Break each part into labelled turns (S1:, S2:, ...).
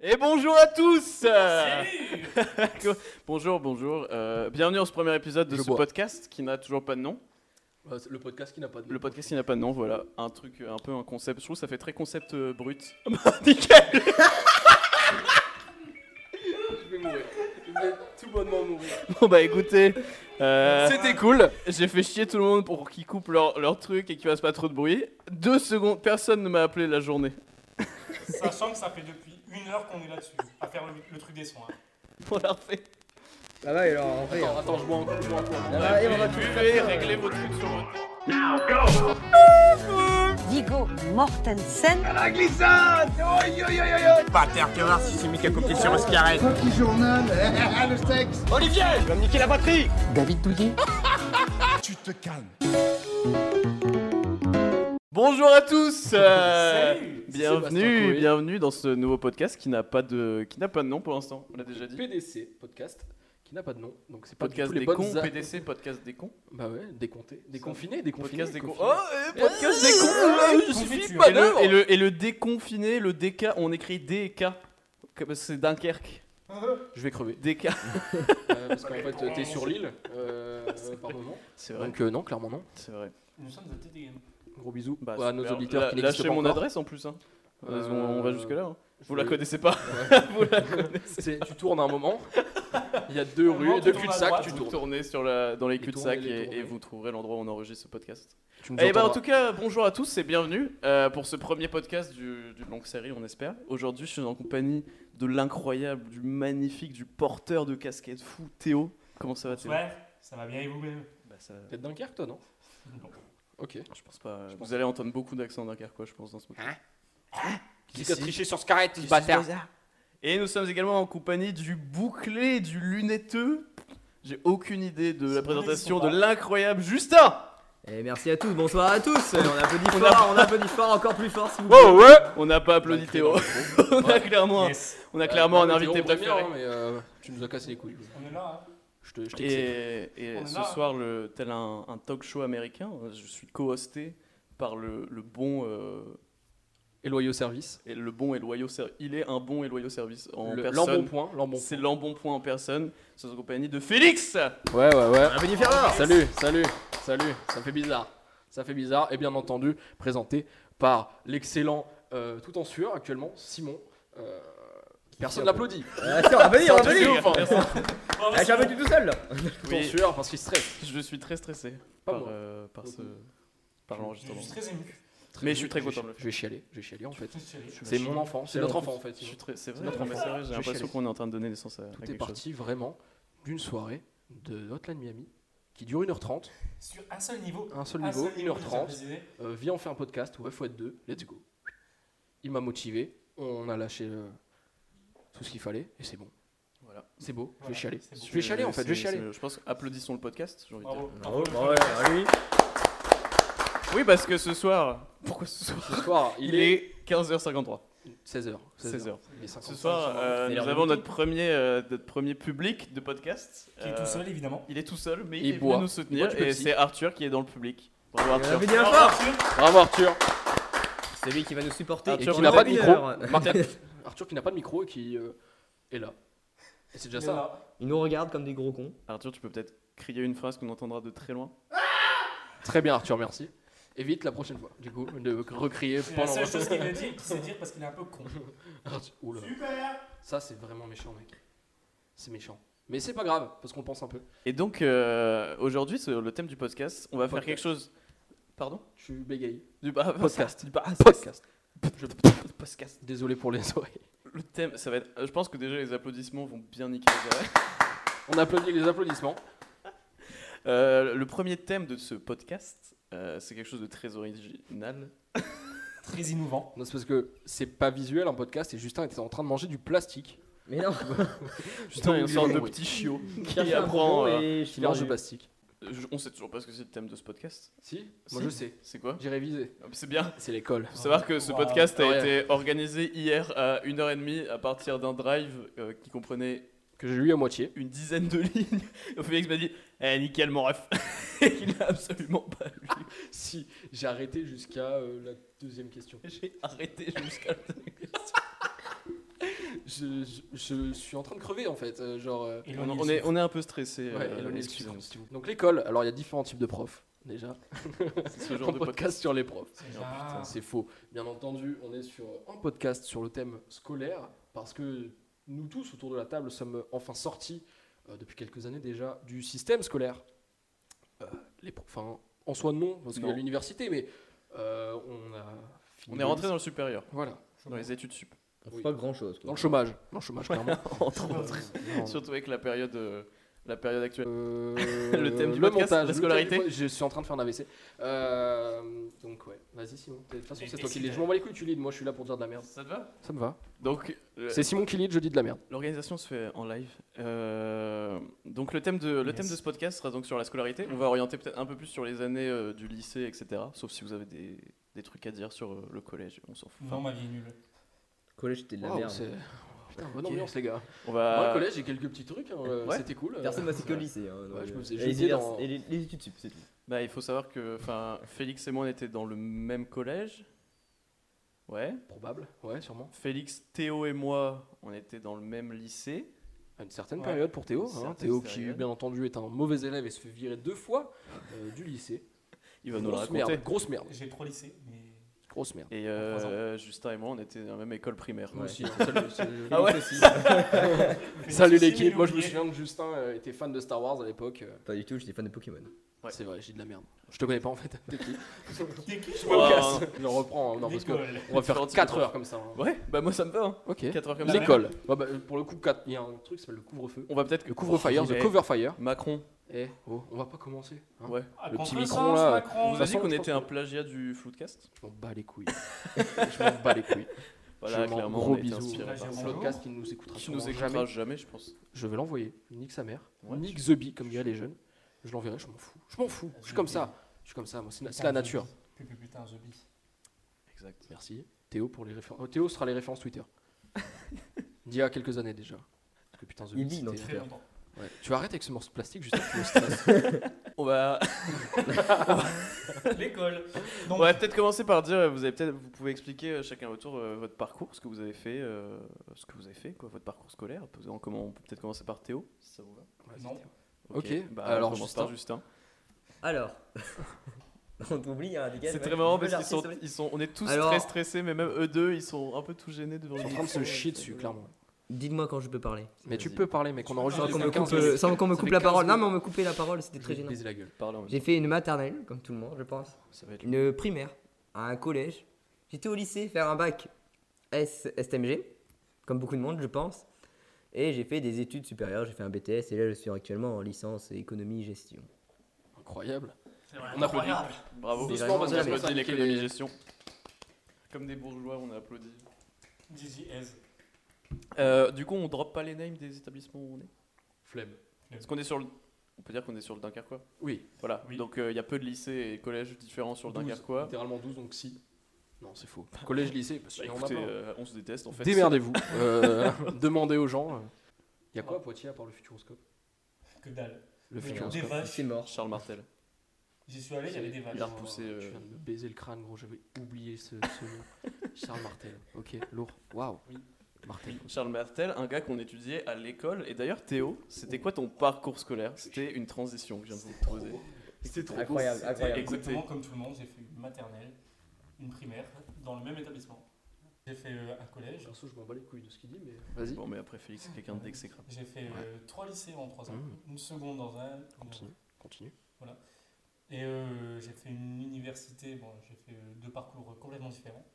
S1: Et bonjour à tous Bonjour, bonjour. euh, bienvenue dans ce premier épisode de
S2: Je
S1: ce
S2: bois.
S1: podcast qui n'a toujours pas de nom.
S2: Bah, c'est Le podcast qui n'a pas de nom.
S1: Le podcast qui n'a pas de nom, voilà. Un truc, euh, un peu un concept. Je trouve que ça fait très concept euh, brut. Bah, Nickel
S2: Je vais mourir. Je vais tout bonnement mourir.
S1: Bon bah écoutez, euh,
S2: C'était cool.
S1: j'ai fait chier tout le monde pour qu'ils coupent leur, leur truc et qu'ils fassent pas trop de bruit. Deux secondes, personne ne m'a appelé la journée.
S3: Sachant que ça fait depuis une heure qu'on est là-dessus, à faire le, le truc des hein. soins.
S1: On l'a refait.
S4: Ah ouais, alors en
S2: Attends, attends, je bois encore. Je bois encore.
S4: Ah bah, et on va tout faire.
S1: Réglez votre truc sur votre...
S5: Viggo Mortensen
S1: Bonjour à tous euh,
S3: Salut
S2: Sébastien
S1: Bienvenue,
S2: Coé.
S1: bienvenue dans ce nouveau podcast qui n'a pas de qui n'a pas de nom pour l'instant, on l'a déjà dit.
S2: PDC, podcast qui n'a pas de nom. Donc c'est pas du
S1: Podcast
S2: tout les
S1: des
S2: bonnes
S1: cons,
S2: a-
S1: PDC, podcast des cons.
S2: Bah ouais, décompté. Déconfiné, déconfiné.
S1: Podcast des cons.
S2: confinés.
S1: Oh, eh, podcast des cons
S2: Euh,
S1: ouais, je
S3: confiture.
S1: suis pas
S2: Et le-
S1: et
S2: et
S1: le, et le déconfiné, le DK, on écrit DK. Comme C'est Dunkerque. Oh
S2: Je vais crever.
S1: DK.
S2: Euh, parce qu'en fait, euh, t'es sur l'île euh, par moment.
S1: C'est vrai,
S2: Donc euh, non, clairement non.
S1: c'est vrai.
S3: Nous sommes à TT Game.
S2: Gros bisous
S1: Bah,
S2: à nos
S1: super.
S2: auditeurs
S1: La-
S2: qui
S1: Lâchez
S2: n'existent pas
S1: mon
S2: encore.
S1: adresse en plus. hein.
S2: Euh,
S1: On, on va jusque là.
S2: Je
S1: Vous la
S2: vais-
S1: connaissez pas. Vous la connaissez.
S2: C'est- Tu tournes un moment. Il y a deux
S3: Un moment,
S2: rues,
S3: tu
S2: deux
S3: tournes à
S2: cul-de-sac,
S3: droite,
S2: tu
S1: Vous
S2: tournes.
S1: tournez sur la, dans les
S2: Les
S1: cul-de-sac
S2: tournées, les
S1: et- et
S2: tournées.
S1: vous trouverez l'endroit où on enregistre ce podcast.
S2: Tu nous
S1: Eh ben, en
S2: entendras.
S1: tout cas, bonjour à tous et bienvenue euh, pour ce premier podcast du, du longue série, on espère. Aujourd'hui, je suis en compagnie de l'incroyable, du magnifique, du porteur de casquette fou, Théo. Comment ça va, Théo
S3: Bonsoir, ça va bien et vous-même
S1: Bah, ça-
S2: T'es de Dunkerque, toi, non
S3: Non.
S2: Ok.
S1: Je pense pas. euh, Vous allez entendre beaucoup d'accents quoi, je pense, dans ce podcast.
S2: Qui a triché sur Scarrett, ce bâtard
S1: Et nous sommes également en compagnie du bouclé, du lunetteux. J'ai aucune idée de
S3: C'est
S1: la
S3: bon,
S1: présentation
S3: ils sont
S1: de
S3: pas.
S1: l'incroyable Justin
S4: Et Eh, merci à tous, bonsoir à tous. Euh, On applaudit
S1: On
S4: fort, on applaudit fort, encore plus fort s'il vous plaît.
S1: Wow, Oh, ouais On n'a pas applaudi
S3: Bah,
S2: Malgré
S1: Théo.
S2: dans
S1: on, a clairement,
S3: Yes,
S1: on a clairement
S2: Euh,
S1: un
S3: Bah,
S2: Théo,
S1: invité
S2: on t'aime bien,
S1: préféré.
S2: hein, mais euh, tu nous as cassé les couilles.
S3: on est là. hein.
S2: Je te, je t'excède.
S1: Et, et
S3: On est
S1: ce
S3: là.
S1: soir, le, tel un, un talk show américain, euh, je suis co-hosté par le, le bon euh,
S2: Et loyaux au service.
S1: et le bon et loyau service. Il est un bon et loyau service en
S2: Le-
S1: personne.
S2: L'embonpoint, l'embon.
S1: C'est l'embonpoint en personne. C'est en compagnie de Félix.
S2: Ouais, ouais, ouais.
S1: Ah,
S4: On applaudit fort.
S2: Salut, salut, salut. Ça fait bizarre. Ça fait bizarre. Et bien entendu, présenté par l'excellent, euh, tout en sueur actuellement, Simon. Euh, personne
S4: tient
S2: l'applaudit.
S4: Ah, si, on applaudit, on applaudit.
S3: hein. Bravo,
S4: Ah, Je suis un peu
S3: Simon.
S4: du tout seul. là.
S2: Tout en
S1: Oui,
S2: sueur parce qu'il stresse.
S1: je suis très stressé
S2: Pas
S1: par,
S2: moi.
S1: euh, par ce
S2: Beaucoup.
S1: par
S3: Je
S1: l'enregistrement.
S3: suis très ému.
S1: Mais je suis très content de le
S2: Je vais chialer, je vais chialer en fait.
S3: Tout serré.
S2: C'est mon enfant, c'est notre
S4: Alors,
S2: enfant en fait.
S1: Je suis
S2: Simon.
S1: très, c'est vrai.
S2: C'est notre
S1: non, mais
S2: enfant.
S1: c'est vrai, J'ai
S2: Je
S1: l'impression
S2: chiale.
S1: qu'on est en train de donner naissance à, à
S2: Tout est
S1: quelque chose.
S2: parti vraiment d'une soirée de Hotline Miami qui dure 1h30,
S3: Sur un seul niveau.
S2: un seul
S3: Ah, un
S2: niveau,
S3: seul niveau,
S2: 1h30.
S3: ça me plaisait.
S2: Euh, viens, on fait un podcast, ouais, faut être deux, let's go. Il m'a motivé, on a lâché euh, tout ce qu'il fallait, et c'est bon.
S1: Voilà.
S2: C'est beau, je
S3: Voilà,
S2: vais chialer.
S3: c'est beau.
S2: Je vais chialer en fait, je vais
S1: C'est-
S2: chialer.
S1: c'est- Je pense applaudissons le podcast. j'ai envie de dire.
S3: Bravo.
S4: Bravo, bravo à bah lui.
S1: Oui, parce que ce soir. Pourquoi ce soir
S2: Ce soir,
S1: Il est 15h53.
S2: 16h. 16h.
S1: 16h.
S2: Il est 50.
S1: Ce soir, euh,
S4: C'est
S1: nous
S4: l'heure
S1: avons
S4: du
S1: notre premier, euh, notre premier public de podcast.
S3: Qui est
S1: Euh,
S3: tout seul, évidemment.
S1: Il est tout seul, mais il,
S2: Il
S1: est
S2: boit.
S1: venu nous
S2: Il boit
S1: soutenir.
S2: du
S1: Et
S2: Pepsi.
S1: c'est Arthur qui est dans le public. Bravo
S4: On
S1: Arthur.
S4: applaudit bien
S3: Bravo,
S4: fort.
S3: Arthur.
S2: Bravo Arthur
S4: Celui qui va nous supporter.
S1: Arthur,
S4: et qui
S1: on n'a
S4: nous
S1: pas
S2: de
S4: admire.
S2: Arthur qui n'a pas de micro et qui euh, est là. Et c'est déjà
S3: Il est
S2: ça.
S3: là.
S4: Ils nous regardent comme des gros cons.
S1: Arthur, tu peux peut-être crier une phrase qu'on entendra de très loin.
S2: Très bien Arthur, merci. Évite la prochaine fois, du coup, de recrier
S3: C'est la
S2: pendant
S3: seule chose qu'il a dit, c'est dire parce qu'il est un peu con.
S2: Arthur- Ah, Oula.
S3: Super
S2: Ça c'est vraiment méchant mec. C'est méchant. Mais c'est pas grave, parce qu'on le pense un peu.
S1: Et donc, euh, aujourd'hui, sur le thème du podcast, on va faire
S2: Podcast.
S1: quelque chose. Pardon
S2: Tu bégayes.
S1: Du bah,
S2: Podcast. Ah,
S1: Du bah-
S2: Podcast.
S1: podcast.
S2: Désolé pour les oreilles.
S1: Le thème, ça va être. euh, Je pense que déjà les applaudissements vont bien niquer les oreilles.
S2: On applaudit les applaudissements.
S1: Euh, le premier thème de ce podcast, euh, c'est quelque chose de très original.
S3: Très innovant.
S2: Non, c'est parce que c'est pas visuel un podcast et Justin était en train de manger du plastique.
S4: Mais non.
S1: Justin, une
S2: oublié
S1: sorte
S2: le
S1: de
S2: bruit.
S1: petit chiot qui
S4: Il
S1: apprend. euh,
S4: et je
S2: Qui
S4: suis
S2: mange du
S4: perdu.
S2: plastique.
S1: Je- on sait toujours pas ce que c'est le thème de ce podcast.
S2: Si
S1: Si.
S2: Moi je sais.
S1: C'est quoi
S2: J'ai révisé.
S1: Ah, C'est bien.
S2: C'est l'école.
S1: Faut savoir que ce
S3: Wow.
S1: podcast a
S2: Ouais.
S1: été organisé hier à 1h30 à partir d'un drive euh, qui comprenait
S2: Que j'ai lu à moitié.
S1: une dizaine de lignes. Et Félix m'a dit Eh, nickel, mon ref Et il a absolument pas lu.
S2: Si, j'ai arrêté jusqu'à euh, la deuxième question.
S1: J'ai arrêté jusqu'à.
S2: je, je- je suis en train de crever en fait. euh, genre, euh,
S3: Et
S1: On,
S3: l'on
S1: on est, on est un peu stressé.
S2: ouais,
S1: euh,
S2: et l'on est-
S1: excusez-nous.
S2: Donc l'école, alors il y a différents types de profs déjà.
S1: C'est ce
S2: Un
S1: genre de podcast.
S2: podcast sur les profs.
S3: C'est
S1: Oh,
S3: ça.
S1: putain,
S2: Ah, C'est faux. Bien entendu, on est sur un podcast sur le thème scolaire parce que nous tous autour de la table sommes enfin sortis euh, depuis quelques années déjà du système scolaire. Euh, les pro- enfin, en soi non, parce qu'il y a
S1: Non.
S2: l'université, mais euh, on a.
S1: On
S2: fini
S1: est
S2: les
S1: rentré
S2: lycées.
S1: dans le supérieur,
S2: Voilà.
S1: dans les études sup.
S4: On
S2: Oui.
S4: fait pas grand chose.
S2: Dans le chômage. Dans le chômage, clairement.
S1: Entre autres.
S2: Non.
S1: Surtout avec la période, euh, la période actuelle.
S2: Euh,
S1: Le thème du podcast, la
S2: le thème-
S1: scolarité.
S2: ouais, je suis en train de faire un AVC. Euh, donc ouais, vas-y Simon. De toute façon,
S3: Et-
S2: c'est
S3: et
S2: toi
S3: si
S2: qui lead.
S3: t'as-
S2: Je m'en bats les couilles, tu lead. Moi, je suis là pour dire de la merde.
S1: Ça te va
S2: Ça me va.
S1: Donc, euh,
S2: C'est Simon qui lead, je dis de la merde.
S1: l'organisation se fait en live. Euh, donc, le thème, de, le
S3: Yes.
S1: thème de ce podcast sera donc sur la scolarité. On va orienter peut-être un peu plus sur les années euh, du lycée, etc. Sauf si vous avez des, des trucs à dire sur euh, le collège, on s'en fout.
S3: Non, ma vie est nulle.
S4: Collège, c'était de la
S2: Waouh,
S4: merde.
S2: c'est- Putain, bonne ambiance les gars.
S1: on
S2: Moi,
S1: va.
S2: au collège, j'ai quelques petits trucs. hein, euh,
S1: Ouais.
S2: C'était cool. euh,
S4: Personne m'a cité
S2: ouais.
S4: au lycée. hein, donc,
S2: Ouais, je me faisais
S4: euh, et les
S2: jeter
S4: univers-
S2: dans-
S4: Et les- les études sup, c'est tout.
S1: Bah, il faut savoir que enfin, Félix et moi, on était dans le même collège. Ouais.
S2: Probable, ouais, sûrement.
S1: Félix, Théo et moi, on était dans le même lycée.
S2: À une certaine
S3: Ouais.
S2: période pour Théo.
S1: Une
S2: hein.
S1: certaine
S2: Théo qui,
S1: période.
S2: bien entendu, est un mauvais élève et se fait virer deux fois euh, du lycée.
S1: Il va nous le
S2: grosse
S1: raconter.
S2: merde, grosse merde,
S3: J'ai trop lycée, mais.
S2: grosse merde.
S1: Et
S3: En trois ans.
S1: euh, Justin et moi, on était dans la même école primaire.
S2: Moi
S4: Ouais.
S2: aussi. hein, salut, salut.
S1: Ah ouais
S2: Salut
S3: Félix,
S2: l'équipe, moi je me
S3: oublié.
S2: souviens que Justin euh, était fan de Star Wars à l'époque. euh,
S4: Pas du tout, j'étais fan de Pokémon.
S1: Ouais.
S2: C'est vrai, j'ai de la merde. Je te connais pas en fait. T'es qui
S3: T'es qui
S2: Je
S1: Oh.
S2: me casse. Je reprends. hein, Non, parce que
S3: L'école.
S2: on va faire
S1: Gentil,
S2: 4
S1: gentil.
S2: heures comme ça. hein.
S1: Ouais, bah moi ça me va. Hein.
S2: Ok.
S1: 4 heures comme ça.
S2: L'école. Ouais, bah, pour le coup, quatre- il y a un truc qui s'appelle le couvre-feu.
S1: On va peut-être que
S2: Le couvre-fire,
S1: Oh,
S2: the
S1: eh,
S2: cover fire.
S1: Macron.
S2: Eh, oh, on va pas commencer. hein.
S1: Ouais.
S3: Ah,
S2: Le petit
S3: contre
S2: micron,
S3: sens,
S2: là.
S1: On
S3: Macron.
S1: vous a dit
S2: façon,
S1: qu'on
S2: je
S1: était
S2: pense
S1: un plagiat du Floodcast.
S2: Je m'en bats les couilles. je m'en bats les couilles.
S1: Voilà,
S2: Je m'en-
S1: clairement,
S2: gros
S1: on a été
S2: bisous.
S1: inspiré
S3: Là,
S1: par
S3: j'ai
S1: ça.
S2: Un
S3: Bonjour.
S2: podcast qui ne nous écoutera
S1: Qui nous
S2: sûrement
S1: écoutera
S2: jamais.
S1: jamais. je pense.
S2: Je vais l'envoyer. Nique sa mère.
S1: Ouais,
S2: Nique The Bee, comme dirait les jeunes. Je l'enverrai, je m'en fous. Je m'en fous. Je suis comme ça. Je suis comme ça. moi, C'est na- c'est la nature.
S3: Putain, putain, je bis.
S1: Exact.
S2: Merci. Théo pour les références. Oh, Théo sera les références Twitter. D'il y a quelques années déjà. Parce que putain, The
S4: Il
S2: Beat,
S4: dit, non,
S2: c'était-
S3: Très longtemps.
S2: Ouais. Tu arrêtes avec ce morceau de plastique juste tu me stresses.
S1: On va,
S3: L'école.
S1: on
S3: Donc,
S1: va peut-être commencer par dire, euh, vous avez peut-être, vous pouvez expliquer euh, chacun votre tour euh, votre parcours, ce que vous avez fait, euh, ce que vous avez fait, quoi, votre parcours scolaire. Peut- Comment on peut peut-être commencer par Théo, si ça vous va.
S2: Vas-y,
S3: Non.
S2: Théo. Ok,
S1: Bah,
S2: alors,
S1: on commence par Justin.
S4: Alors. On t'oublie, hein, les gars.
S1: C'est
S4: ouais.
S1: très marrant
S4: On peut
S1: parce qu'ils
S4: l'artiste,
S1: sont,
S4: ouais.
S1: ils sont, on est tous
S4: Alors-
S1: très stressés, mais même eux deux, ils sont un peu tout gênés devant.
S2: Je suis en
S1: le
S2: train de se
S1: micro.
S2: chier dessus, clairement.
S4: Dites-moi quand je peux parler.
S2: Mais tu
S1: Vas-y.
S2: peux parler, mais qu'on
S4: Sans
S2: enregistre
S4: qu'on
S2: jusqu'à
S4: me
S2: 15
S4: coupe,
S2: minutes.
S4: euh, sans qu'on me
S2: Ça
S4: coupe
S2: fait
S4: la
S2: 15
S4: parole. Non, mais
S2: minutes.
S4: on me coupait la parole, c'était
S2: Je
S4: très
S2: vais te
S4: gênant.
S2: baiser la gueule.
S1: Parle en même
S4: J'ai fait une maternelle, comme tout le monde, je pense.
S1: temps. Ça va être
S4: Une primaire, un collège. J'étais au lycée faire un bac S STMG, comme beaucoup de monde, je pense. Et j'ai fait des études supérieures, j'ai fait un BTS et là je suis actuellement en licence économie gestion.
S2: Incroyable.
S3: On a
S1: Bravo.
S4: C'est
S1: Doucement, parce que
S4: vraiment la
S1: je dis
S2: personne qui est-
S1: l'économie gestion. Comme des bourgeois, on a applaudi.
S3: Gigi Ez.
S1: Euh, du coup, on drop pas les names des établissements où on est.
S2: Flemme.
S1: Parce qu'on est sur le. On peut dire qu'on est sur le Dunkerquois.
S2: Oui.
S1: Voilà.
S3: Oui.
S1: Donc euh, il y a peu de lycées et collèges différents sur le
S2: 12,
S1: Dunkerquois.
S2: Littéralement 12, donc si. Non, c'est faux. Collège, lycée, parce
S1: Bah,
S2: qu'il y en a hein.
S1: écoutez,
S2: plein.
S1: euh, on se déteste en fait.
S2: Démerdez-vous. Euh, demandez aux gens. euh. Il y a quoi à Poitiers à part le futuroscope
S3: Que dalle.
S2: Le
S3: Mais Des
S2: futuroscope.
S3: vaches.
S4: Ah, C'est mort.
S1: Charles Martel.
S3: J'y suis allé, il y avait des vaches.
S1: Il a repoussé, euh,
S2: Tu viens de me baiser le crâne, gros. J'avais oublié ce, ce nom. Charles Martel. Ok, lourd. Waouh.
S3: Oui.
S2: Martel.
S1: Charles Martel, un gars qu'on étudiait à l'école. Et d'ailleurs, Théo, c'était quoi ton parcours scolaire C'était une transition que je viens de vous poser. C'était trop beau,
S4: Incroyable,
S1: c'était-
S4: incroyable.
S1: Écoutez,
S3: Exactement comme tout le monde, j'ai fait une maternelle, une primaire, dans le même établissement. J'ai fait euh, un collège,
S2: Perso, je m'en bats les couilles de ce qu'il dit, mais vas-y.
S1: Bon, mais après, Félix, c'est quelqu'un d'exécrable.
S3: j'ai fait euh, trois lycées en trois ans,
S2: Mmh.
S3: une seconde dans un. une-
S2: Continue. Continue.
S3: Et euh, j'ai fait une université, bon, j'ai fait euh, deux parcours complètement différents.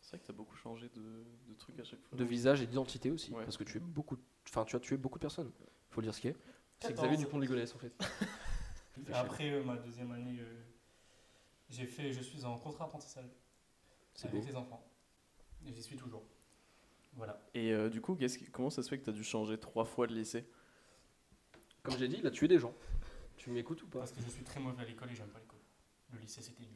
S1: C'est vrai que t'as beaucoup changé de, de trucs à chaque fois.
S2: De visage et d'identité aussi,
S1: Ouais.
S2: parce que tu es beaucoup. Enfin, tu as tué beaucoup de personnes. Faut le dire ce qui est. C'est
S3: 14.
S2: Xavier Dupont de Ligonnès en fait.
S3: Et Après euh, ma deuxième année, euh, j'ai fait, je suis en contrat apprentissage
S2: C'est beau.
S3: avec les enfants. Et j'y suis toujours. Voilà.
S1: Et euh, du coup, qu'est-ce qui- comment ça se fait que t'as dû changer trois fois de lycée
S2: Comme j'ai dit, il a tué des gens. Tu m'écoutes ou pas
S3: Parce que je suis très mauvais à l'école et j'aime pas l'école. Le lycée, c'était nul.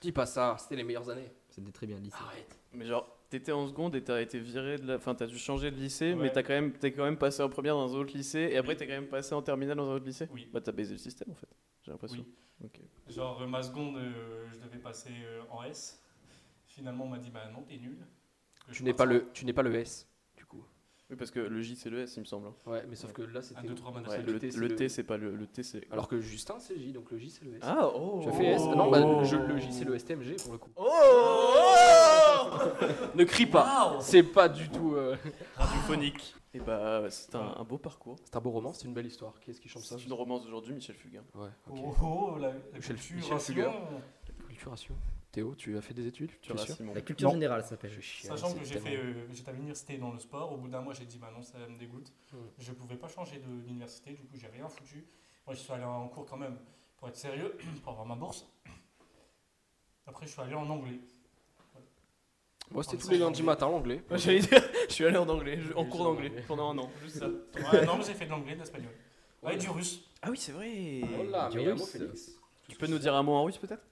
S2: Dis pas ça, c'était les meilleures années.
S4: C'était très bien lycée.
S2: Arrête.
S1: Mais genre, t'étais en seconde et t'as été viré de la. Enfin, t'as dû changer de lycée, mais
S3: Ouais.
S1: t'as quand même, t'es quand même passé en première dans un autre lycée, et après t'es quand même passé en terminale dans un autre lycée.
S3: Oui.
S1: Bah, t'as baisé le système en fait. J'ai l'impression.
S3: Oui.
S1: Ok.
S3: Genre euh, ma seconde, euh, je devais passer euh, en S. Finalement, on m'a dit bah non, t'es nul. que
S2: Tu
S3: je
S2: n'es
S3: passe
S2: pas le, tu n'es pas le S, du coup.
S1: Oui, parce que le J c'est le S, il me semble. hein.
S2: Ouais, mais sauf que là
S3: à
S2: c'était.
S3: deux, trois
S2: Ouais,
S3: manœuvres.
S1: Ouais,
S2: le
S1: le,
S2: T, c'est
S1: le
S2: le- E.
S1: T c'est pas le, le T c'est.
S2: Alors que Justin c'est J, donc le J c'est le S.
S1: Ah oh
S2: Tu as fait S Non, bah, le- je- le J c'est le STMG pour le coup. Ne crie pas
S3: Waouh
S2: Ah. C'est pas du tout. euh,
S3: Radiophonique.
S1: Et bah c'est un, un beau parcours.
S2: C'est un beau roman, c'est une belle histoire. Qui est-ce qui chante ça
S1: C'est une romance d'aujourd'hui, Michel Fugain.
S2: Ouais, ok.
S3: Oh, oh, la, la
S2: Michel-
S3: culture,
S2: Michel
S3: sinon,
S2: Fugain. Culturation. Théo, tu as fait des études
S1: Tu
S2: es sûr
S1: Simon.
S4: La culture
S2: Non.
S4: générale ça s'appelle.
S2: Je chiale,
S3: Sachant
S2: c'est
S3: que j'ai
S2: tellement-
S3: fait, euh, j'étais à l'université dans le sport, au bout d'un mois j'ai dit bah non ça me dégoûte,
S2: Mm.
S3: je pouvais pas changer de- d'université, du coup j'ai rien foutu. Moi je suis allé en cours quand même pour être sérieux, pour avoir ma bourse. Après je suis allé en anglais.
S2: Moi c'était
S3: Ah,
S2: tous
S3: ça,
S2: les
S3: j'ai
S2: lundis
S3: oublié.
S2: matin l'anglais.
S1: Moi, j'allais dire, je suis allé en anglais, je- en
S2: Juste
S1: cours
S2: en
S1: d'anglais
S2: anglais.
S1: pendant un an.
S3: Juste ça. Ouais, non mais j'ai fait de l'anglais, de l'espagnol. Ouais, et du russe.
S1: Ah oui, c'est vrai.
S2: Voilà,
S4: Du
S2: Oh mais un
S4: russe.
S2: mot Félix.
S1: Tu peux nous dire un mot en russe peut-être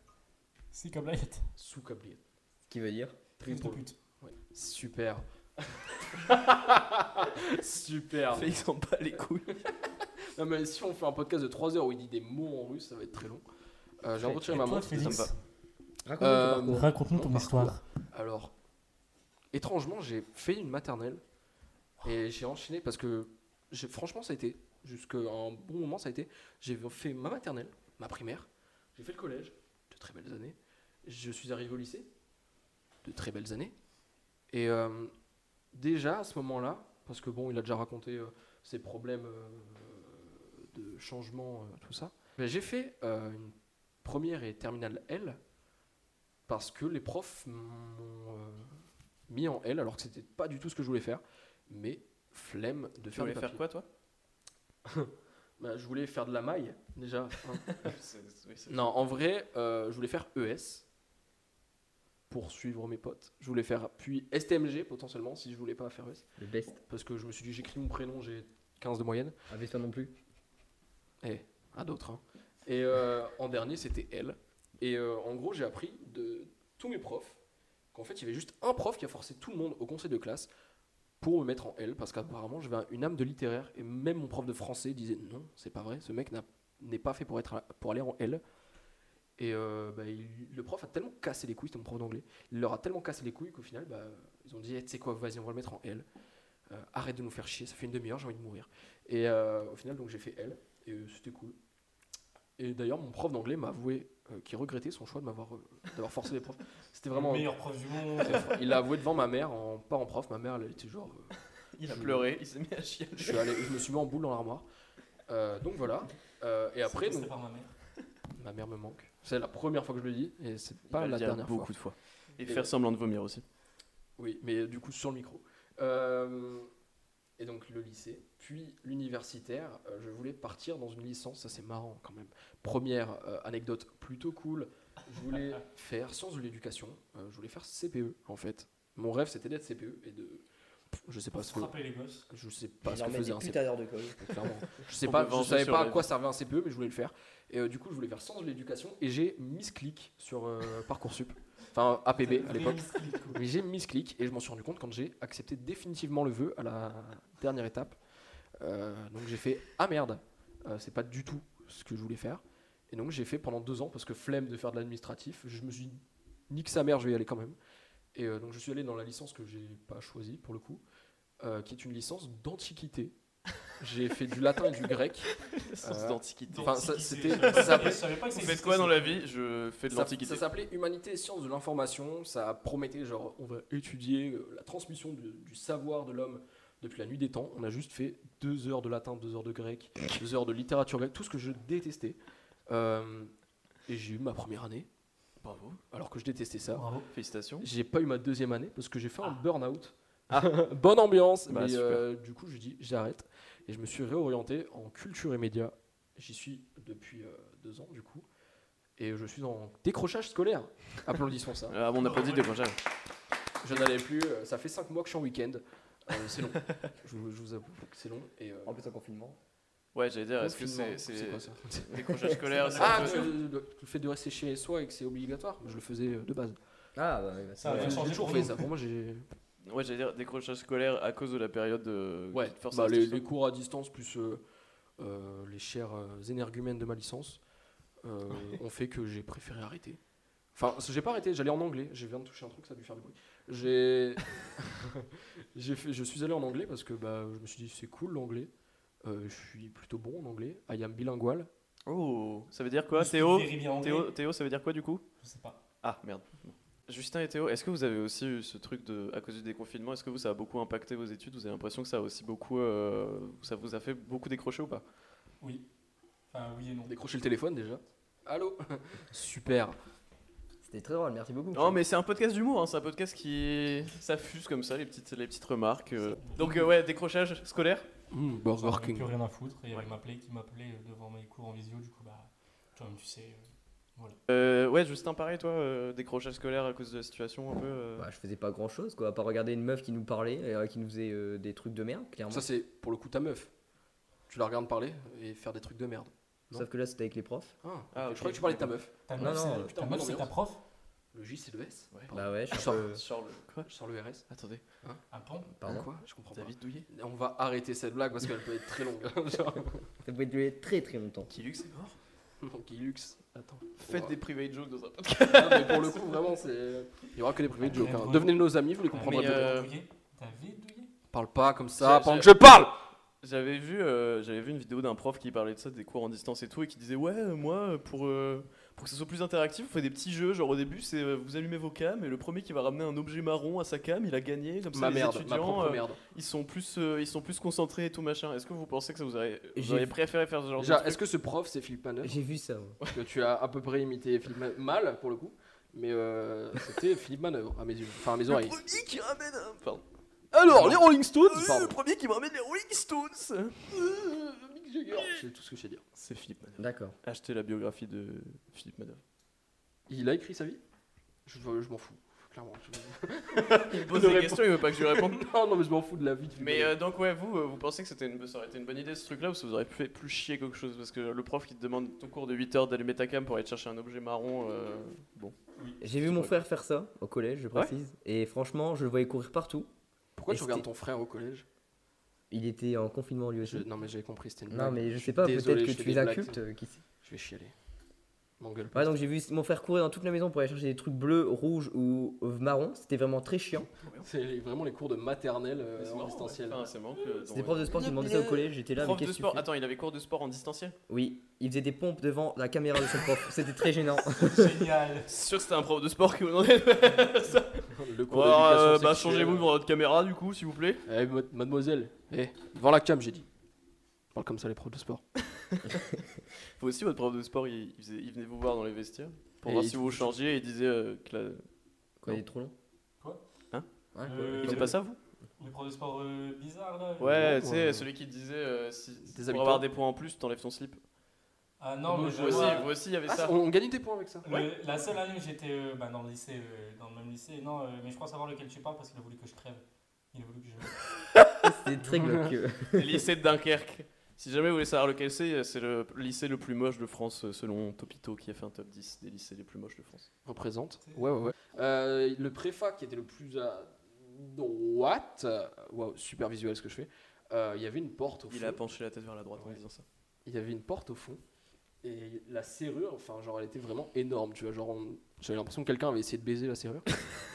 S3: Si comme là, il y a
S2: Sous cablier.
S4: Ce qui veut dire.
S2: Très
S3: de
S2: drôle.
S3: pute.
S2: Super. Super.
S1: Félix en bat les couilles.
S2: Non mais si on fait un podcast de 3 heures où il dit des mots en russe, ça va être très long. Euh, J'ai retiré ma
S3: toi,
S2: montre.
S3: Félix,
S1: ça
S4: Raconte-moi
S2: Euh,
S4: ton parcours.
S3: raconte-nous ton
S2: Mon parcours.
S3: histoire.
S2: Alors, étrangement, j'ai fait une maternelle et j'ai enchaîné parce que j'ai- franchement, ça a été jusqu'à un bon moment, ça a été. J'ai fait ma maternelle, ma primaire, j'ai fait le collège, de très belles années. Je suis arrivé au lycée, de très belles années. Et euh, déjà à ce moment-là, parce que bon, il a déjà raconté euh, ses problèmes euh, de changement, euh, tout ça. Mais J'ai fait euh, une première et terminale L parce que les profs m'ont euh, mis en L alors que c'était pas du tout ce que je voulais faire, mais flemme
S1: Tu
S2: de faire
S1: voulais
S2: des
S1: faire
S2: papiers.
S1: quoi toi
S2: Bah, je voulais faire de la maille déjà. hein. non, en vrai, euh, je voulais faire ES pour suivre mes potes. Je voulais faire puis STMG potentiellement si je voulais pas faire ES
S4: Le best.
S2: parce que je me suis dit j'écris mon prénom, j'ai 15 de moyenne.
S4: Avec Ah, toi non plus.
S2: Et à d'autres. hein. Et euh, en dernier, c'était elle. Et euh, en gros, j'ai appris de tous mes profs qu'en fait, il y avait juste un prof qui a forcé tout le monde au conseil de classe pour me mettre en L, parce qu'apparemment, j'avais un- une âme de littéraire. Et même mon prof de français disait non, c'est pas vrai, ce mec n'a- n'est pas fait pour, être à- pour aller en L. Et euh, bah, il- le prof a tellement cassé les couilles, c'était mon prof d'anglais, il leur a tellement cassé les couilles qu'au final, bah, ils ont dit, Eh, tu sais quoi, vas-y, on va le mettre en L. Euh, arrête de nous faire chier, ça fait une demi-heure, j'ai envie de mourir. Et euh, au final, donc j'ai fait L et euh, c'était cool. Et d'ailleurs, mon prof d'anglais m'a avoué euh, qu'il regrettait son choix de m'avoir euh, d'avoir forcé les profs. C'était
S3: Le
S2: vraiment.
S3: meilleur prof du monde.
S2: Il l'a avoué devant ma mère, en, pas en prof. Ma mère, elle était genre. euh,
S1: Il a pleuré, il s'est mis à chier.
S2: je, suis allé, je me suis mis en boule dans l'armoire. Euh, donc voilà. Euh, et après,
S3: C'était
S2: donc,
S3: par ma mère.
S2: ma mère me manque. C'est la première fois que je le dis et c'est
S1: Il
S2: pas
S1: va le
S2: la
S1: dire
S2: dernière fois.
S1: beaucoup de fois. Et faire semblant de vomir aussi.
S2: Oui, mais euh, du coup sur le micro. Euh, et donc le lycée, puis l'universitaire. Euh, je voulais partir dans une licence, ça c'est marrant quand même. Première euh, anecdote plutôt cool. Je voulais faire sciences de l'éducation. Euh, je voulais faire CPE en fait. Mon rêve c'était d'être CPE et de. Pff, Je sais pas
S3: Pour
S2: ce que.
S3: frapper les gosses.
S2: Je sais pas ce que faisait un CPE.
S4: d'heures de colle.
S2: Clairement. Je sais
S1: On
S2: pas,
S1: peut
S2: je
S1: vanter
S2: savais
S1: sur
S2: pas à
S1: la
S2: quoi servait un CPE, mais je voulais le faire. Et euh, du coup, je voulais faire sens de l'éducation et j'ai misclick sur euh, parcoursup, enfin APB à l'époque. Mais j'ai misclick et je m'en suis rendu compte quand j'ai accepté définitivement le vœu à la dernière étape. Euh, donc j'ai fait ah merde, euh, c'est pas du tout ce que je voulais faire. Et donc j'ai fait pendant deux ans parce que flemme de faire de l'administratif. Je me suis dit, nique sa mère, je vais y aller quand même. Et euh, donc je suis allé dans la licence que j'ai pas choisie pour le coup, euh, qui est une licence d'antiquité. J'ai fait du latin et du grec.
S1: Sens
S2: Euh,
S1: d'antiquité.
S2: Enfin, ça,
S3: D'antiquité.
S2: c'était-
S3: Je
S2: ça-
S3: savais- je savais pas que
S1: Vous
S3: ça
S1: faites
S3: existait,
S1: quoi dans
S3: ça.
S1: la vie Je fais de
S2: Ça,
S1: l'antiquité.
S2: ça s'appelait Humanité et Sciences de l'information. Ça promettait, genre, on va étudier euh, la transmission du, du savoir de l'homme depuis la nuit des temps. On a juste fait deux heures de latin, deux heures de grec, deux heures de littérature grecque, tout ce que je détestais. Euh, et j'ai eu ma première année,
S1: Bravo.
S2: alors que je détestais ça.
S3: Bravo.
S1: Félicitations.
S2: J'ai pas eu ma deuxième année parce que j'ai fait un
S3: Ah.
S2: burn-out. Bonne ambiance,
S1: Ah. Bah,
S2: mais
S1: super.
S2: euh, du coup, je dis j'arrête. Et je me suis réorienté en culture et médias. J'y suis depuis euh, deux ans, du coup. Et je suis en décrochage scolaire. Applaudissons ça.
S1: Ah, on applaudit des prochains.
S2: Je n'allais plus. euh, Ça fait cinq mois que je suis en week-end. Euh, c'est long. je, vous- je vous avoue que c'est long. Et, euh,
S4: En plus en confinement.
S1: Ouais, j'allais dire, est-ce que
S2: confinement,
S1: c'est. c'est-
S2: quoi ça
S1: Décrochage scolaire, c'est
S2: Ah,
S1: un
S2: tu-
S1: peu-
S2: le le fait de rester chez soi et que c'est obligatoire. Je le faisais euh, de base.
S4: Ah bah, oui, bah,
S3: Ça
S4: c'est-
S3: vient
S2: J'ai
S3: changer
S2: toujours
S3: pour
S2: fait
S3: nous.
S2: ça. Pour moi, j'ai.
S1: Ouais, j'allais dire décrochage scolaire à cause de la période de.
S2: Ouais,
S1: qui te force
S2: bah,
S1: à
S2: les,
S1: rester seul.
S2: les cours à distance plus euh, euh, les chers euh, énergumènes de ma licence euh, ont fait que j'ai préféré arrêter. Enfin, j'ai pas arrêté, j'allais en anglais. Je viens de toucher un truc, ça a dû faire du bruit. J'ai. j'ai fait- je suis allé en anglais parce que bah, je me suis dit, c'est cool l'anglais. Euh, je suis plutôt bon en anglais. I am bilingual.
S1: Oh, ça veut dire quoi,
S3: Est-ce que
S1: Théo
S3: vous verrez bien anglais
S1: Théo, Théo, ça veut dire quoi du coup
S3: Je sais pas.
S1: Ah merde. Justin et Théo, est-ce que vous avez aussi eu ce truc de, à cause du déconfinement, est-ce que vous ça a beaucoup impacté vos études Vous avez l'impression que ça a aussi beaucoup, euh, ça vous a fait beaucoup décrocher ou pas
S3: Oui. Enfin, oui et non.
S2: Décrocher le téléphone déjà. Allô Super.
S4: C'était très drôle, merci beaucoup.
S1: Non, mais c'est un podcast d'humour, hein, c'est un podcast qui s'affuse comme ça, les petites, les petites remarques. euh. Donc euh, ouais, décrochage scolaire.
S2: Mm,
S3: J'en
S2: Burger
S3: avais
S2: King.
S3: plus rien à foutre. Il y avait ma play qui m'appelait euh, devant mes cours en visio. Du coup, bah, toi-même, tu sais. euh,
S1: Euh, ouais, Justin, pareil, toi, euh, décrochage scolaire à cause de la situation un peu. euh.
S4: Bah, je faisais pas grand chose quoi, à part regarder une meuf qui nous parlait, euh, qui nous faisait euh, des trucs de merde, clairement.
S2: Ça, c'est pour le coup ta meuf. Tu la regardes parler et faire des trucs de merde. non.
S4: Sauf que là c'était avec les profs.
S2: Ah,
S1: Ah,
S2: ok,
S1: ok.
S2: je crois que tu parlais de ta meuf.
S3: Ta
S4: Non,
S3: meuf,
S4: non,
S3: c'est- ta
S4: euh,
S2: putain,
S3: meuf, c'est ta
S2: ambiance.
S3: prof
S2: Le J, c'est le S Ah,
S1: Ouais.
S2: Pardon.
S4: Bah ouais, je
S2: Je
S4: suis un
S2: sors.
S4: peu-
S1: Genre le- Quoi
S2: Je sors le RS.
S1: Attendez,
S3: Un pont
S4: Pardon.
S2: Quoi Je comprends pas.
S1: David Douillet
S2: On va arrêter cette blague parce qu'elle peut être très longue. hein, Genre,
S4: Ça pouvait durer très très longtemps.
S1: Qui luxe est mort
S2: Monkey Luxe. Attends.
S1: Faites
S2: Ouais.
S1: des private jokes dans un podcast.
S2: Ah, mais pour le coup, vraiment, c'est. Il y aura que des privés de jokes. hein. Devenez nos amis, vous les comprendrez
S1: Mais,
S2: peut-être.
S1: euh,
S3: Douillet David Douillet
S2: Parle pas comme ça
S1: j'ai-
S2: pendant que je
S1: j'ai-
S2: parle
S1: J'avais vu, euh, j'avais vu une vidéo d'un prof qui parlait de ça, des cours en distance et tout, et qui disait Ouais, euh, moi, euh, pour, euh, pour que ce soit plus interactif, on fait des petits jeux. Genre au début, c'est euh, vous allumez vos cams, et le premier qui va ramener un objet marron à sa cam, il a gagné. Comme ça,
S2: Ma
S1: les
S2: merde, ma
S1: étudiants,
S2: propre
S1: euh,
S2: merde.
S1: ils, sont plus, euh, ils sont plus concentrés et tout machin. Est-ce que vous pensez que ça vous aurait, vous
S4: J'ai-
S1: auriez préféré faire ce genre de
S2: Déjà,
S1: truc
S2: est-ce que ce prof, c'est Philippe Manœuvre
S4: J'ai vu ça. ouais.
S2: que tu as à peu près imité Philippe Ma- mal pour le coup, mais euh, c'était Philippe Manœuvre à mes yeux, enfin à mes
S1: Le
S2: oreilles.
S1: premier qui ramène. un- Pardon.
S2: Alors les Rolling Stones,
S1: Euh,
S2: pardon.
S1: le premier qui me ramène les Rolling Stones
S2: Mick Jagger, c'est tout ce que je sais dire.
S1: C'est Philippe Manœuvre.
S4: D'accord.
S1: Achetez la biographie de Philippe Manœuvre.
S2: Il a écrit sa vie Je, je m'en fous, clairement. Je-
S1: Il me pose
S2: Ne
S1: des
S2: réponds-
S1: questions, il veut pas que je lui réponde.
S2: non, non, mais je m'en fous de la vie. de Philippe
S1: Mais
S2: Manœuvre.
S1: euh, donc ouais, vous, euh, vous pensez que c'était une, ça aurait été une bonne idée ce truc-là ou ça vous aurait fait plus chier quelque chose Parce que le prof qui te demande ton cours de 8 heures d'allumer ta cam pour aller te chercher un objet marron, euh, bon.
S4: J'ai vu mon frère faire ça au collège, je précise. Et franchement, je le voyais courir partout.
S2: Pourquoi
S4: et
S2: tu regardes
S4: c'était-
S2: ton frère au collège
S4: Il était en confinement lui
S2: Je-
S4: aussi.
S2: Non, mais j'avais compris, c'était une
S4: Non
S2: blague.
S4: mais je
S2: suis
S4: sais pas,
S2: désolé,
S4: peut-être que
S2: je fais
S4: tu es
S2: des
S4: un
S2: blagues,
S4: culte.
S2: c'est-
S4: euh, qui sait.
S2: Je vais chialer. M'engueule pas.
S4: Ouais, donc j'ai vu mon frère courir dans toute la maison pour aller chercher des trucs bleus, rouges ou marron. C'était vraiment très chiant.
S2: C'est les- vraiment les cours de maternelle euh,
S1: Mais c'est
S2: en
S1: marrant,
S2: distanciel.
S1: ouais. Enfin, c'est marrant que- donc,
S4: C'était prof de sport qui demandait ça au collège, j'étais là,
S1: prof
S4: mais
S1: de
S4: qu'est-ce que
S1: sport.
S4: tu fais
S1: Attends, il avait cours de sport en distanciel
S4: Oui, il faisait des pompes devant la caméra de son prof. C'était très gênant.
S3: Génial
S1: C'est sûr que c'était un prof de sport qui vous demandait de faire ça.
S2: Le cours
S1: Alors,
S2: d'éducation
S1: euh, bah
S2: sexuelle.
S1: changez-vous devant votre caméra du coup, s'il vous plaît.
S2: Eh, ma- mademoiselle, eh, devant la cam, j'ai dit. Parle comme ça les profs de sport.
S1: Vous aussi, votre prof de sport, il, il faisait- il venait vous voir dans les vestiaires pour
S2: Et
S1: voir
S2: il-
S1: si vous changiez et il disait euh, que la-
S4: Quoi, il est trop long
S3: Quoi
S1: Hein
S4: Ouais,
S3: Euh,
S4: quoi,
S1: Vous
S4: il est
S3: il
S1: faites
S4: trop
S1: pas
S4: long.
S1: ça vous
S3: Le prof de sport euh, bizarre là
S1: Ouais,
S2: non,
S1: tu sais,
S2: euh,
S1: celui qui disait euh, si
S2: Des
S1: pour
S2: habitants.
S1: avoir des points en plus, t'enlèves ton slip.
S3: Ah non, mais je
S1: vous aussi,
S3: vois-
S1: vous aussi, il y avait
S2: Ah,
S1: ça.
S2: on on gagne des points avec ça.
S3: Le- La seule année où j'étais euh, bah, dans le lycée, euh, dans le même lycée, non, euh, mais je crois savoir lequel tu parles parce qu'il a voulu que je crève. Il a voulu que je.
S4: C'était très glauque.
S1: Le lycée de Dunkerque. Si jamais vous voulez savoir lequel c'est, c'est le lycée le plus moche de France euh, selon Topito qui a fait un top 10 des lycées les plus moches de France.
S2: Représente. Ouais, ouais, ouais. Euh, le préfa qui était le plus à droite. euh, Waouh, super visuel ce que je fais. Euh, Il y avait une porte au fond.
S1: Il a penché la tête vers la droite en
S2: Ouais.
S1: disant ça.
S2: Il y avait une porte au fond. Et la serrure, enfin, genre, elle était vraiment énorme. Tu vois, genre, on- j'avais l'impression que quelqu'un avait essayé de baiser la serrure.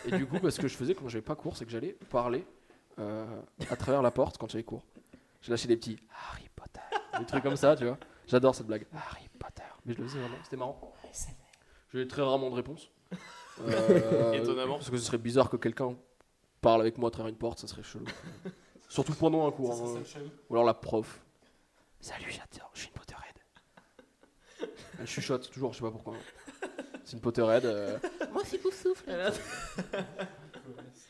S2: et du coup, bah, ce que je faisais quand j'avais pas cours, c'est que j'allais parler euh, à travers la porte quand j'avais cours. Je lâchais des petits Harry Potter, des trucs comme ça, tu vois. J'adore cette blague. Harry Potter. Mais je le faisais vraiment, c'était marrant. J'ai très rarement de réponse. Euh,
S1: Étonnamment.
S2: Parce que ce serait bizarre que quelqu'un parle avec moi à travers une porte, ça serait chelou. Surtout pendant un cours.
S3: Ça,
S2: hein.
S3: c'est le seul
S2: Ou alors la prof. Salut, j'adore, je suis une Potterhead. Elle chuchote toujours, je sais pas pourquoi. C'est une Potterhead. euh, Moi, c'est vous souffle.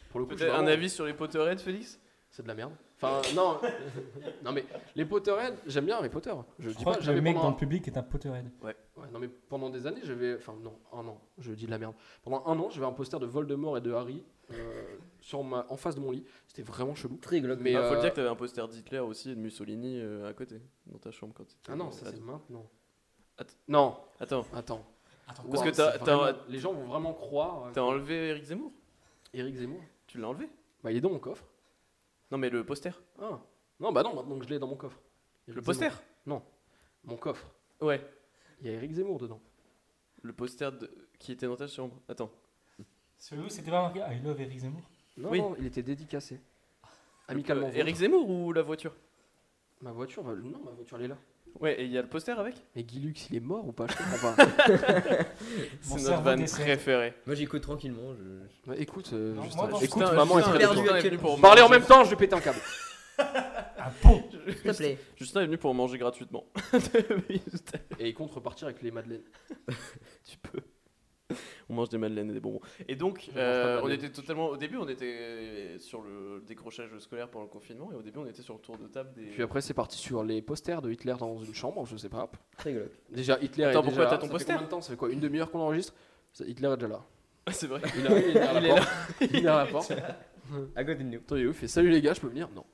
S2: Pour le coup, je suis
S1: Peut-être un
S2: vraiment-
S1: avis sur les Potterheads, Félix
S2: C'est de la merde. Enfin, non. non, mais les Potterhead, j'aime bien Harry Potter. Je,
S3: Je
S2: dis
S3: crois
S2: pas,
S3: que le
S2: j'avais
S3: mec
S2: pendant-
S3: dans le public est un Potterhead.
S2: Ouais, non, mais pendant des années, j'avais. Enfin, non, un an, je dis de la merde. Pendant un an, j'avais un poster de Voldemort et de Harry euh, sur ma... en face de mon lit. C'était vraiment chelou.
S4: Très glauque.
S2: Mais,
S1: Il Ah, Bah, Faut
S2: euh,
S1: le dire que t'avais un poster d'Hitler aussi et de Mussolini euh, à côté, dans ta chambre quand t'étais-
S2: Ah non, ça
S1: Att-
S2: c'est maintenant.
S1: Att-
S2: Non,
S1: Attends,
S2: attends.
S3: Attends,
S1: Parce
S2: Wow,
S1: que t'as-
S2: c'est
S1: t'as-
S2: vraiment- les gens vont vraiment croire. euh,
S1: t'as enlevé Eric Zemmour
S2: Éric Zemmour
S1: Tu l'as enlevé
S2: Bah, il est dans mon coffre.
S1: Non mais le poster
S2: Ah. Non, bah non, maintenant que je l'ai dans mon coffre. Éric
S1: Le poster
S2: Zemmour. Mon coffre.
S1: Ouais.
S2: Il y a Eric Zemmour dedans.
S1: Le poster de- qui était dans ta chambre. Attends.
S3: Celui où c'était pas marqué I love Eric Zemmour
S2: Non,
S1: Oui.
S2: non, il était dédicacé.
S1: Le-
S2: Amicalement.
S1: euh,
S2: vôtre.
S1: Eric Zemmour ou la voiture
S2: Ma voiture, va- non, ma voiture, elle est là.
S1: Ouais, et il y a le poster avec
S2: Mais Guy Lux, il est mort ou pas Je comprends pas.
S1: C'est notre
S3: cerveau
S1: van
S3: décède.
S1: préféré.
S4: Moi j'écoute tranquillement. je-
S2: Bah, écoute, euh,
S3: Non,
S2: juste-
S3: moi, dans-
S2: écoute,
S1: Putain,
S2: maman est
S1: Justin Justin
S2: très
S4: perdu
S2: détendue.
S4: à quel
S1: venu
S4: point.
S1: pour
S2: Parlez en
S1: manger-
S2: même temps, je vais péter un câble. Ah,
S3: Un pont
S4: S'il te plaît.
S1: Justin est venu pour manger gratuitement. Justin,
S2: Et il compte repartir avec les madeleines.
S1: tu peux. On mange des madeleines et des bonbons. Et donc,
S2: Je mange pas de
S1: euh, on
S2: madeleine.
S1: était totalement. Au début, on était sur le décrochage scolaire pendant le confinement, et au début, on était sur le tour de table des.
S2: Puis après, c'est parti sur les posters de Hitler dans une chambre, je sais pas.
S4: Très glauque.
S2: Déjà, Hitler
S1: Attends,
S2: est déjà
S1: pourquoi
S2: là.
S1: t'as ton
S2: Ça fait
S1: poster
S2: combien de temps Ça fait quoi Une demi-heure qu'on enregistre Ça- Hitler est déjà là.
S1: Ah, c'est vrai.
S2: Il, arrive, il est derrière
S1: Il
S2: la
S1: est
S2: porte. Il est derrière la porte. Attends,
S4: À côté de nous.
S2: il est où Il fait Salut les gars, je peux venir Non.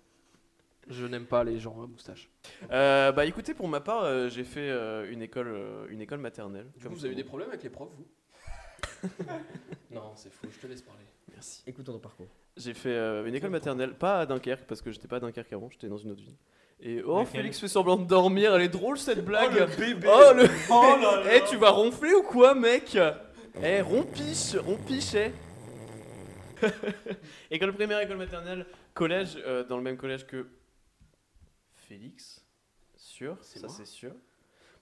S2: Je n'aime pas les gens à moustache.
S1: Euh, bah écoutez, pour ma part, euh, j'ai fait euh, une, école, euh, une école maternelle.
S2: Du
S1: Comme
S2: coup, vous avez eu
S1: tout le
S2: des problèmes avec les profs, vous Non, c'est faux, je te laisse parler.
S1: monde. Merci.
S4: Écoutons ton parcours.
S1: J'ai fait euh, une école maternelle, pas à Dunkerque, parce que j'étais pas à Dunkerque avant, j'étais dans une autre ville. Et oh,
S3: Laquelle
S1: Félix fait semblant de dormir, elle est drôle cette blague
S3: Oh, le bébé
S1: Oh, le-
S3: Oh là
S1: Eh,
S3: là
S1: tu vas ronfler ou quoi, mec Eh, rompiche, rompiche, eh École primaire, école maternelle, collège, euh, dans le même collège que Félix, sûr,
S2: C'est
S1: ça
S2: moi.
S1: c'est sûr.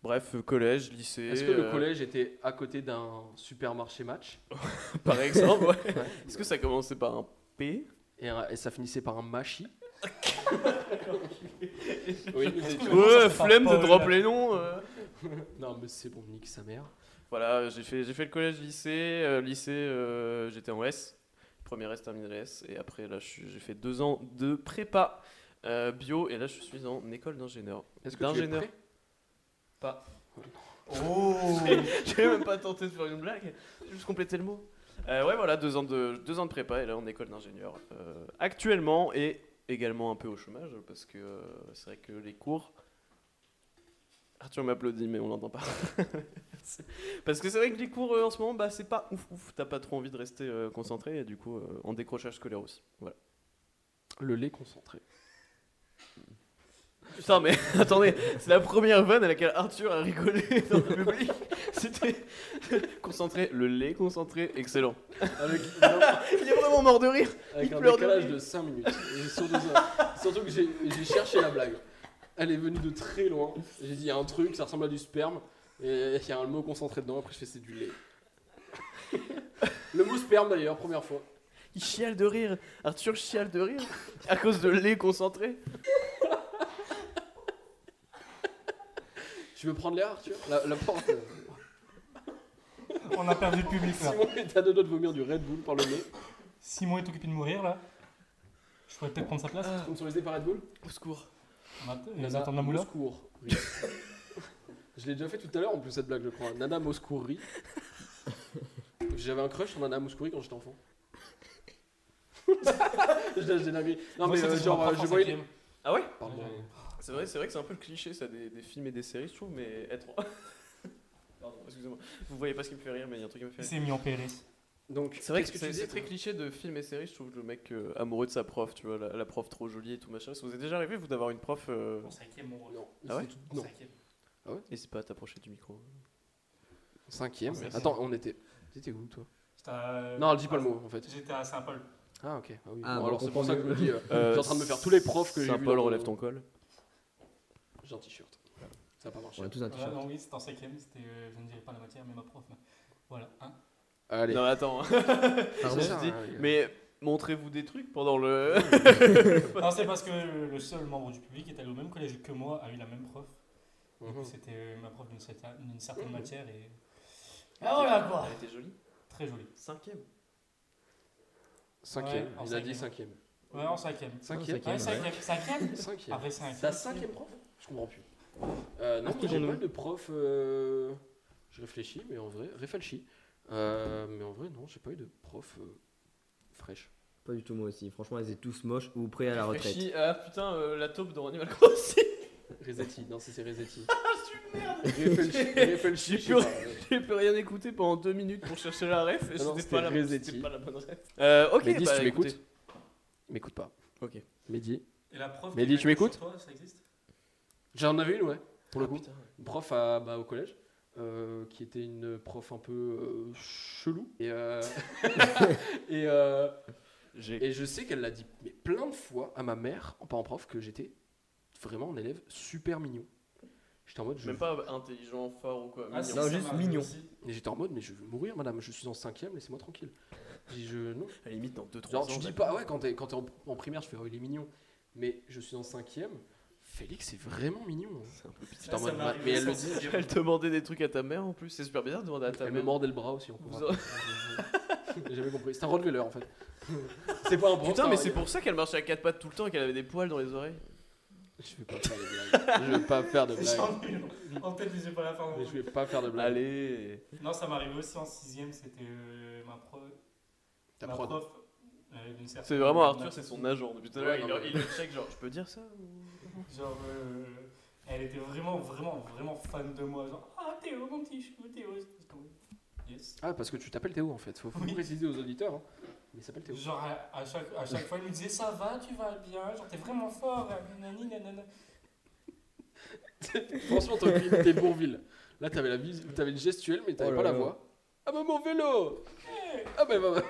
S1: Bref, euh, collège, lycée,
S2: Est-ce que le
S1: euh,
S2: collège était à côté d'un supermarché match
S1: par exemple, ouais.
S2: Ouais.
S1: Est-ce que ça commençait par un P
S2: et, un- et ça finissait par un machi Oui, mais
S3: Est-ce
S2: tu-
S3: que-
S1: Ouais,
S3: ça, c'est par
S1: flemme de
S3: Paul.
S1: drop les noms euh.
S2: Non, mais c'est bon, nique sa mère.
S1: Voilà, j'ai fait, j'ai fait le collège, lycée. euh, lycée, euh, j'étais en S. Premier S, terminal S. Et après, là, je suis- j'ai fait deux ans de prépa euh, bio. Et là, je suis en école d'ingénieur.
S2: Est-ce que tu es
S1: D'ingénieur.
S2: prêt
S3: Oh
S1: j'ai même pas tenté de faire une blague. J'ai juste complété le mot. Euh, ouais, voilà, deux ans, de, deux ans de prépa. Et là, en école d'ingénieur. euh, actuellement, et également un peu au chômage. Parce que euh, c'est vrai que les cours. Arthur m'applaudit, mais on l'entend pas. Parce que c'est vrai que les cours euh, en ce moment, bah, c'est pas ouf ouf. T'as pas trop envie de rester euh, concentré et du coup euh, en décrochage scolaire aussi. Voilà.
S2: Le lait concentré.
S1: Putain, mais attendez, c'est la première vanne à laquelle Arthur a rigolé dans le public. C'était concentré, le lait concentré, excellent.
S2: Avec,
S1: Il est vraiment mort de rire.
S2: avec
S1: Il
S2: un
S1: pleure de
S2: décalage
S1: rire.
S2: de 5 minutes. Et sur deux heures. Surtout que j'ai j'ai cherché la blague. Elle est venue de très loin. J'ai dit, il y a un truc, ça ressemble à du sperme. Et il y a un mot concentré dedans. Après, je fais, c'est du lait. Le mot sperme, d'ailleurs, première fois.
S1: Il chiale de rire. Arthur chiale de rire à cause de lait concentré.
S2: Tu veux prendre l'air, Arthur la, la porte. euh,
S3: On a perdu le public là.
S2: Simon est à deux doigts de vomir du Red Bull par le nez.
S3: Simon est occupé de mourir là. Je pourrais peut-être prendre sa place.
S2: Comme sont laissés par Red Bull
S1: Au secours.
S3: On va-
S2: Nana
S3: Ils attendent la moula.
S2: Moscour rit. je l'ai déjà fait tout à l'heure en plus cette blague je crois. Nana Moscour rit. J'avais un crush sur Nana Moscouri quand j'étais enfant. je lâche des dingueries. Non
S3: Moi,
S2: mais
S3: c'était
S2: euh,
S3: sur
S2: genre
S3: un
S2: euh,
S3: prof
S2: je
S3: en
S2: voyais.
S3: cinquième.
S1: Ah ouais
S2: Pardon.
S1: C'est vrai, c'est vrai que c'est un peu le cliché ça des, des films et des séries, je trouve, mais être. Pardon, excusez-moi. Vous voyez pas ce qui me fait rire, mais il y a un truc qui me fait
S3: Il
S1: rire.
S3: s'est mis en PRS.
S2: Donc
S1: C'est vrai que
S2: qu'est-ce
S1: c'est
S2: disais
S1: c'est très cliché de films et séries, je trouve, le mec euh, amoureux de sa prof, tu vois, la, la prof trop jolie et tout machin. Est-ce que vous êtes déjà arrivé, vous, d'avoir une prof euh,
S3: En cinquième, mon rôle.
S2: Non.
S1: Ah ouais
S2: c'est tout-
S3: En
S2: Non.
S3: cinquième.
S1: N'hésite pas à t'approcher du micro.
S2: Cinquième.
S3: En cinquième.
S2: Attends on était. T'étais où toi
S3: J'étais à-
S2: Non elle dit pas le mot en fait.
S3: J'étais à Saint-Paul.
S2: Ah ok. Ah oui.
S4: Ah,
S2: Bon,
S4: bon,
S2: alors c'est pour
S4: comprends
S2: ça que je me dis. euh,
S1: Euh,
S2: J'étais en train de me faire tous les profs que j'ai. vus
S1: Saint-Paul,
S2: dans-
S1: relève ton col.
S2: J'ai un t-shirt. Ça a pas marché.
S4: On a tous un
S3: Voilà,
S4: t-shirt.
S3: Ah, non, oui, c'était en cinquième. C'était, euh, je ne dirais pas la matière, mais ma prof. mais- Voilà. hein.
S2: Allez. Ah,
S1: Non, attends.
S4: Pardon.
S1: Je me suis dit, mais montrez-vous des trucs pendant le.
S3: non, c'est parce que le seul membre du public est allé au même collège que moi, a eu la même prof. Du
S2: Oh.
S3: coup, C'était euh, ma prof d'une certaine, d'une certaine matière et. Ah
S2: oh,
S3: voilà quoi
S1: Elle était jolie.
S3: Très jolie.
S1: Cinquième.
S2: Cinquième.
S3: Ouais, en
S2: Il a dit
S3: cinquième.
S2: cinquième.
S3: Ouais, en cinquième.
S2: Cinquième.
S3: Ouais,
S4: ouais.
S3: cinquième. Cinquième
S2: Ah, Cinquième.
S3: Après cinquième.
S2: C'est la cinquième prof Je comprends plus. Euh, non,
S1: Ah,
S2: moi j'ai
S1: toujours
S2: pas
S1: nous.
S2: de prof. euh, Je réfléchis, mais en vrai, réfléchis. Euh, mais en vrai, non, j'ai pas eu de prof euh, fraîche.
S4: Pas du tout moi aussi. Franchement, ils étaient tous moches ou prêts à la retraite.
S1: Réfléchis à, putain, euh, la taupe dans Animal Crossing.
S2: Resetti, non, c'est c'est Resetti. Réfléchis,
S1: J'ai
S2: réfléchis.
S1: plus
S2: je sais pas, ouais.
S1: J'ai plus rien écouté pendant deux minutes pour chercher la ref et
S2: Ah non,
S1: c'était
S2: c'était
S1: pas, la-
S2: Resetti.
S1: c'était pas la bonne ref. Euh, ok,
S2: Mehdi,
S1: bah,
S2: si tu
S1: écoutez.
S2: m'écoutes. M'écoute pas.
S1: Ok.
S2: Mehdi.
S3: Et la prof.
S2: Mehdi,
S3: qui
S2: tu
S3: était
S2: m'écoutes
S3: sur toi, ça existe
S2: J'en avais une, ouais, pour le
S1: Ah,
S2: coup.
S1: putain.
S2: Prof à- bah, au collège. euh, qui était une prof un peu euh, chelou. Et, euh, et, euh,
S1: J'ai.
S2: et je sais qu'elle l'a dit mais plein de fois à ma mère, en parlant prof, que j'étais vraiment un élève super mignon. J'étais en mode, je
S1: Même pas intelligent, fort ou quoi.
S3: Ah,
S1: mignon.
S3: si,
S4: Non,
S3: ça
S4: juste
S3: m'a
S4: mignon.
S3: aussi.
S2: Et j'étais en mode, mais je veux mourir, madame, je suis en cinquième, laissez-moi tranquille. Je dis, je, non.
S1: À la limite, dans 2-3 ans.
S2: Genre, tu dis
S1: j'aime.
S2: pas, ouais, quand t'es, quand t'es en, en primaire, je fais, oh, il est mignon. Mais je suis en cinquième, Félix est vraiment mignon. hein.
S1: C'est un peu pitié.
S2: J'étais en
S3: Ah, Ça,
S2: mode,
S3: ça m'est
S2: ma-
S3: arrivé
S2: mais elle le
S3: sans
S2: dit.
S3: dire.
S1: Elle demandait des trucs à ta mère en plus. C'est super bizarre de demander à ta
S2: Elle me
S1: mère.
S2: mordait le bras aussi, on
S1: Bah, Vous
S2: comprend. pas. J'ai jamais compris. C'est un rottweiler en fait. c'est pas un bras.
S1: Putain, mais c'est pour ça qu'elle marchait à quatre pattes tout le temps et qu'elle avait des poils dans les oreilles.
S2: Je vais pas faire de blagues. Je vais pas faire de blagues.
S3: J'en ai eu. En tête, mais j'ai pas la fin. non
S2: Mais je
S3: plus.
S2: vais pas faire de blagues.
S1: Allez.
S3: Non, ça m'arrivait aussi en 6ème, c'était euh, ma, pro-
S2: Ta
S3: ma
S2: prod.
S3: prof. euh, d'une certaine-
S1: C'est vraiment Arthur, c'est son agent. Depuis tout à l'heure,
S2: Ouais,
S1: il
S2: non,
S1: le-
S2: mais-
S1: il le check, genre, je peux dire ça ou-
S3: Genre, euh, elle était vraiment, vraiment, vraiment fan de moi. Genre, ah Théo, mon petit chou, Théo. J'étais comme, Yes.
S2: Ah, parce que tu t'appelles Théo en fait. Faut, faut
S3: Oui.
S2: préciser aux auditeurs. hein. Mais il s'appelle Théo.
S3: Genre, à, à chaque, à chaque fois, elle me disait, ça va, tu vas bien, genre, t'es vraiment fort, euh, nanani, nanana.
S2: Franchement, t'aurais pu imiter Bourville. Là, t'avais, la vis... t'avais le gestuel, mais t'avais
S4: Oh
S2: pas
S4: là
S2: la
S4: là.
S2: voix. Ah, bah mon vélo Ah, bah, bah, bah.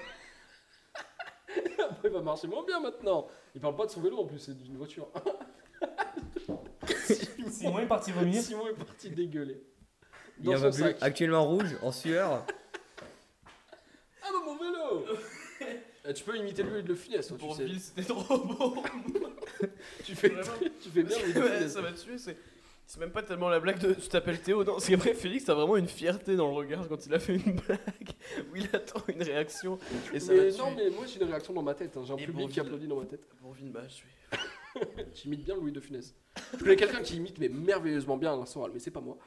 S2: Ah, bah, il va marcher moins bien maintenant. Il parle pas de son vélo en plus, c'est d'une voiture.
S3: Simon est parti vomir.
S2: Simon est parti dégueuler.
S4: Il
S2: Dans
S4: en va
S2: son
S4: plus.
S2: sac.
S4: Actuellement rouge, en sueur.
S2: Ah, bah mon vélo Eh, Tu peux imiter lui et de le finesse, toi, tu
S1: Pour
S2: sais.
S1: Bill, c'était trop beau.
S2: Tu fais,
S1: Vraiment.
S2: tu fais bien Louis de
S1: Ouais,
S2: Funès.
S1: ça m'a tué, c'est. C'est même pas tellement la blague de tu t'appelles Théo, non, c'est qu'après Félix t'as vraiment une fierté dans le regard quand il a fait une blague où il attend une réaction et ça m'a
S2: Mais
S1: tué.
S2: non, mais moi j'ai des réactions dans ma tête. hein. J'ai un
S1: Et
S2: public
S1: Bourvil.
S2: qui applaudit dans ma tête.
S1: Bourvil m'a tué.
S2: J'imite bien Louis de Funès. Je connais quelqu'un qui imite, mais merveilleusement bien Alain Soral, mais c'est pas moi.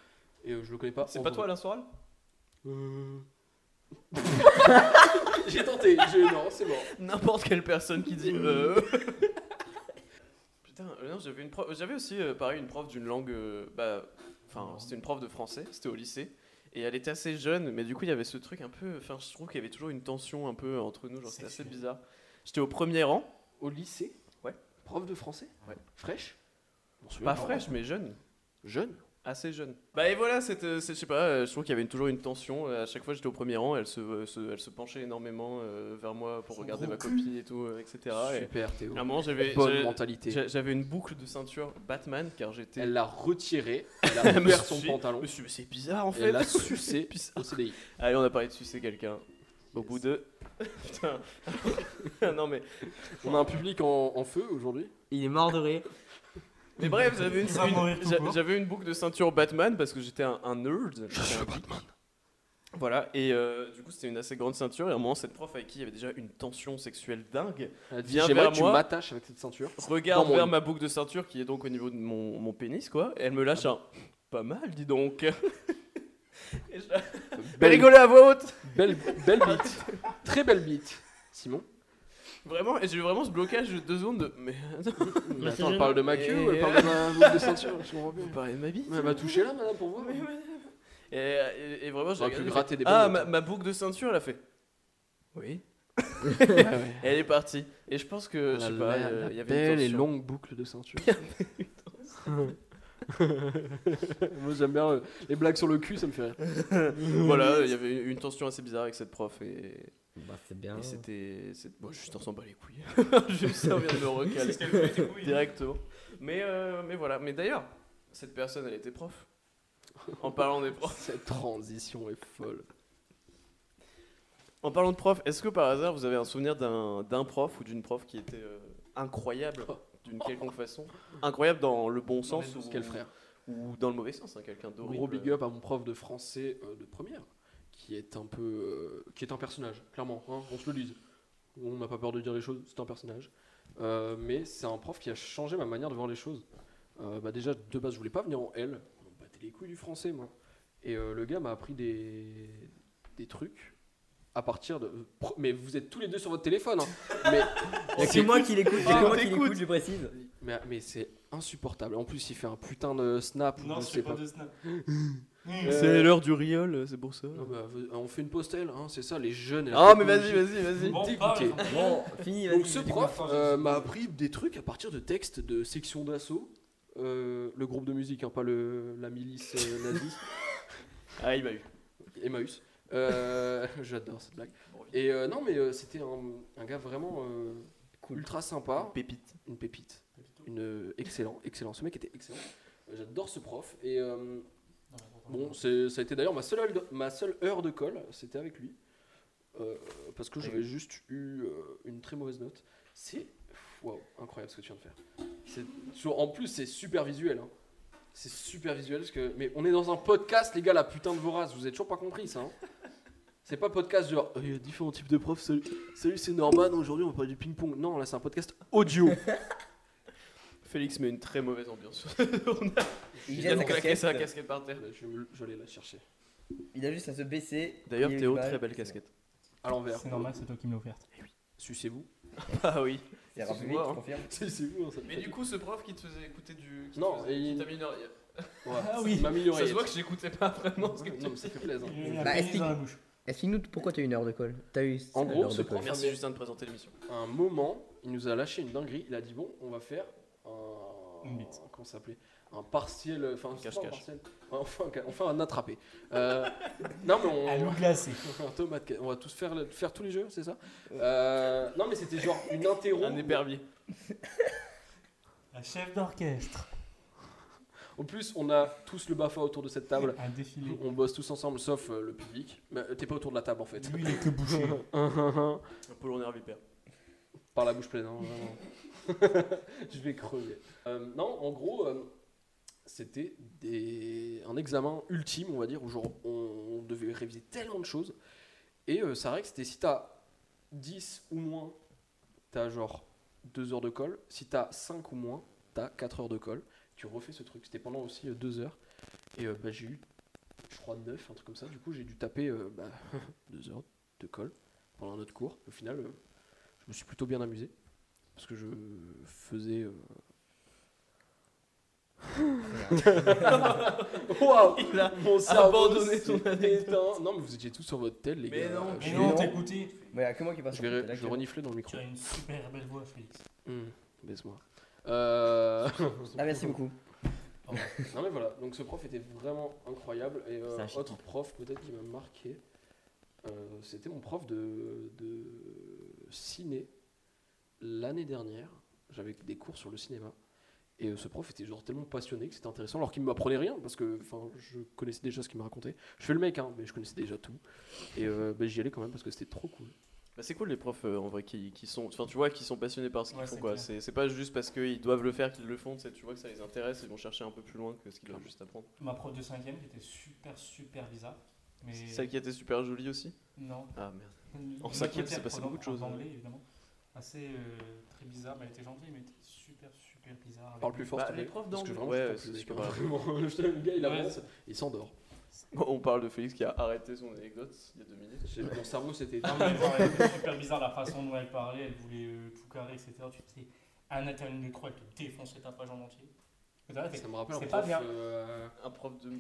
S2: Et euh, je le connais pas.
S1: C'est
S2: en
S1: pas
S2: vrai.
S1: toi Alain Soral
S2: Euh. J'ai tenté, je... non, c'est mort.
S1: N'importe quelle personne qui dit euh. Putain, euh, non, j'avais une prof- j'avais aussi euh, pareil une prof d'une langue euh, bah enfin, c'était une prof de français, c'était au lycée et elle était assez jeune mais du coup il y avait ce truc un peu enfin je trouve qu'il y avait toujours une tension un peu entre nous, genre c'était assez
S3: Sexuel.
S1: bizarre. J'étais au premier rang,
S2: Au lycée
S1: Ouais.
S2: Prof de français
S1: Ouais.
S2: Fraîche Je m'en souviens
S1: pas fraîche mais jeune.
S2: Jeune
S1: assez jeune. Bah et voilà, cette, euh, c'est- je sais pas, euh, je trouve qu'il y avait une- toujours une tension. Euh, À chaque fois, j'étais au premier rang, elle se, euh, se- elle se penchait énormément euh, vers moi pour
S3: Son
S1: regarder
S3: gros
S1: ma copie et tout, euh, etc. Et
S2: Super Théo.
S1: à un moment, j'avais,
S2: Bonne
S1: j'avais-
S2: mentalité.
S1: j'a- j'avais une boucle de ceinture Batman car j'étais.
S2: Elle l'a retiré, elle a
S1: Elle me
S2: ouvert son
S1: suit.
S2: pantalon,
S1: Je me suis dit, mais c'est bizarre en
S2: et elle
S1: fait.
S2: l'a sucé
S1: Bizarre.
S2: au CDI.
S1: Allez, on a parlé de sucer quelqu'un. Au
S2: Yes.
S1: bout de. Putain. non mais.
S2: On a un public en, en feu aujourd'hui.
S4: Il est mort de rire.
S1: Mais bref, j'avais une,
S3: Il va
S1: une-
S3: mourir tout
S1: j'a-
S3: court.
S1: j'avais une boucle de ceinture Batman parce que j'étais un, un nerd. j'étais un geek. Voilà, et euh, du coup, c'était une assez grande ceinture. Et à un moment, cette prof avec qui il y avait déjà une tension sexuelle dingue
S2: Elle a dit
S1: Viens
S2: J'aimerais
S1: vers
S2: que tu
S1: moi.
S2: m'attaches avec cette ceinture.
S1: regarde
S2: Dans mon
S1: vers
S2: lit.
S1: ma boucle de ceinture qui est donc au niveau de mon, mon pénis, quoi. Et elle me lâche un pas mal, dis donc. et je Elle
S2: Belle,
S1: rigolait à voix haute.
S2: belle, belle bite. Très belle bite. Simon
S1: Vraiment, et j'ai eu vraiment ce blocage de deux secondes de mais attends,
S2: Mais Bah, attends, elle parle de ma queue ou elle
S1: Et-
S2: parle de ma boucle de ceinture Je comprends
S1: vous
S2: plus.
S1: parlez de ma bite
S2: Elle m'a touché là, madame, pour voir.
S1: Oui, oui. Et, et- et vraiment, j'ai
S2: J'aurais pu
S1: regardé,
S2: gratter des
S1: Ah,
S2: bonnes
S1: ma,
S2: notes.
S1: ma boucle de ceinture, elle a fait. Oui.
S2: Ah ouais.
S1: Elle est partie. Et je pense que, je sais pas,
S2: Oh La-
S1: euh,
S2: la
S1: il y avait une
S2: belle et
S1: tension.
S2: longue boucle de ceinture. Moi j'aime bien euh, les blagues sur le cul, ça me fait rire.
S1: voilà, il y avait une tension assez bizarre avec cette prof et,
S4: Bah, c'est
S2: Oh.
S4: bien.
S1: et c'était. c'est- Bon, juste on s'en bat les couilles. je vais me servir de me
S3: C'est
S1: recaler
S3: ce qu'elle fait, tes couilles.
S1: directement. Mais, euh, mais voilà. Mais d'ailleurs, cette personne, elle était prof. En parlant des profs.
S2: Cette transition est folle.
S1: En parlant de prof, est-ce que par hasard vous avez un souvenir d'un d'un prof ou d'une prof qui était euh, incroyable d'une quelconque façon Incroyable dans le bon sens ou,
S2: Quel frère.
S1: ou dans le mauvais sens, hein, quelqu'un d'horrible.
S2: Gros
S3: bah,
S2: big up à mon prof de français euh, de première, qui est un peu, euh, qui est un personnage, clairement. hein, on se le dise. On n'a pas peur de dire les choses. C'est un personnage. Euh, mais c'est un prof qui a changé ma manière de voir les choses. Euh, bah déjà de base, je voulais pas venir en L. On me battait les couilles du français, moi. Et euh, le gars m'a appris des des trucs à partir de. pro- Mais vous êtes tous les deux sur votre téléphone. hein. mais
S4: Y'a que moi qui l'écoute, y'a
S1: Ah,
S4: que
S1: on
S4: moi qui l'écoute,
S1: t'écoute.
S4: je précise.
S2: mais, mais c'est insupportable. En plus, il fait un putain de snap. ou
S3: Non,
S2: je
S3: je
S2: sais
S3: fais pas
S2: pas.
S3: de snap.
S2: Euh,
S1: C'est l'heure du riol, c'est pour ça.
S2: Non, bah, vous- on fait une postelle, hein, c'est ça, les jeunes. et la
S1: Ah, mais vas-y,
S2: technologie.
S1: vas-y, vas-y.
S3: Bon,
S2: dégoûté.
S3: parle.
S4: Bon, fini, vas-y.
S2: Donc ce
S4: vas-y.
S2: prof
S3: Attends,
S2: euh,
S3: j'ai-
S2: m'a appris des trucs à partir de textes de section d'assaut, euh, le groupe de musique, hein, pas le, la milice euh, nazie.
S1: Ah, il m'a eu.
S2: Emmaüs. Euh, J'adore cette blague. Et euh, non, mais euh, c'était un, un gars vraiment euh, ultra sympa,
S1: Pépite.
S2: une pépite, une euh, excellent, excellent. Ce mec était excellent. Euh, J'adore ce prof. Et euh, bon, c'est- ça a été d'ailleurs ma seule, heure de- ma seule heure de colle, c'était avec lui, Euh, parce que j'avais juste eu euh, une très mauvaise note. C'est waouh, incroyable ce que tu viens de faire. C'est- sur- En plus, c'est super visuel. hein. C'est super visuel parce que. Mais on est dans un podcast, les gars, la putain de vorace. Vous avez toujours pas compris ça. hein. C'est pas podcast genre euh, il y a différents types de profs. Salut, salut, c'est Norman. Aujourd'hui, on va parler du ping-pong. Non, là, c'est un podcast audio.
S1: Félix met une très mauvaise ambiance.
S4: Il
S1: Il
S4: jette
S1: a
S4: sa
S1: claqué sa
S4: casquette.
S1: casquette par terre.
S2: Là, je, vais me- je vais aller la chercher.
S4: Il a juste à se baisser.
S1: D'ailleurs,
S4: il est
S1: Théo,
S4: pas-
S1: très belle casquette.
S2: À l'envers.
S3: C'est normal, c'est toi qui me l'as offerte.
S2: Sucez-vous.
S1: Ah oui.
S4: C'est rare public,
S1: Excuse-moi,
S4: je
S1: hein.
S4: confirme.
S2: Sucez-vous. hein, ça me
S1: Mais
S2: fait-
S1: du coup, ce prof qui te faisait écouter du. Qui
S2: Non,
S1: te faisait-
S2: et-
S1: qui t'a mis une oreille.
S2: Ouais,
S3: Ah oui.
S2: m'améliorer.
S1: Ça se voit que je l'écoutais pas vraiment ce que tu
S2: Non, mais ça fait plaisir.
S3: Il lui a
S4: Bah,
S3: mis
S4: explique.
S3: dans la bouche.
S4: Explique-nous pourquoi t'as eu une heure de colle. T'as eu
S2: En
S4: une
S2: gros,
S4: heure
S2: ce
S4: de
S2: prof-
S4: colle.
S1: Merci Justin de présenter l'émission.
S2: À un moment, il nous a lâché une dinguerie. Il a dit bon, on va faire un.
S3: Une bite.
S2: Comment ça s'appelait Un partiel. Enfin, c'est pas un
S1: Cache-cache.
S2: partiel. Ouais, enfin, un ca- enfin, un attrapé. Euh, non, mais on.
S3: À l'eau glacée.
S2: Un tomate ca- On va tous faire, le- faire tous les jeux, c'est ça Euh, Non, mais c'était genre une interro.
S1: Un épervier.
S3: Un chef d'orchestre.
S2: En plus, on a tous le BAFA autour de cette table.
S3: Un défilé.
S2: On bosse tous ensemble, sauf euh, le public. Mais euh, t'es pas autour de la table en fait.
S3: Lui, il est que bouché.
S1: Un Pôle nerf vipère.
S2: Par la bouche pleine, hein, vraiment. je vais crever. Euh, non, en gros, euh, c'était des... un examen ultime, on va dire, où genre, on, on devait réviser tellement de choses. Et euh, ça règle, c'était si t'as 10 ou moins, t'as genre 2 heures de colle. Si t'as 5 ou moins, t'as 4 heures de colle. Tu refais ce truc. C'était pendant aussi 2 heures. Et euh, bah, j'ai eu, je crois, 9, un truc comme ça. Du coup, j'ai dû taper 2 heures de colle pendant un autre cours. Au final, euh, je me suis plutôt bien amusé. Parce que je faisais. euh, Waouh
S1: Il a
S2: Mon cerveau
S1: abandonné
S2: s'est
S1: son anecdote.
S2: éteint. Non, mais vous étiez tous sur votre tel, les
S1: Mais
S2: gars.
S1: non,
S2: je
S3: Et
S2: vais,
S3: non, t'as écouté.
S4: Mais y'a que moi qui passe.
S2: je vais- je vais renifler dans le
S3: Tu
S2: micro.
S3: as une super belle voix, Félix.
S2: Hum, Baisse-moi. Euh,
S4: Ah, merci beaucoup.
S2: non, mais voilà. Donc, ce prof était vraiment incroyable. Et euh,
S4: C'est un chic
S2: autre prof, peut-être, qui m'a marqué, euh, c'était mon prof de, de ciné l'année dernière. J'avais des cours sur le cinéma. Et euh, ce prof était genre tellement passionné que c'était intéressant, alors qu'il ne m'apprenait rien, parce que enfin, je connaissais déjà ce qu'il me racontait. Je fais le mec, hein, mais je connaissais déjà tout. Et euh, ben, j'y allais quand même parce que c'était trop cool.
S1: Bah c'est cool les profs euh, en vrai qui, qui sont enfin tu vois qui sont passionnés par ce qu'ils
S3: Ouais,
S1: font
S3: c'est
S1: quoi
S3: clair.
S1: c'est c'est pas juste parce qu'ils doivent le faire qu'ils le font tu sais, tu vois que ça les intéresse ils vont chercher un peu plus loin que ce qu'ils doivent juste apprendre
S3: Ma prof de 5ème qui était super, super bizarre. Mais.
S1: celle qui était super jolie aussi
S3: Non.
S1: ah merde
S3: Une-
S1: En
S3: une
S1: cinquième,
S3: matière,
S1: c'est passé
S3: pardon,
S1: beaucoup de choses,
S3: En
S1: hein.
S3: anglais, évidemment. Assez euh, très bizarre, mais elle était gentille, mais elle était super, super bizarre. avec
S2: Parle
S3: nous.
S2: plus fort,
S1: Bah,
S2: s'il te
S1: les
S2: plaît,
S1: profs
S2: parce que
S1: d'anglais.
S2: vraiment,
S1: Ouais,
S2: je
S1: c'est
S2: t'en
S1: super.
S2: prie, vraiment, je te- le gars, il
S3: Ouais.
S2: avance, il s'endort.
S1: on parle de Félix qui a arrêté son anecdote il y a deux minutes
S2: J'ai- Mon cerveau s'était
S1: Ah,
S3: Non, mais genre, elle était super bizarre la façon dont elle parlait, elle voulait euh, tout carrer, etc. Tu sais, un interview de croix, elle te défonçait ta page en entier. Et t'as là, t'es-
S2: Ça me rappelle un
S3: C'est pas
S2: prof.
S3: bien.
S2: euh,
S1: un prof de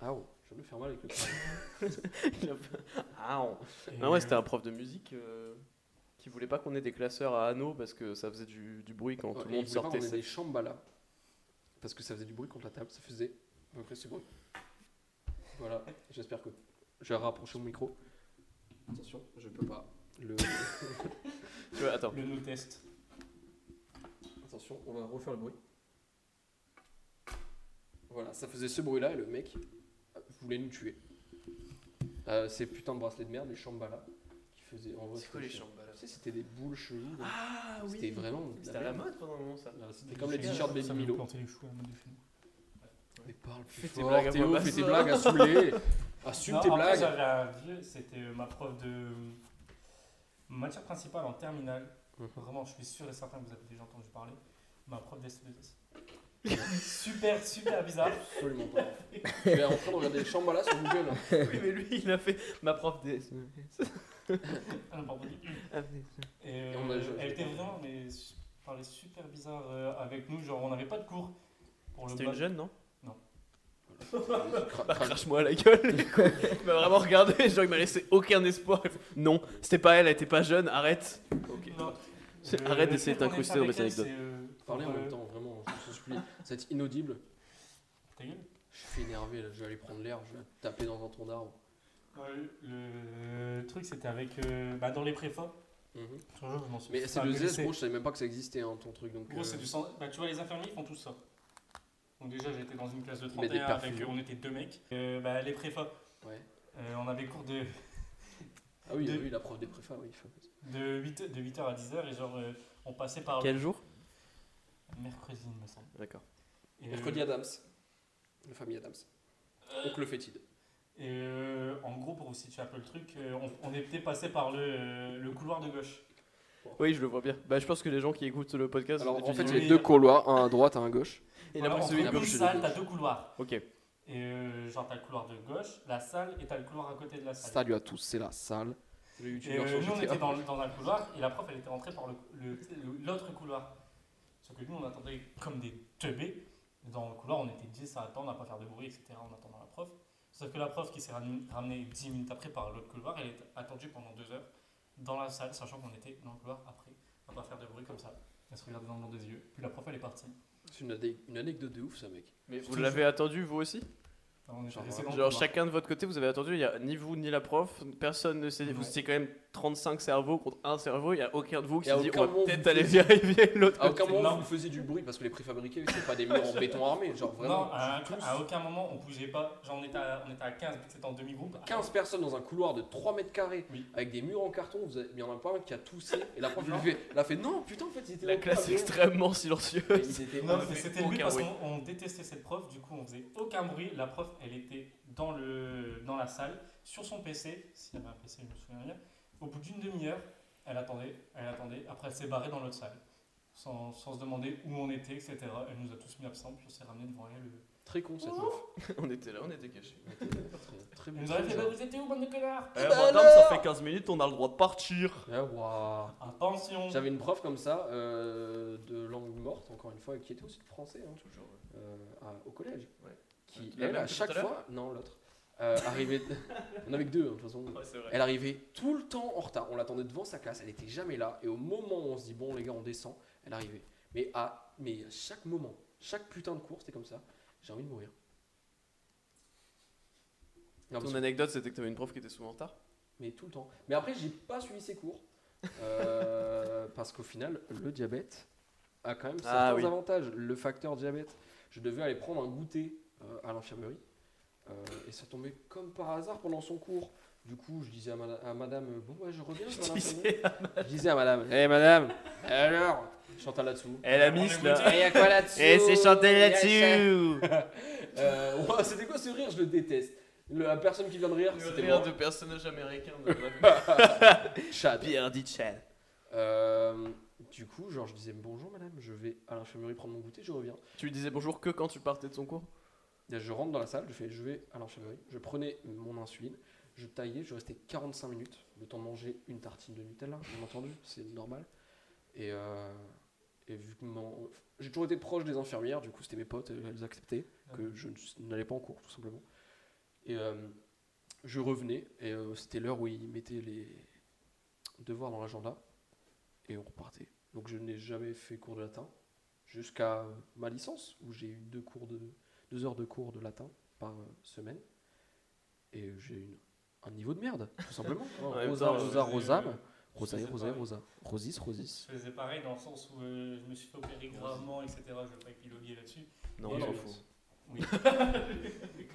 S2: Ah oh, je vais me faire mal avec le
S1: il a pas- ah on-
S3: et-
S1: non ouais c'était un prof de musique euh, qui voulait pas qu'on ait des classeurs à anneaux parce que ça faisait du, du bruit quand tout le monde sortait
S2: des
S1: ses...
S2: chambalas. Parce que ça faisait du bruit contre la table, ça faisait à peu près ce bruit. Voilà, j'espère que. Je vais rapprocher mon micro. Attention, je peux pas. Le...
S1: tu vois attends
S3: euh, Le no-test.
S2: Attention, on va refaire le bruit. Voilà, ça faisait ce bruit-là et le mec voulait nous tuer. Euh, ces putains de bracelets de merde, les chambalas, qui faisaient. En vrai,
S1: c'est quoi les
S2: c'était-
S1: chambres bah, là
S2: Tu sais, c'était des boules cheloues. là.
S1: ah
S2: c'était vraiment. de
S1: c'était à la
S2: merde.
S1: mode pendant un moment ça
S2: Là, C'était comme les
S3: Ça
S2: t-shirts
S3: me
S2: Baby Milo.
S3: plantait les choux à la mode de chez nous.
S2: Mais parle plus
S1: Fais tes
S2: fort,
S1: blagues à
S2: Théo,
S1: voix
S2: fais
S1: basse.
S2: tes blagues, assume-les. Assume
S3: Non,
S2: tes
S3: en fait,
S2: blagues.
S3: J'avais un vieux, c'était euh, ma prof de euh, matière principale en terminale.
S2: Mhm.
S3: Vraiment, je suis sûr et certain que vous avez déjà entendu parler. Ma prof d'SPDS. super, super bizarre.
S2: Absolument pas. Je suis en train de regarder les Shambhala sur Google.
S1: oui mais lui il a fait ma prof des
S3: Ah, n'importe qui. Et, euh,
S2: Et on a joué.
S3: elle était vraiment, mais su- parlait super bizarre euh, avec nous. Genre, on n'avait pas de cours pour le
S1: c'était une
S3: bac.
S1: jeune non
S2: Cra-
S1: Bah,
S2: cra-
S1: crache-moi à la gueule. il m'a vraiment regardé, genre il m'a laissé aucun espoir. Il fait, Non, c'était pas elle, elle était pas jeune, arrête. Ok.
S3: Non.
S1: C'est-
S3: Euh,
S1: arrête
S3: le
S1: d'essayer
S3: truc qu'on
S1: d'incruster
S3: avait
S1: dans
S3: fait
S1: mes
S3: avec
S1: anecdotes.
S3: elle, c'est, euh,
S2: Parlez en
S3: pour,
S2: même
S3: euh,
S2: temps, vraiment, je vous supplie. C'est inaudible.
S3: Ta gueule
S2: Je suis énervé, là, je vais aller prendre l'air, je vais taper dans un tronc d'arbre.
S3: Le truc, c'était avec. euh, bah, dans les préfats.
S2: Mhm.
S3: Toujours, je m'en suis
S2: Mais c'est
S3: pas
S2: le
S3: intéressé.
S2: zeste, gros, je savais même pas que ça existait, hein, ton truc. Donc,
S3: En gros, c'est
S2: euh,
S3: du sang. Bah, tu vois, les infirmiers, ils font tout ça. Donc, déjà, j'étais dans une classe de
S2: Ils mettent des
S3: 31 avec.
S2: perfumes.
S3: On était deux mecs. Euh, bah, les préfats.
S2: Ouais.
S3: Euh, on avait cours de,
S2: Ah oui,
S3: de-
S2: ah oui, la prof des préfats, oui. il faut-
S3: de, 8, de 8h à 10h et genre, euh, on passait par.
S1: Quel jour
S3: Mercredi, il me semble.
S1: D'accord.
S3: Et,
S2: Mercredi
S3: euh,
S2: Adams. La famille Adams. Donc le fétide.
S3: Et euh, en gros, pour vous situer un peu le truc, euh, on, on était passé par le, euh, le couloir de gauche.
S1: Oui, je le vois bien. Bah, je pense que les gens qui écoutent le podcast.
S2: Alors en fait, il
S3: oui.
S2: y a deux couloirs, un à droite, un à gauche.
S1: il a
S3: Voilà,
S1: pris
S3: entre
S1: celui de
S3: deux
S1: gauche. celui de
S3: salles, t'as
S1: gauche.
S3: deux couloirs.
S1: Ok.
S3: Et euh, genre, t'as le couloir de gauche, la salle, et t'as le couloir à côté de la salle.
S2: Salut à tous, c'est la salle. Le
S3: Et
S2: youtubeur
S3: euh,
S2: sur
S3: nous, on
S2: GTA.
S3: était dans, le- dans un couloir, et la prof, elle était rentrée par l'autre le, le- l'autre couloir. Sauf que nous, on attendait comme des teubés. Dans le couloir, on était 10 à attendre, à pas faire de bruit, etc. en attendant la prof. Sauf que la prof qui s'est ramenée, ramenée 10 minutes après par l'autre couloir, elle est attendue pendant 2 heures dans la salle, sachant qu'on était dans le couloir après, à pas faire de bruit comme ça. Elle se regardait dans le blanc des yeux, puis la prof, elle est partie.
S2: C'est une, adé- une anecdote de ouf, ça, mec.
S1: Mais vous
S3: Toujours.
S1: l'avez attendu, vous aussi
S3: Alors, on est
S2: Genre,
S3: restés dans le
S1: Genre
S3: couloir.
S1: chacun de votre côté, vous avez attendu, il n'y a ni vous ni la prof, personne ne s'est dit, vous
S3: Ouais.
S1: étiez quand même 35 cerveaux contre un cerveau, il n'y a aucun de vous qui
S2: Et à
S1: s'est Ah dit,
S2: aucun
S1: on va
S2: moment,
S1: peut-être
S2: vous
S1: aller
S2: faisiez-
S1: vérifier l'autre.
S2: À aucun
S3: C'est
S2: moment,
S3: énorme.
S2: Ah, vous faisiez du bruit parce que les préfabriqués, c'est pas des murs en béton armé. Genre vraiment.
S3: Non, à,
S2: tous.
S3: à aucun moment, on bougeait pas. Genre, on était à, on était à 15, vu que c'était en demi-groupe.
S2: 15 personnes dans un couloir de 3 mètres carrés
S3: Oui.
S2: avec des murs en carton, vous avez... il y en a pas un qui a toussé et la prof lui fait, elle a fait non putain en fait ils étaient
S1: La
S2: dans le
S1: classe est
S2: couloir,
S1: extrêmement
S2: mais
S1: silencieuse.
S2: ils étaient
S3: Non,
S1: on
S3: mais
S1: fait
S3: c'était lui
S1: aucun
S3: parce
S1: bruit.
S3: qu'on on détestait cette prof, du coup on faisait aucun bruit. La prof, elle était dans, le, dans la salle, sur son PC, s'il y avait un PC, je me souviens bien. Au bout d'une demi-heure, elle attendait, elle attendait. Après, elle s'est barrée dans l'autre salle, sans, sans se demander où on était, etc. Elle nous a tous mis absents, puis on s'est ramené devant elle. euh,
S2: très con cette meuf.
S1: on était là, on était cachés.
S2: Très- Très
S3: Elle
S2: bon.
S3: nous a fait Bah, Vous étiez où, bande de connards
S1: Eh, madame, ça fait 15 minutes, on a le droit de partir.
S2: Ah, waouh.
S3: Attention
S2: J'avais une prof comme ça, euh, de langue morte, encore une fois, qui était aussi de français hein,
S1: Toujours.
S2: euh, à- au collège.
S1: Ouais.
S2: Qui,
S1: La
S2: elle,
S1: même
S2: à
S1: que tout
S2: chaque
S1: à l'heure
S2: fois, non, l'autre, euh, arrivait. On avait que deux, hein, de toute façon.
S1: Ouais, c'est vrai.
S2: Elle arrivait tout le temps en retard. On l'attendait devant sa classe, elle était jamais là. Et au moment où on se dit, bon, les gars, on descend, elle arrivait. Mais à, mais à chaque moment, chaque putain de cours, c'était comme ça. J'ai envie de mourir. Non, parce
S1: Ton anecdote, c'était que t'avais une prof qui était souvent en retard.
S2: mais tout le temps. Mais après, j'ai pas suivi ses cours. Euh, parce qu'au final, le diabète a quand même certains
S1: Ah oui.
S2: avantages. Le facteur diabète. Je devais aller prendre un goûter euh, à l'infirmerie. Euh, et ça tombait comme par hasard pendant son cours. Du coup, je disais à, mada- à madame, euh, bon, ouais, je reviens. Je, vais à l'infirmerie. Je disais à madame, hé madame, alors, Chantal là-dessous.
S1: Elle a mis là.
S2: Et y a quoi là-dessous
S1: Et c'est
S2: Y
S1: chanté
S2: a ça.
S1: là-dessus.
S2: Euh, ouah, C'était quoi ce rire Je le déteste. Le- la personne qui vient de rire, c'était
S1: Rire
S2: moi.
S1: de personnage américain.
S2: Chad.
S1: Pierre dit Chad.
S2: Euh, du coup, genre, je disais bonjour madame, je vais à l'infirmerie prendre mon goûter, je reviens.
S1: Tu lui disais bonjour que quand tu partais de son cours
S2: Et je rentre dans la salle, je fais je vais à l'infirmerie, je prenais mon insuline, je taillais, je restais 45 minutes, le temps de manger une tartine de Nutella, bien entendu, c'est normal. Et, euh, et vu que mon- j'ai toujours été proche des infirmières, du coup, c'était mes potes, elles acceptaient que je ne- n'allais pas en cours, tout simplement. Et euh, je revenais, et euh, c'était l'heure où ils mettaient les devoirs dans l'agenda, et on repartait. Donc je n'ai jamais fait cours de latin, jusqu'à euh, ma licence, où j'ai eu deux, cours de, deux heures de cours de latin par euh, semaine, et j'ai eu une- un niveau de merde, tout simplement.
S1: Ouais, putain,
S2: Rosa, Rosa,
S3: Ah, je-
S2: Rosam,
S3: je
S2: Rosae,
S3: faisais
S2: Rosae,
S3: pareil.
S2: Rosa, Rosis, Rosis.
S3: Je faisais pareil dans le sens où euh, je me suis fait opérer gravement, etc. Je vais pas épiloguer là-dessus.
S1: Non,
S3: Et
S1: c'est
S3: non.
S1: faux.
S3: Oui.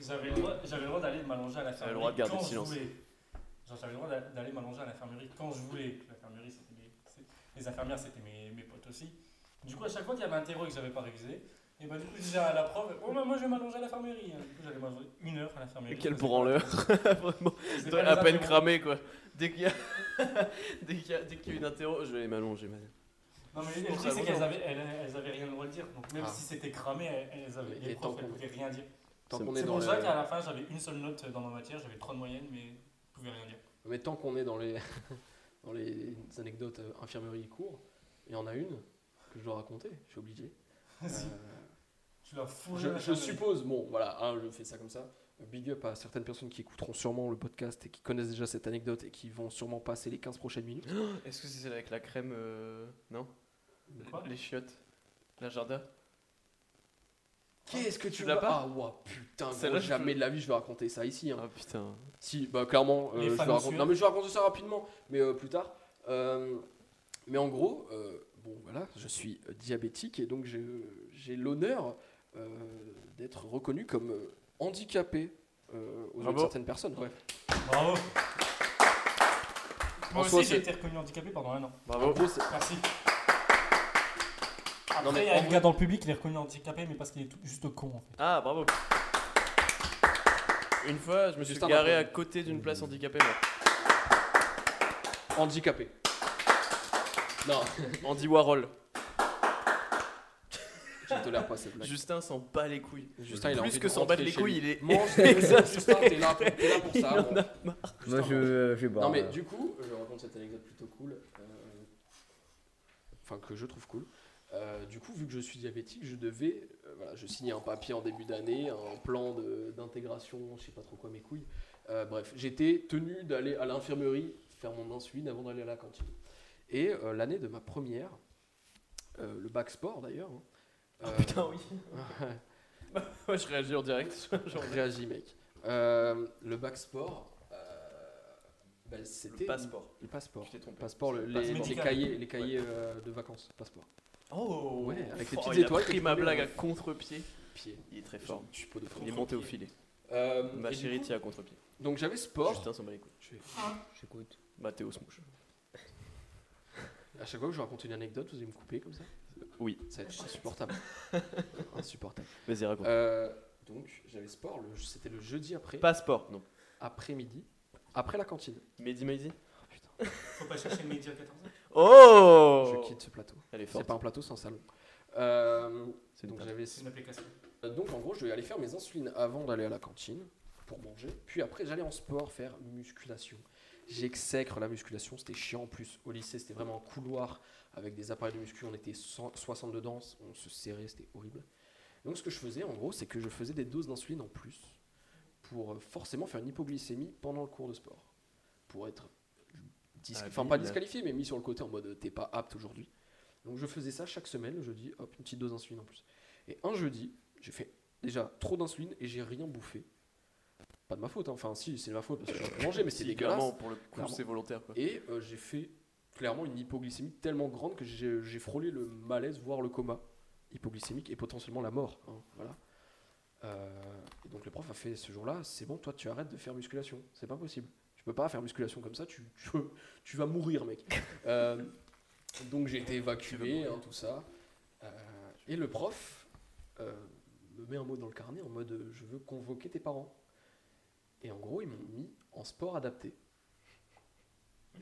S3: j'avais le droit, j'avais le droit d'aller m'allonger à
S1: T'avais
S3: l'infirmerie
S1: le droit de garder
S3: quand
S1: le silence.
S3: je voulais. Genre, j'avais le droit d'a- d'aller m'allonger à l'infirmerie quand je voulais. L'infirmerie, c'était mes, c'est- les infirmières, c'était mes, mes potes aussi. Du coup, à chaque fois qu'il y avait un terreau et que j'avais pas révisé, et ben du coup, je disais à la prof, oh bah, moi je vais m'allonger à l'infirmerie. Du coup, j'allais m'allonger une heure à l'infirmerie.
S1: Et quel branleur. Vraiment.
S3: C'est pas les
S1: À peine
S3: infirmières.
S1: cramé quoi. Dès qu'il y a, dès qu'il y a, dès qu'il y a une interro, je vais aller m'allonger, madame.
S3: Non, mais
S1: Juste
S3: le
S1: pour
S3: truc, c'est
S1: savoir.
S3: qu'elles avaient, elles, elles avaient rien le droit de dire. Donc, même
S2: Ah.
S3: si c'était cramé, elles, elles avaient,
S2: Et
S3: les profs,
S2: tant
S3: elles
S2: qu'on-
S3: pouvaient rien dire.
S2: Tant
S1: C'est-
S2: qu'on est
S3: C'est
S2: dans
S3: pour ça
S2: le-
S3: qu'à la fin, j'avais une seule note dans ma matière, j'avais trois de moyenne, mais je pouvais rien dire.
S2: Mais tant qu'on est dans les, dans les anecdotes euh, infirmerie et cours, il y en a une que je dois raconter, je suis obligé.
S3: Si,
S2: Euh,
S3: tu l'as fourré.
S2: je,
S3: la
S2: je
S3: ferme.
S2: suppose, bon voilà, hein, je fais ça comme ça. Euh, Big up à certaines personnes qui écouteront sûrement le podcast et qui connaissent déjà cette anecdote et qui vont sûrement passer les 15 prochaines minutes.
S1: Est-ce que c'est celle avec la crème euh, Non
S3: Quoi
S1: Les chiottes L'agenda
S2: Qu'est-ce que tu
S1: l'as
S2: vas-
S1: pas
S2: Ah, ouah, putain, gros,
S1: Celle-là, je
S2: jamais
S1: peux-
S2: de la vie je vais raconter ça ici. hein.
S1: Ah putain.
S2: Si, bah clairement, euh,
S3: Les
S2: je vais
S3: fans
S2: raconter-
S3: suédois.
S2: Non, mais je vais raconter ça rapidement, mais euh, plus tard. Euh, mais en gros, euh, bon voilà, je suis euh, diabétique et donc j'ai euh, j'ai l'honneur euh, d'être reconnu comme euh, handicapé euh, aux yeux de
S1: Bravo.
S2: certaines personnes. Ouais.
S3: Bravo.
S2: soi,
S3: Moi aussi, j'ai
S2: c'est-
S3: été reconnu handicapé pendant un an.
S2: En
S1: Bravo.
S2: gros, c'est-
S3: Merci.
S2: Non, mais
S3: Après, il y a
S2: en
S3: un
S2: vrai-
S3: gars dans le public, il est reconnu handicapé, mais parce qu'il est tout- juste con en fait.
S1: Ah bravo. Une fois, je me suis
S2: Juste un
S1: garé à
S2: rappel.
S1: côté d'une place handicapée. moi.
S2: handicapé. Non,
S1: Andy Warhol.
S2: je ne tolère pas cette blague.
S1: Justin s'en bat les couilles.
S2: Justin, il a
S1: Plus
S2: envie
S1: que
S2: de
S1: s'en battre
S2: rentrer
S1: les
S2: chez
S1: couilles, il
S2: lui.
S1: est-
S2: Mange, Justin, t'es là, t'es là pour
S1: Il
S2: ça.
S1: en
S2: bon.
S1: a marre.
S4: Moi, je, euh, je vais boire.
S2: Non mais
S4: euh,
S2: du coup, je raconte cette anecdote plutôt cool. euh, Enfin, que je trouve cool. Euh, du coup, vu que je suis diabétique, je devais, euh, voilà, je signais un papier en début d'année, un plan de- d'intégration, je sais pas trop quoi, mes couilles. Euh, bref, j'étais tenu d'aller à l'infirmerie faire mon insuline avant d'aller à la cantine. Et euh, l'année de ma première, euh, le bac sport d'ailleurs. hein, euh,
S1: Putain oui. Moi je réagis en direct.
S2: Genre, réagis, mec. Euh, le bac sport, euh, bah, c'était
S1: Le passeport.
S2: le passeport.
S1: Tu t'es trompé.
S2: Passeport, le-
S1: Le
S2: les,
S1: passeport.
S2: les cahiers, les cahiers euh, de vacances, passeport.
S1: Oh
S2: Ouais, avec les
S1: Oh,
S2: petites
S1: il a
S2: étoiles
S1: pris
S2: qui
S1: ma
S2: tombaient,
S1: blague
S2: ouais.
S1: à contre-pied.
S2: Pied.
S1: Il est très fort.
S2: Je suis pas de
S1: Il est monté au filet.
S2: Euh,
S1: Ma
S2: et du
S1: chérie
S2: coup,
S1: tient à contre-pied.
S2: donc j'avais sport.
S1: Justin s'en bat les couilles.
S2: Je vais-
S4: J'écoute.
S1: Mathéo se mouche.
S2: À chaque fois que je raconte une anecdote, vous allez me couper comme ça
S1: Oui.
S2: Ça va être insupportable. insupportable.
S1: Vas-y raconte.
S2: Euh, donc j'avais sport, le- c'était le jeudi après,
S1: Passeport. Non.
S2: après-midi, après la cantine.
S1: Mehdi Mehdi.
S3: Faut pas chercher le média 14 ans.
S1: Oh
S2: Je quitte ce plateau.
S1: Elle est
S2: C'est
S1: forte.
S2: pas un plateau, c'est un salon. Euh,
S1: C'est
S2: donc
S1: une
S2: j'avais
S3: C'est une application.
S2: Euh, Donc en gros, je vais aller faire mes insulines avant d'aller à la cantine pour manger. Puis après, j'allais en sport faire musculation. J'exècre la musculation, c'était chiant en plus. Au lycée, c'était vraiment un couloir avec des appareils de muscu. On était 100 60 de danse, on se serrait, c'était horrible. Donc ce que je faisais en gros, c'est que je faisais des doses d'insuline en plus pour euh, forcément faire une hypoglycémie pendant le cours de sport. Pour être, dis-
S1: Ah,
S2: enfin
S1: oui,
S2: pas
S1: là.
S2: disqualifié, mais mis sur le côté en mode euh, t'es pas apte aujourd'hui. Donc je faisais ça chaque semaine, le jeudi, hop, une petite dose d'insuline en plus. Et un jeudi, j'ai fait déjà trop d'insuline et j'ai rien bouffé. Pas de ma faute, hein. enfin si, c'est de ma faute parce que j'ai mangé, mais c'est
S1: Si,
S2: dégueulasse.
S1: clairement, pour le coup,
S2: Clairement.
S1: c'est volontaire quoi.
S2: Et euh, j'ai fait clairement une hypoglycémie tellement grande que j'ai j'ai frôlé le malaise, voire le coma hypoglycémique et potentiellement la mort. hein, voilà. Euh, et donc le prof a fait ce jour-là, c'est bon, toi tu arrêtes de faire musculation, c'est pas possible. Tu peux pas faire musculation comme ça, tu, tu, tu vas mourir mec. Euh, donc j'ai été évacué, hein, tout ça. Euh, et le prof euh, me met un mot dans le carnet en mode euh, je veux convoquer tes parents. Et en gros, ils m'ont mis en sport adapté.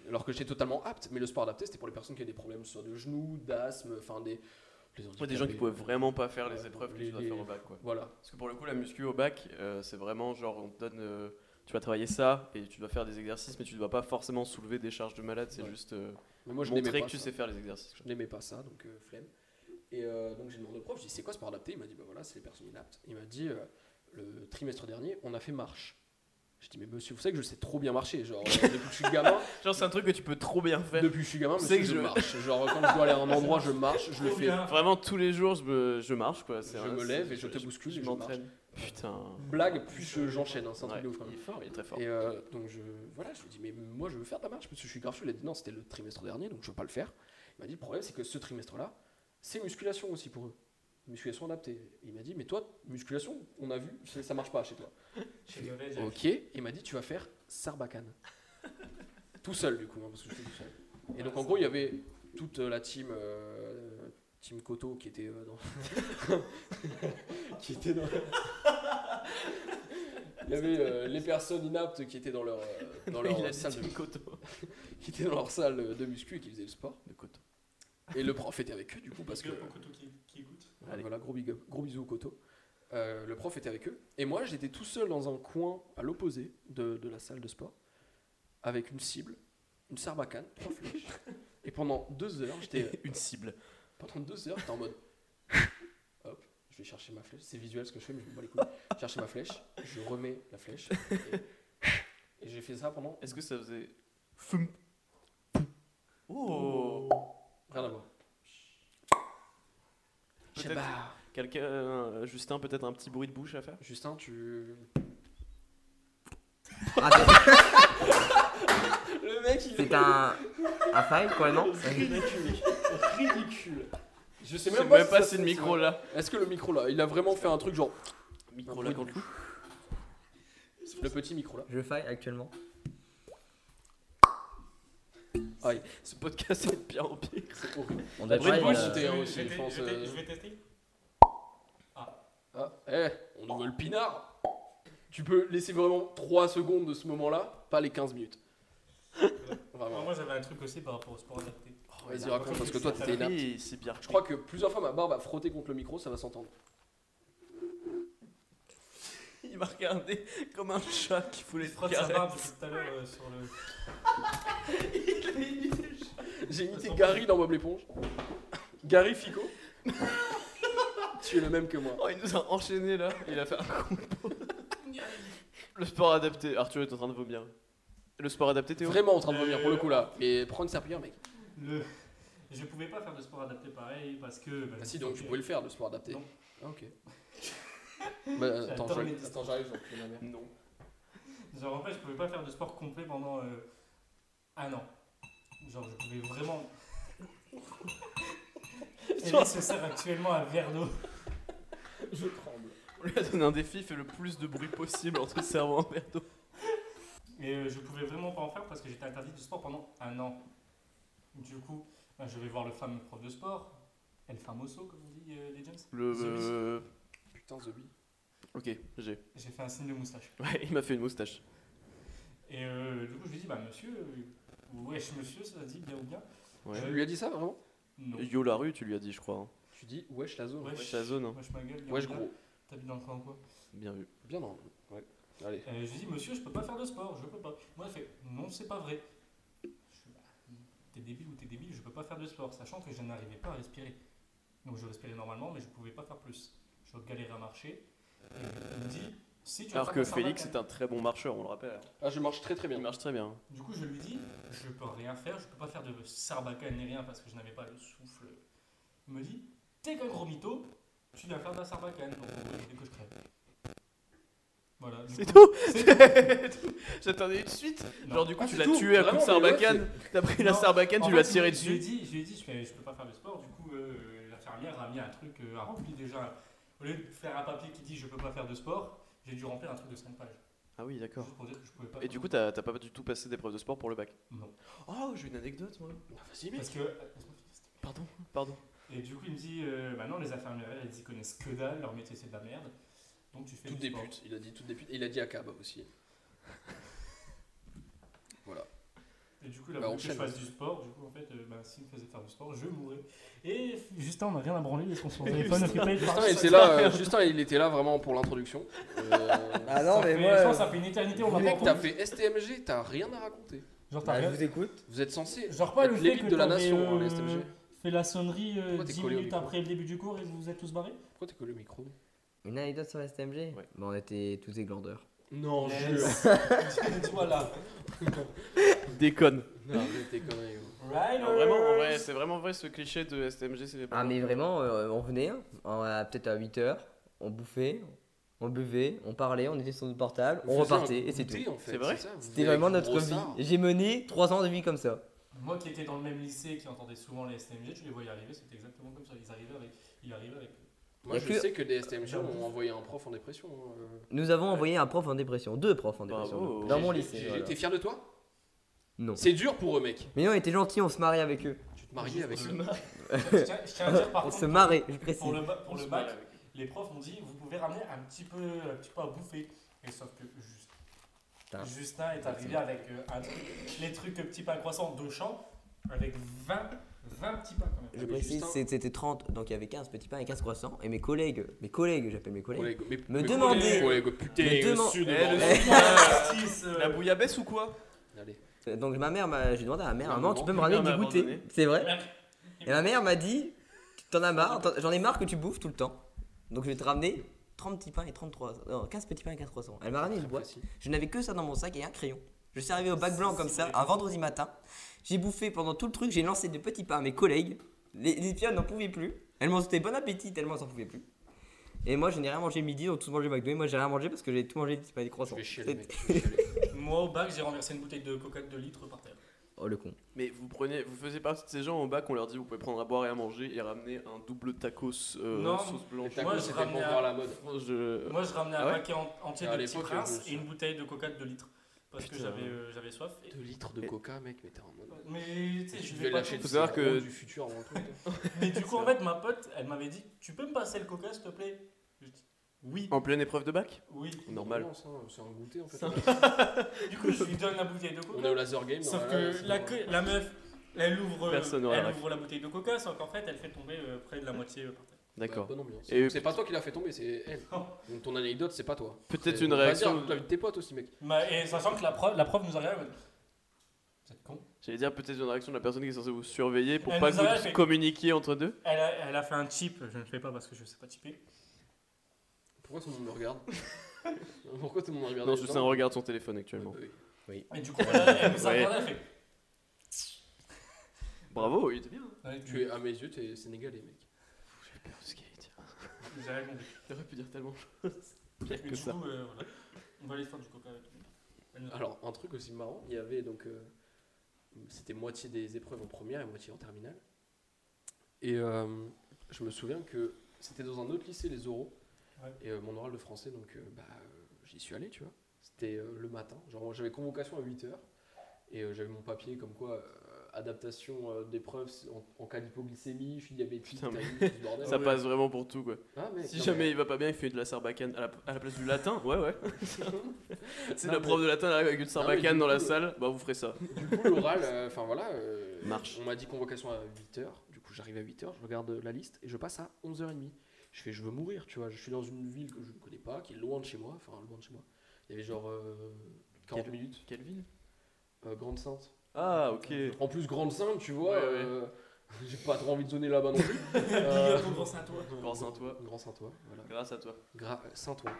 S2: Alors que j'étais totalement apte, mais le sport adapté, c'était pour les personnes qui avaient des problèmes soit de genoux, d'asthme, enfin des. les
S1: Moi, des gens qui
S2: handicapés.
S1: pouvaient vraiment pas faire les
S2: Ouais,
S1: épreuves que
S2: les-
S1: tu dois
S2: les-
S1: faire au bac quoi.
S2: Voilà.
S1: Parce que pour le coup, la muscu au bac, euh, c'est vraiment genre on te donne, euh, tu vas travailler ça et tu dois faire des exercices, mais tu ne dois pas forcément soulever des charges de malade. C'est
S2: Ouais.
S1: juste euh,
S2: Mais moi, je n'aimais
S1: montrer
S2: pas
S1: que tu
S2: ça.
S1: sais faire les exercices.
S2: Je n'aimais pas ça, donc euh, flemme. Et euh, donc j'ai demandé au prof, j'ai dit c'est quoi ce sport adapté Il m'a dit bah voilà, c'est les personnes inaptes. Il m'a dit euh, le trimestre dernier, on a fait marche. J'ai dit mais monsieur, vous savez que je sais trop bien marcher, genre euh, depuis que je suis gamin,
S1: Genre, c'est un truc que tu peux trop bien faire.
S2: depuis que je suis gamin,
S1: Tu
S2: monsieur,
S1: sais que
S2: je,
S1: je-
S2: marche. Genre quand je dois aller à un endroit, je marche, je le
S3: Trop
S2: fais.
S3: bien.
S1: Vraiment, tous les jours, je, me- je marche quoi. c'est
S2: Je
S1: un-
S2: me lève
S1: c'est-
S2: et je te bouscule
S1: Je
S2: et je
S1: m'entraîne. Putain.
S2: Blague, puis je- j'enchaîne, hein, c'est un truc
S1: euh, Ouais,
S2: de ouf. quand
S1: il
S2: même.
S1: est fort, il est très fort.
S2: Et euh, donc je, voilà, je lui dis mais moi je veux faire de la marche parce que je suis grave chaud. Il a dit non, c'était le trimestre dernier, donc je veux pas le faire. Il m'a dit le problème c'est que ce trimestre-là, c'est musculation aussi pour eux, musculation adaptée. Il m'a dit mais toi musculation, on a vu, ça ça marche pas chez toi.
S3: Chez Violet, j'ai-
S2: Ok, il m'a dit tu vas faire Sarbacane. tout seul du coup, hein, parce que je fais tout seul. Et donc en gros il y avait toute la team, euh, team Koto qui était euh, dans... qui était dans... Il y avait euh, les personnes inaptes qui étaient dans leur, euh, dans leur
S1: il a dit
S2: salle de,
S1: Tim Coteau.
S2: qui étaient dans leur salle de muscu et qui faisaient le sport.
S1: De Coteau.
S2: Et le prof était avec eux du coup parce que
S3: Big up au couteau qui, qui écoute.
S2: voilà,
S1: Allez.
S2: Ah, voilà, gros, big up, gros bisous au coteau. Euh, le prof était avec eux. Et moi, j'étais tout seul dans un coin à l'opposé de, de la salle de sport, avec une cible, une sarbacane, trois flèches. Et pendant deux heures, j'étais euh,
S1: Une cible.
S2: pendant deux heures, j'étais en mode. Hop, je vais chercher ma flèche. C'est visuel ce que je fais, mais je me bats les couilles. Je cherchais ma flèche, je remets la flèche. Et, et j'ai fait ça pendant.
S1: Est-ce que ça faisait. Foum. Oh
S2: Rien à voir.
S1: Peut-être-
S2: Shabbat.
S1: Quelqu'un, euh, Justin, peut-être un petit bruit de bouche à faire
S2: Justin, tu.
S4: Ah, c'est-
S2: Le mec, il
S4: c'est un. un faille, probablement.
S2: ridicule. ridicule. Je
S1: Je
S2: sais
S1: sais
S2: même pas,
S1: même pas
S2: ça
S1: si
S2: se
S1: le
S2: fait,
S1: micro
S2: ça.
S1: là.
S2: Est-ce que le micro là, il a vraiment fait un truc genre
S1: Micro
S2: Un
S1: là
S2: bruit
S1: quand
S2: de
S1: tu.
S2: le petit micro là
S4: Je faille actuellement.
S1: Ce podcast est de pire en pire.
S2: C'est horrible.
S4: On
S2: doit Bruit
S4: doit
S2: de
S4: pas.
S2: pas, bouche,
S3: Je
S2: euh,
S3: vais-
S2: Théo
S3: je
S2: aussi,
S3: vais
S2: je
S3: te-
S2: pense,
S3: je vais
S2: euh,
S3: te- je vais tester.
S2: Ah, eh, on ouvre le pinard Tu peux laisser vraiment 3 secondes de ce moment là, pas les 15 minutes.
S3: Alors,
S2: Vraiment.
S3: Moi, j'avais un truc aussi par rapport au sport adapté.
S1: Oh,
S2: Vas-y, raconte parce que toi t'étais là.
S1: Ah Oui, c'est bien.
S2: Je crois que plusieurs fois ma barbe a frotté contre le micro, ça va s'entendre.
S1: Il m'a regardé comme un chat qui voulait
S3: Je
S1: se
S3: frotte sa
S1: caresser.
S3: barbe depuis tout à l'heure euh, sur le.
S2: J'ai imité Gary dans Bob l'éponge. Gary Fico. tu es le même que moi.
S1: Oh, il nous a enchaîné là. Il a fait un combo. le sport adapté. Arthur est en train de vomir. Le sport adapté, Théo
S2: Vraiment en train de revenir pour le coup
S1: Euh,
S2: là. Mais prends une serpillière mec.
S3: le- Je pouvais pas faire de sport adapté pareil parce que. bah,
S2: Ah si donc tu pouvais le faire le sport adapté.
S3: Non.
S2: Ah ok. Bah, euh, attends,
S3: J'adore
S2: j'arrive,
S3: les-
S2: attends, j'arrive, j'en prie, ma mère.
S1: Non.
S3: Genre en fait, je pouvais pas faire de sport complet pendant euh, un an. Genre, je pouvais vraiment. Et là, il se sert actuellement un verre d'eau.
S2: Je tremble.
S1: On lui a donné un défi, fait le plus de bruit possible entre le cerveau en verre d'eau.
S3: Et euh, je pouvais vraiment pas en faire parce que j'étais interdit du sport pendant un an. Du coup, bah, je vais voir le fameux prof de sport, El Famoso, comme on dit euh, les James.
S1: Le.
S3: Celui-ci.
S1: euh,
S2: Putain Zobi.
S1: Ok, j'ai.
S3: J'ai fait un signe de moustache.
S1: Ouais, il m'a fait une moustache.
S3: Et euh, du coup, je lui dis, bah monsieur, euh, wesh monsieur, ça dit bien ou bien
S1: Ouais.
S2: Tu lui as dit ça vraiment
S3: Non.
S1: Yo la rue, tu lui as dit, je crois. hein.
S2: Tu dis wesh la zone.
S1: Wesh, la zone, hein.
S3: Wesh ma gueule, bien
S2: Wesh
S3: ou bien
S2: gros.
S3: T'habites dans le coin ou quoi
S1: Bien vu.
S2: Bien non. Ouais. Allez.
S3: Euh, Je lui dis, monsieur, je peux pas faire de sport, je peux pas. Moi, il fait, non, c'est pas vrai. Je fais, bah, t'es débile ou t'es débile, je peux pas faire de sport, sachant que je n'arrivais pas à respirer. Donc, je respirais normalement, mais je pouvais pas faire plus. Je galérais à marcher. Et il me dit, si tu vas
S1: Alors
S3: pas
S1: que
S3: faire ça,
S1: Félix
S3: va,
S1: est un très bon marcheur, on le rappelle.
S2: Ah je marche très très bien.
S1: Il marche très bien.
S3: Du coup, je lui dis, je peux rien faire, je peux pas faire de sarbacane ni rien parce que je n'avais pas le souffle. Il me dit, t'es qu'un gros mytho, tu viens faire de la sarbacane. Donc, en gros, il voulait que je crève. Voilà. du
S1: C'est
S3: coup-
S1: tout
S3: c'est
S1: J'attendais une suite.
S3: Non.
S1: Genre, du coup,
S2: Ah,
S1: tu
S2: c'est
S1: l'as
S2: tout,
S1: tué à coup de
S2: vraiment, mais ouais,
S1: sarbacane. T'as pris la
S3: Non,
S1: sarbacane,
S3: En
S1: tu
S3: fait,
S1: lui as tiré
S3: je- Je lui ai
S1: dessus.
S3: dit, je lui ai dit, je, fais- je peux pas faire de sport. Du coup, euh, l'infirmière a mis un truc, euh, a rempli déjà. Au lieu de faire un papier qui dit je peux pas faire de sport, j'ai dû remplir un truc de 5 pages.
S1: Ah oui, d'accord.
S3: Juste pour dire que je pouvais pas.
S1: Et
S3: faire
S1: du
S3: de-
S1: coup, t'as t'as pas du tout passé d'épreuve de sport pour le bac.
S3: Non.
S1: Oh, j'ai une anecdote, moi.
S2: Ah, Vas-y mec.
S3: Parce que. euh, laisse-moi finir, s'il te plaît.
S1: Pardon, pardon.
S3: Et du coup, il me dit, euh, bah non, les infirmières, elles y connaissent que dalle, leur métier c'est de la merde. Donc tu fais
S2: Toutes
S3: du
S2: des
S3: sport.
S2: putes. Il a dit toutes des putes. Et il a dit Akab aussi. voilà.
S3: Et du coup, la
S2: Bah,
S3: voulu que je
S2: enchaîne.
S3: fasse du sport, du coup, en fait, euh, bah, s'il me faisait faire du sport, je mourrais. Et Justin, on n'a rien à branler, parce qu'on son téléphone occupé par
S2: Justin, il
S3: Ah, ça.
S2: était là, euh, Justin il était là vraiment pour l'introduction. Euh,
S4: Ah
S3: Ça
S4: non, mais
S3: fait-
S4: moi.
S3: je pense que ça fait une éternité, on va pas
S2: mec, t'as
S3: entendu.
S2: fait STMG, t'as rien à raconter.
S3: Genre, t'as
S4: Bah, je
S3: rien-
S4: vous écoute.
S2: Vous êtes censé
S3: Genre pas
S2: être
S3: le fait
S2: l'élite
S3: que
S2: de la
S3: t'avais,
S2: nation, hein,
S3: euh,
S2: les STMG.
S3: fait la sonnerie euh,
S2: Pourquoi t'es
S3: 10
S2: collé au
S3: minutes
S2: micro
S3: après le début du cours et vous vous êtes tous barrés
S2: Pourquoi t'es collé au micro
S4: Une anecdote sur STMG
S1: Ouais.
S4: Bah, on était tous des glandeurs.
S2: Non,
S3: Yes. voilà.
S1: Déconne.
S2: Non, mais t'es quand même.
S3: Riders.
S1: Vraiment, en vrai, c'est vraiment vrai ce cliché de STMG, c'est
S4: Ah, mais vraiment, euh, on venait, on, à- peut-être à 8h, on bouffait, on buvait, on parlait, on était sur nos portables, on repartait et c'est tout.
S1: C'est vrai
S4: C'était vraiment notre vie. J'ai mené 3 ans de vie comme ça.
S3: Moi qui étais dans le même lycée, qui entendait souvent les STMG, tu les voyais arriver, c'était exactement comme ça. Ils arrivaient avec. Il arrivait avec.
S2: Moi,
S4: Et
S2: je
S4: que-
S2: sais que des STMG ont envoyé un prof en dépression. hein, euh.
S4: Nous avons envoyé un prof en dépression, deux profs en dépression.
S1: Bravo.
S4: donc, Dans mon
S2: J'ai-
S4: lycée.
S2: j'ai-
S4: voilà.
S2: T'es fier de toi
S4: Non.
S2: C'est dur pour eux, mec.
S4: Mais non, on était gentils, on se mariait avec eux.
S2: Tu te maries avec
S3: Je
S2: eux.
S3: tiens- je tiens à dire par
S4: On
S3: contre,
S4: se marrait, je précise.
S3: pour le, ba- pour le bac, les profs ont dit vous pouvez ramener un petit peu, un petit peu à bouffer. Et sauf que Just-
S4: Putain.
S3: Justin est arrivé avec euh, un truc- les trucs euh, petits pains croissants de champ avec 20, 20 petits pains quand même.
S4: Je
S2: Mais
S4: précise,
S2: Justin-
S4: c'est- c'était 30, donc il y avait 15 petits pains et 15 croissants. Et mes collègues, mes collègues, j'appelle mes collègues,
S2: Collègue, mais-
S4: Me
S2: mais
S4: demander-
S2: collègue, collègue, putain,
S4: Me
S2: le
S4: demand-
S2: sud
S1: Eh,
S2: bordel.
S1: le-
S3: Justice, euh,
S1: La bouillabaisse ou quoi
S2: Allez.
S4: Euh, Donc ma mère, m'a- j'ai demandé à ma mère,
S2: Non,
S4: maman,
S2: maman,
S4: tu peux me
S1: ma
S4: ramener
S1: mère
S4: du
S1: m'a
S4: goûter
S1: abandonné.
S4: C'est vrai.
S3: Merde.
S4: Et ma mère m'a dit, t'en as marre, t'en- j'en ai marre que tu bouffes tout le temps. Donc je vais te ramener 30 petits pains et 33, non, 15 petits pains et 15 croissants. Elle m'a ramené une
S2: Très
S4: boîte.
S2: précis.
S4: Je n'avais que ça dans mon sac et un crayon. Je suis arrivé au bac blanc comme ça, un vendredi matin. J'ai bouffé pendant tout le truc, j'ai lancé des petits pains à mes collègues. Les, les filles n'en pouvaient plus. Elles m'en souhaitaient bon appétit tellement elles n'en pouvaient plus. Et moi, je n'ai rien mangé le midi, donc tous mangé McDo. Et moi, j'ai rien mangé parce que j'ai tout mangé, c'est pas des
S2: Je
S4: croissants.
S2: vais chialer, mec.
S3: Moi, au bac, j'ai renversé une bouteille de coca de 2 litres par terre.
S4: Oh le con.
S1: Mais vous prenez, vous faisiez partie de ces gens en bac, on leur dit vous pouvez prendre à boire et à manger et ramener un double tacos euh,
S3: Non,
S1: sauce blanche.
S3: Moi,
S2: Moi,
S3: je
S2: c'était
S3: ramenais
S2: pour
S3: à-
S2: voir la mode.
S1: Je-
S3: Moi, je ramenais un
S1: Ah ouais
S3: paquet en- entier
S2: Ah, à
S3: de petits
S2: l'époque,
S3: princes
S2: je-
S3: et une bouteille de coca de 2 litres. Parce que
S1: Putain.
S3: j'avais euh, j'avais soif. Et-
S2: 2 litres de
S1: Et-
S2: coca, mec, mais t'es en mode.
S3: Mais tu sais, je
S2: Tu
S3: vais
S2: devais
S3: pas
S2: lâcher
S3: tout.
S1: Faut savoir
S2: le
S1: que-
S2: du futur avant tout.
S3: Mais du coup, en fait, ma pote, elle m'avait dit Tu peux me passer le coca, s'il te plaît Je dis Oui,
S1: En pleine épreuve de bac
S3: oui.
S1: Normal.
S2: hein. Non, ça, C'est un goûter en fait.
S1: Ça-
S3: Du coup, je lui donne la bouteille de
S2: On est au
S3: coca.
S2: laser game.
S3: Sauf
S2: voilà,
S3: que
S2: c'est
S3: la,
S2: bon.
S3: queue- la meuf, elle ouvre, euh,
S1: Personne n'aura
S3: elle
S1: la
S3: ouvre la bouteille de coca, sauf qu'en fait, elle fait tomber euh, près de la moitié euh, par terre.
S1: D'accord.
S2: Bonne ambiance.
S1: Et-
S2: C'est pas toi qui l'a fait tomber, c'est elle.
S3: Non.
S2: Donc ton anecdote, c'est pas toi.
S1: Peut-être
S2: C'est-
S1: une
S2: on va dire
S1: réaction.
S2: toute la vie de tes potes aussi, mec.
S3: Ma- et sachant que la prof, la prof nous a regardé en mode, Vous êtes con.
S1: J'allais dire peut-être une réaction de la personne qui est censée vous surveiller pour
S3: Elle
S1: pas
S3: nous
S1: que
S3: a
S1: vous
S3: fait-
S1: communiquiez entre deux.
S3: Elle a, elle a fait un chip, je ne le fais pas parce que je ne sais pas chipper.
S2: Pourquoi tout le monde me regarde Pourquoi tout le monde me regarde
S1: Non, Justin regarde son téléphone
S2: Ouais, bah
S1: actuellement.
S2: oui.
S3: Et du coup, voilà, elle nous a
S1: Ouais.
S3: regardé, elle fait.
S1: Bravo, il était bien. hein.
S3: Ouais,
S2: Tu es, à mes yeux, t'es sénégalais, mec.
S3: Vous avez compris.
S1: T'aurais pu dire tellement.
S3: Mais du
S1: que ça.
S3: coup, euh, voilà. On va aller faire du coca avec elle.
S2: Alors, un truc aussi marrant, il y avait donc. euh, C'était moitié des épreuves en première et moitié en terminale. Et euh, je me souviens que c'était dans un autre lycée, les oraux.
S3: Ouais.
S2: Et euh, mon oral de français, donc, euh, bah, euh, j'y suis allé, tu vois. C'était euh, le matin. Genre, moi, j'avais convocation à 8h. Et euh, j'avais mon papier comme quoi. euh, adaptation euh, d'épreuves en, en cas d'hypoglycémie, je suis diabétique,
S1: Putain, mais-
S2: t'as vu, tout ce bordel.
S1: Ça
S2: Ouais.
S1: passe vraiment pour tout quoi.
S2: Ah, mais-
S1: Si
S2: non, mais-
S1: jamais il va pas bien, il fait de la sarbacane à la, à la place du latin. Ouais, ouais. si la
S2: Non, mais-
S1: prof de latin elle arrive avec une
S2: Non, mais
S1: sarbacane
S2: du
S1: dans la
S2: coup-
S1: salle, bah vous ferez ça.
S2: Du coup, l'oral, euh, enfin voilà. euh,
S1: Marche.
S2: On m'a dit convocation à 8h. Du coup, j'arrive à 8h, je regarde euh, la liste et je passe à 11h30. Je fais, je veux mourir, tu vois. Je suis dans une ville que je ne connais pas, qui est loin de chez moi. Enfin, loin de chez moi. Il y avait genre euh, 40
S1: Quelle-
S2: minutes.
S1: Quelle ville
S2: euh, Grande-Sainte.
S1: Ah, ok.
S2: En plus, Grande-Sainte, tu vois.
S1: Ouais, ouais.
S2: euh, J'ai pas trop envie de zoner là-bas non plus. Euh,
S3: on pense à toi.
S1: Grand-Saint-Ouen.
S2: Grand-Saint-Ouen, voilà.
S1: Grâce à toi.
S2: Gra- Saint-Ouen.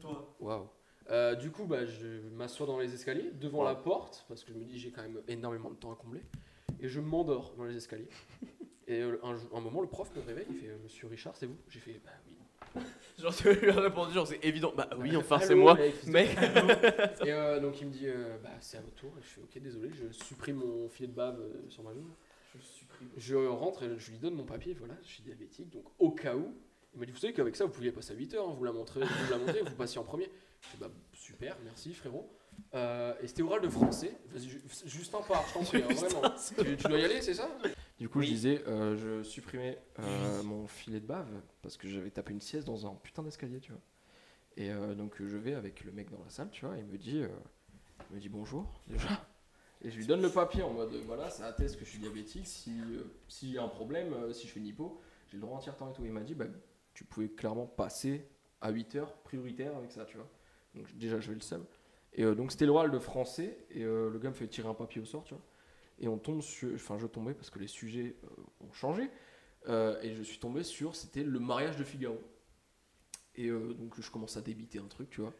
S3: Toi.
S2: Waouh. Euh, du coup, bah, je m'assois dans les escaliers, devant la porte, parce que je me dis j'ai quand même énormément de temps à combler, et je m'endors dans les escaliers. et euh, un, jour- un moment, le prof me réveille, il fait euh, Monsieur Richard, c'est vous J'ai fait Bah oui.
S1: Genre, tu lui as répondu, genre, c'est évident. Bah oui, enfin,
S2: Allô,
S1: c'est moi.
S2: mec.
S1: Mec,
S2: Et euh, donc il me dit euh, Bah c'est à votre tour. Et je fais Ok, désolé, je supprime mon filet de bave euh, sur ma joue. Je rentre et je lui donne mon papier, voilà, je suis diabétique, donc au cas où. Il m'a dit, vous savez qu'avec ça, vous pouviez passer à 8 heures, hein, vous la montrez, vous la montrez, vous passiez en premier. Je dis, bah super, merci frérot. Euh, et c'était oral de français. Vas-y, ju- juste un part, je t'en prie, hein, vraiment. Tu, tu dois y aller, c'est ça Du coup, je disais, euh, je supprimais euh, mon filet de bave parce que j'avais tapé une sieste dans un putain d'escalier, tu vois. Et euh, donc, je vais avec le mec dans la salle, tu vois, il me dit, euh, me dit bonjour, déjà. Et je lui donne le papier en mode euh, voilà, ça atteste que je suis diabétique. Si, euh, si j'ai un problème, euh, si je fais une hypo, j'ai le droit en tiers temps et tout. Il m'a dit bah, tu pouvais clairement passer à 8 heures prioritaire avec ça, tu vois. Donc déjà, je vais le seum. Et euh, donc c'était l'oral de français. Et euh, le gars me fait tirer un papier au sort, tu vois. Et on tombe sur. Enfin, je tombais parce que les sujets euh, ont changé. Euh, et je suis tombé sur. C'était le mariage de Figaro. Et euh, donc je commence à débiter un truc, tu vois.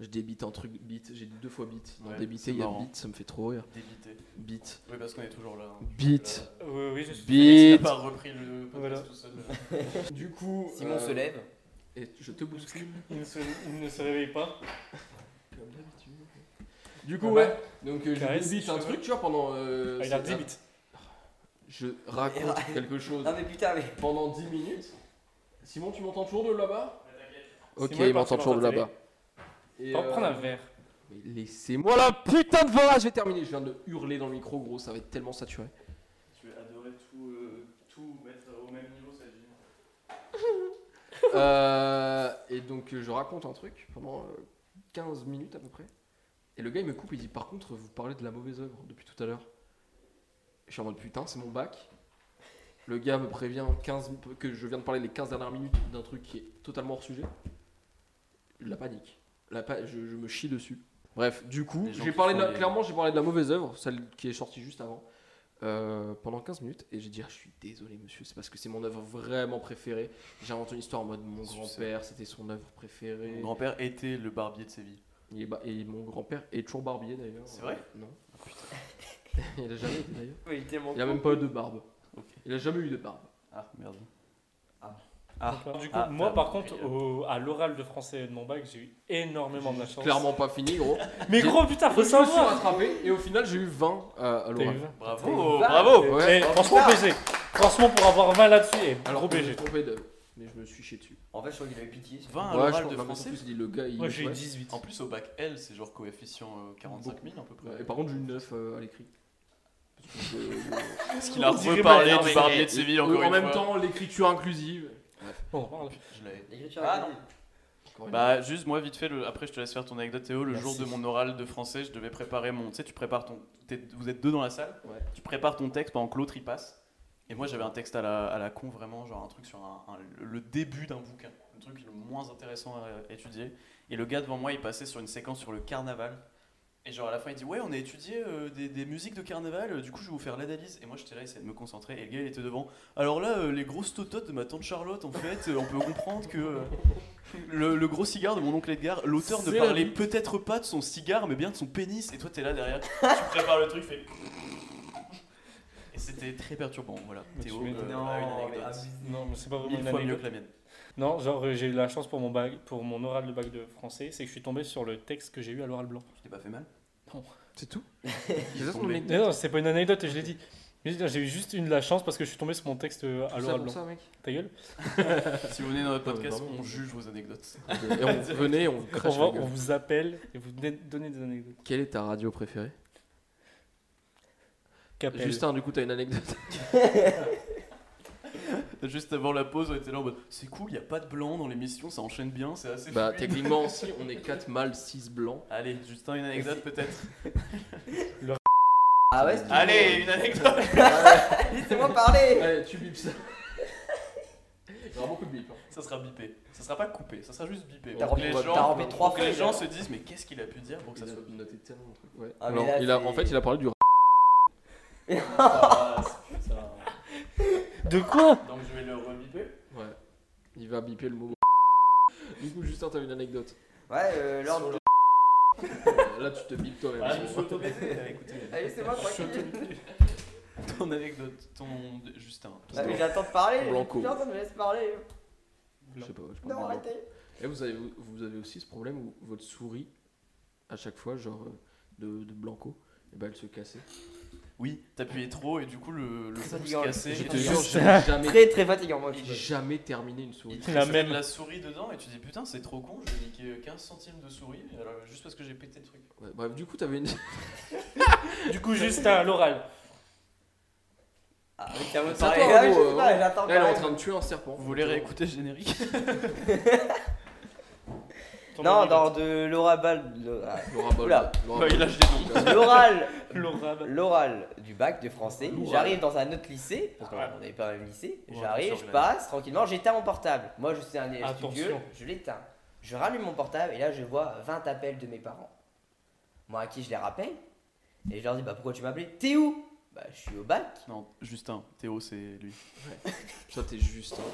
S2: Je débite un truc, bit. J'ai dit deux fois bit. Non,
S1: Ouais,
S2: débiter,
S1: c'est
S2: il y a
S1: marrant.
S2: bit, ça me fait trop rire.
S1: Débité.
S2: Beat.
S1: Oui, parce qu'on est toujours là. hein.
S2: Beat.
S3: Oui, oui, je suis.
S2: Beat.
S1: pas repris le podcast
S3: Voilà.
S1: tout seul. euh.
S2: Du coup.
S4: Simon
S2: euh,
S4: se lève.
S2: Et je te bouscule.
S3: Il ne se, il ne se réveille pas.
S2: Comme d'habitude. Du coup,
S3: Ah
S2: ouais. Donc, euh, je
S3: Caresse,
S2: débite un
S3: tu
S2: truc, tu vois, pendant. euh,
S3: Ah, il a
S2: c'est-
S3: 10 bits.
S2: Je raconte quelque chose
S3: Ah.
S4: Non mais putain, mais.
S2: pendant 10 minutes. Simon, tu m'entends toujours de là-bas Ok,
S3: Simon est
S2: il
S3: parti
S2: m'entend toujours de
S3: dans sa
S2: là-bas. Et,
S3: On va
S2: euh,
S3: prendre un verre.
S2: mais Laissez-moi la putain de voix Je vais terminer. Je viens de hurler dans le micro, gros, ça va être tellement saturé.
S1: Tu vais adorer tout, euh, tout mettre au même niveau, ça dit.
S2: Euh, et donc euh, je raconte un truc pendant euh, 15 minutes à peu près. Et le gars il me coupe, il dit par contre vous parlez de la mauvaise œuvre depuis tout à l'heure. Je suis en mode putain c'est mon bac. Le gars me prévient 15, mi- que je viens de parler les 15 dernières minutes d'un truc qui est totalement hors sujet. La panique. La pa- je, je me chie dessus. Bref, du coup,
S1: Les gens
S2: j'ai
S1: qui
S2: parlé de
S1: font
S2: la-
S1: les-
S2: clairement j'ai parlé de la mauvaise œuvre, celle qui est sortie juste avant, euh, pendant 15 minutes. Et j'ai dit ah, je suis désolé monsieur, c'est parce que c'est mon œuvre vraiment préférée. J'ai inventé une histoire en mode mon
S1: Tu sais.
S2: grand-père, c'était son œuvre préférée.
S1: Mon grand-père était le barbier de Séville.
S2: Il est ba- et mon grand-père est toujours barbier d'ailleurs.
S1: C'est vrai
S2: Non.
S3: Ah,
S2: il a jamais été d'ailleurs.
S4: Il est tellement
S2: Il a même pas eu de barbe.
S1: Ok.
S2: Il a jamais eu de barbe.
S1: Ah, merde. Ah.
S3: Donc, du coup,
S1: Ah,
S3: moi,
S1: t'as
S3: par
S1: compris.
S3: contre, au- à l'oral de français et de mon bac, j'ai eu énormément de la chance.
S2: Clairement pas fini, gros.
S3: Mais gros, putain,
S2: Je
S3: faut
S2: me suis
S3: savoir.
S2: rattrapé et au final j'ai eu 20 euh, à
S3: T'as eu
S2: l'oral.
S3: vingt.
S1: Bravo,
S4: T'es une
S1: bravo.
S3: Eh,
S2: ouais.
S3: franchement, BG. Franchement, pour avoir 20 là-dessus, et
S2: Alors euh, je
S3: gros
S2: me
S3: BG.
S2: suis trompé de. Mais je me suis chié dessus.
S4: En fait, je crois qu'il a eu pitié.
S3: Ah,
S1: 20 à
S2: ouais, je
S1: l'oral
S2: crois
S1: de
S2: même en
S1: français.
S2: plus, il- le gars il.
S3: Moi, j'ai eu
S2: ouais.
S3: 18.
S1: En plus, au bac L, c'est genre coefficient euh, 45 000 à peu près.
S2: Ouais, Et par contre j'ai eu 9 euh, à l'écrit. Parce que je-
S1: Parce qu'il a
S3: On dirait
S1: reparlé
S3: pas,
S1: du
S3: mais-
S1: barbier de Séville encore
S2: en
S1: une
S2: même
S1: fois.
S2: temps l'écriture inclusive.
S3: On en parle.
S1: Je l'avais.
S4: L'écriture
S1: Ah,
S4: est-
S1: non.
S2: Encore une
S1: Bah juste moi vite fait le- après je te laisse faire ton anecdote Théo le
S4: Merci.
S1: jour de mon oral de français je devais préparer mon tu sais tu prépares ton t'es- vous êtes deux dans la salle
S2: Ouais.
S1: tu prépares ton texte pendant que l'autre y passe et moi j'avais un texte à la, à la con vraiment genre un truc sur un- un- le début d'un bouquin le truc le moins intéressant à étudier et le gars devant moi il passait sur une séquence sur le carnaval et genre à la fin il dit ouais on a étudié euh, des, des musiques de carnaval euh, du coup je vais vous faire l'analyse et moi j'étais là j'essayais de me concentrer et le gars il était devant alors là euh, les grosses tototes de ma tante Charlotte en fait euh, on peut comprendre que euh, le, le gros cigare de mon oncle Edgar, l'auteur ne
S2: C'est
S1: parlait
S2: la vie.
S1: peut-être pas de son cigare, mais bien de son pénis. Et toi, t'es là derrière, tu prépares le truc, fais. Et c'était très perturbant, voilà.
S3: Mais
S1: Théo,
S3: tu m'étonnes.
S1: euh, a une anecdote.
S3: Non, mais c'est pas vraiment
S1: Mille
S3: une
S1: fois mieux
S3: anecdote.
S1: que la mienne.
S3: Non, genre, euh, j'ai eu la chance pour mon, bac, pour mon oral de bac de français, c'est que je suis tombé sur le texte que j'ai eu à l'oral blanc.
S1: Je t'ai pas fait mal.
S2: fois. C'est tout
S1: Il est
S2: ça, son
S1: tombé.
S2: anecdote.
S3: Mais non, c'est pas une anecdote, je l'ai dit. Mais J'ai eu juste une de la chance parce que je suis tombé sur mon texte euh, à
S2: Tout
S3: l'oral
S2: pour
S3: blanc.
S2: ça, mec.
S3: Ta gueule
S1: Si vous venez dans notre
S2: Ouais,
S1: podcast,
S2: vraiment.
S1: on juge vos anecdotes.
S2: Et on venait, on vous
S3: on,
S2: crache
S3: va-
S2: la
S3: on
S2: gueule.
S3: vous appelle et vous donnez- donnez des anecdotes.
S2: Quelle est ta radio préférée
S3: Capelle.
S2: Justin, du coup, t'as une anecdote
S1: Juste avant la pause, on était là en mode c'est cool, il a pas de blanc dans l'émission, ça enchaîne bien, c'est assez.
S2: Bah,
S1: fluide.
S2: techniquement, si on est 4 mâles, 6 blancs.
S1: Allez, Justin, une anecdote peut-être.
S4: Ah ouais, c'est-
S1: Allez, une anecdote
S4: Ah, laissez-moi parler.
S2: Allez, tu bips ça. Il y aura beaucoup de hein. bips.
S1: Ça sera bipé. Ça sera pas coupé, ça sera juste bipé.
S4: T'as
S1: Pour que
S4: rempli-
S1: les
S4: t'as
S1: gens-
S4: rempli trois
S1: pour que les
S4: feuilles,
S1: gens
S4: alors.
S1: se disent mais qu'est-ce qu'il a pu dire pour que ça soit
S2: noté tellement de trucs. Ouais.
S4: Ah, mais
S2: Alors,
S4: là,
S2: il a,
S4: c'est-
S2: en fait, il a parlé du.
S3: De quoi
S1: Donc je vais le rebiper.
S2: Ouais. Il va biper le mot. Du coup, Justin, t'as une anecdote.
S4: Ouais, euh, lors de-
S2: Euh, Là, tu te bipes toi-même.
S1: Ah,
S2: c'est
S1: je me
S2: bon.
S1: suis auto-baisé, écoutez.
S4: Allez, Ah, laissez-moi tranquille.
S1: Ton anecdote, ton. Justin.
S4: Ah, mais J'attends de parler.
S2: Blanco.
S4: Personne me laisse parler.
S2: Je sais pas, je parle
S4: Non,
S2: pas.
S4: arrêtez.
S2: Et vous avez, vous avez aussi ce problème où votre souris, à chaque fois, genre euh, de, de Blanco, et ben elle se cassait.
S1: Oui, t'appuyais trop et du coup le, le
S4: Ça,
S1: pouce
S4: rigole.
S1: cassé.
S2: Je
S1: et
S2: te
S1: tu-
S2: jure, j'ai jamais,
S4: Très très fatigant, moi. je
S2: j'ai
S4: trouve.
S2: jamais terminé une souris.
S1: Il
S3: La
S1: te met
S3: même.
S1: de la souris dedans et tu dis putain, c'est trop con, je vais niquer 15 centimes de souris alors, juste parce que j'ai pété le truc.
S2: Ouais, bref, du coup, t'avais une.
S3: Du coup, Justin, à l'oral.
S4: Ah, avec la voix de
S2: C'est à
S4: parler.
S2: toi,
S4: Ah, je
S2: Ramo,
S4: sais pas,
S2: euh,
S4: j'attends de
S2: Elle est en
S4: parler.
S2: train de tuer un serpent.
S1: Vous voulez réécouter le générique
S3: Ton
S4: Non,
S3: anecdote.
S4: lors de Laura Ball. Laura-
S2: Laura Ball.
S4: Oula.
S2: Laura
S1: Bah, il lâche des noms.
S2: Ball.
S4: L'oral
S3: Laura.
S4: L'oral du bac de français,
S2: L'oral. Ah.
S4: j'arrive dans un autre lycée, parce qu'on
S3: Ouais.
S4: n'avait pas le même lycée,
S1: Ouais,
S4: j'arrive,
S1: sur
S4: je
S1: la-
S4: passe tranquillement, j'éteins mon portable. Moi je suis un élève
S3: Attention.
S4: studieux, je l'éteins. Je rallume mon portable et là je vois 20 appels de mes parents. Moi à qui je les rappelle et je leur dis bah pourquoi tu m'as appelé T'es où Bah je suis au bac.
S1: Non, Justin, Théo, c'est lui.
S2: Toi, t'es juste. hein.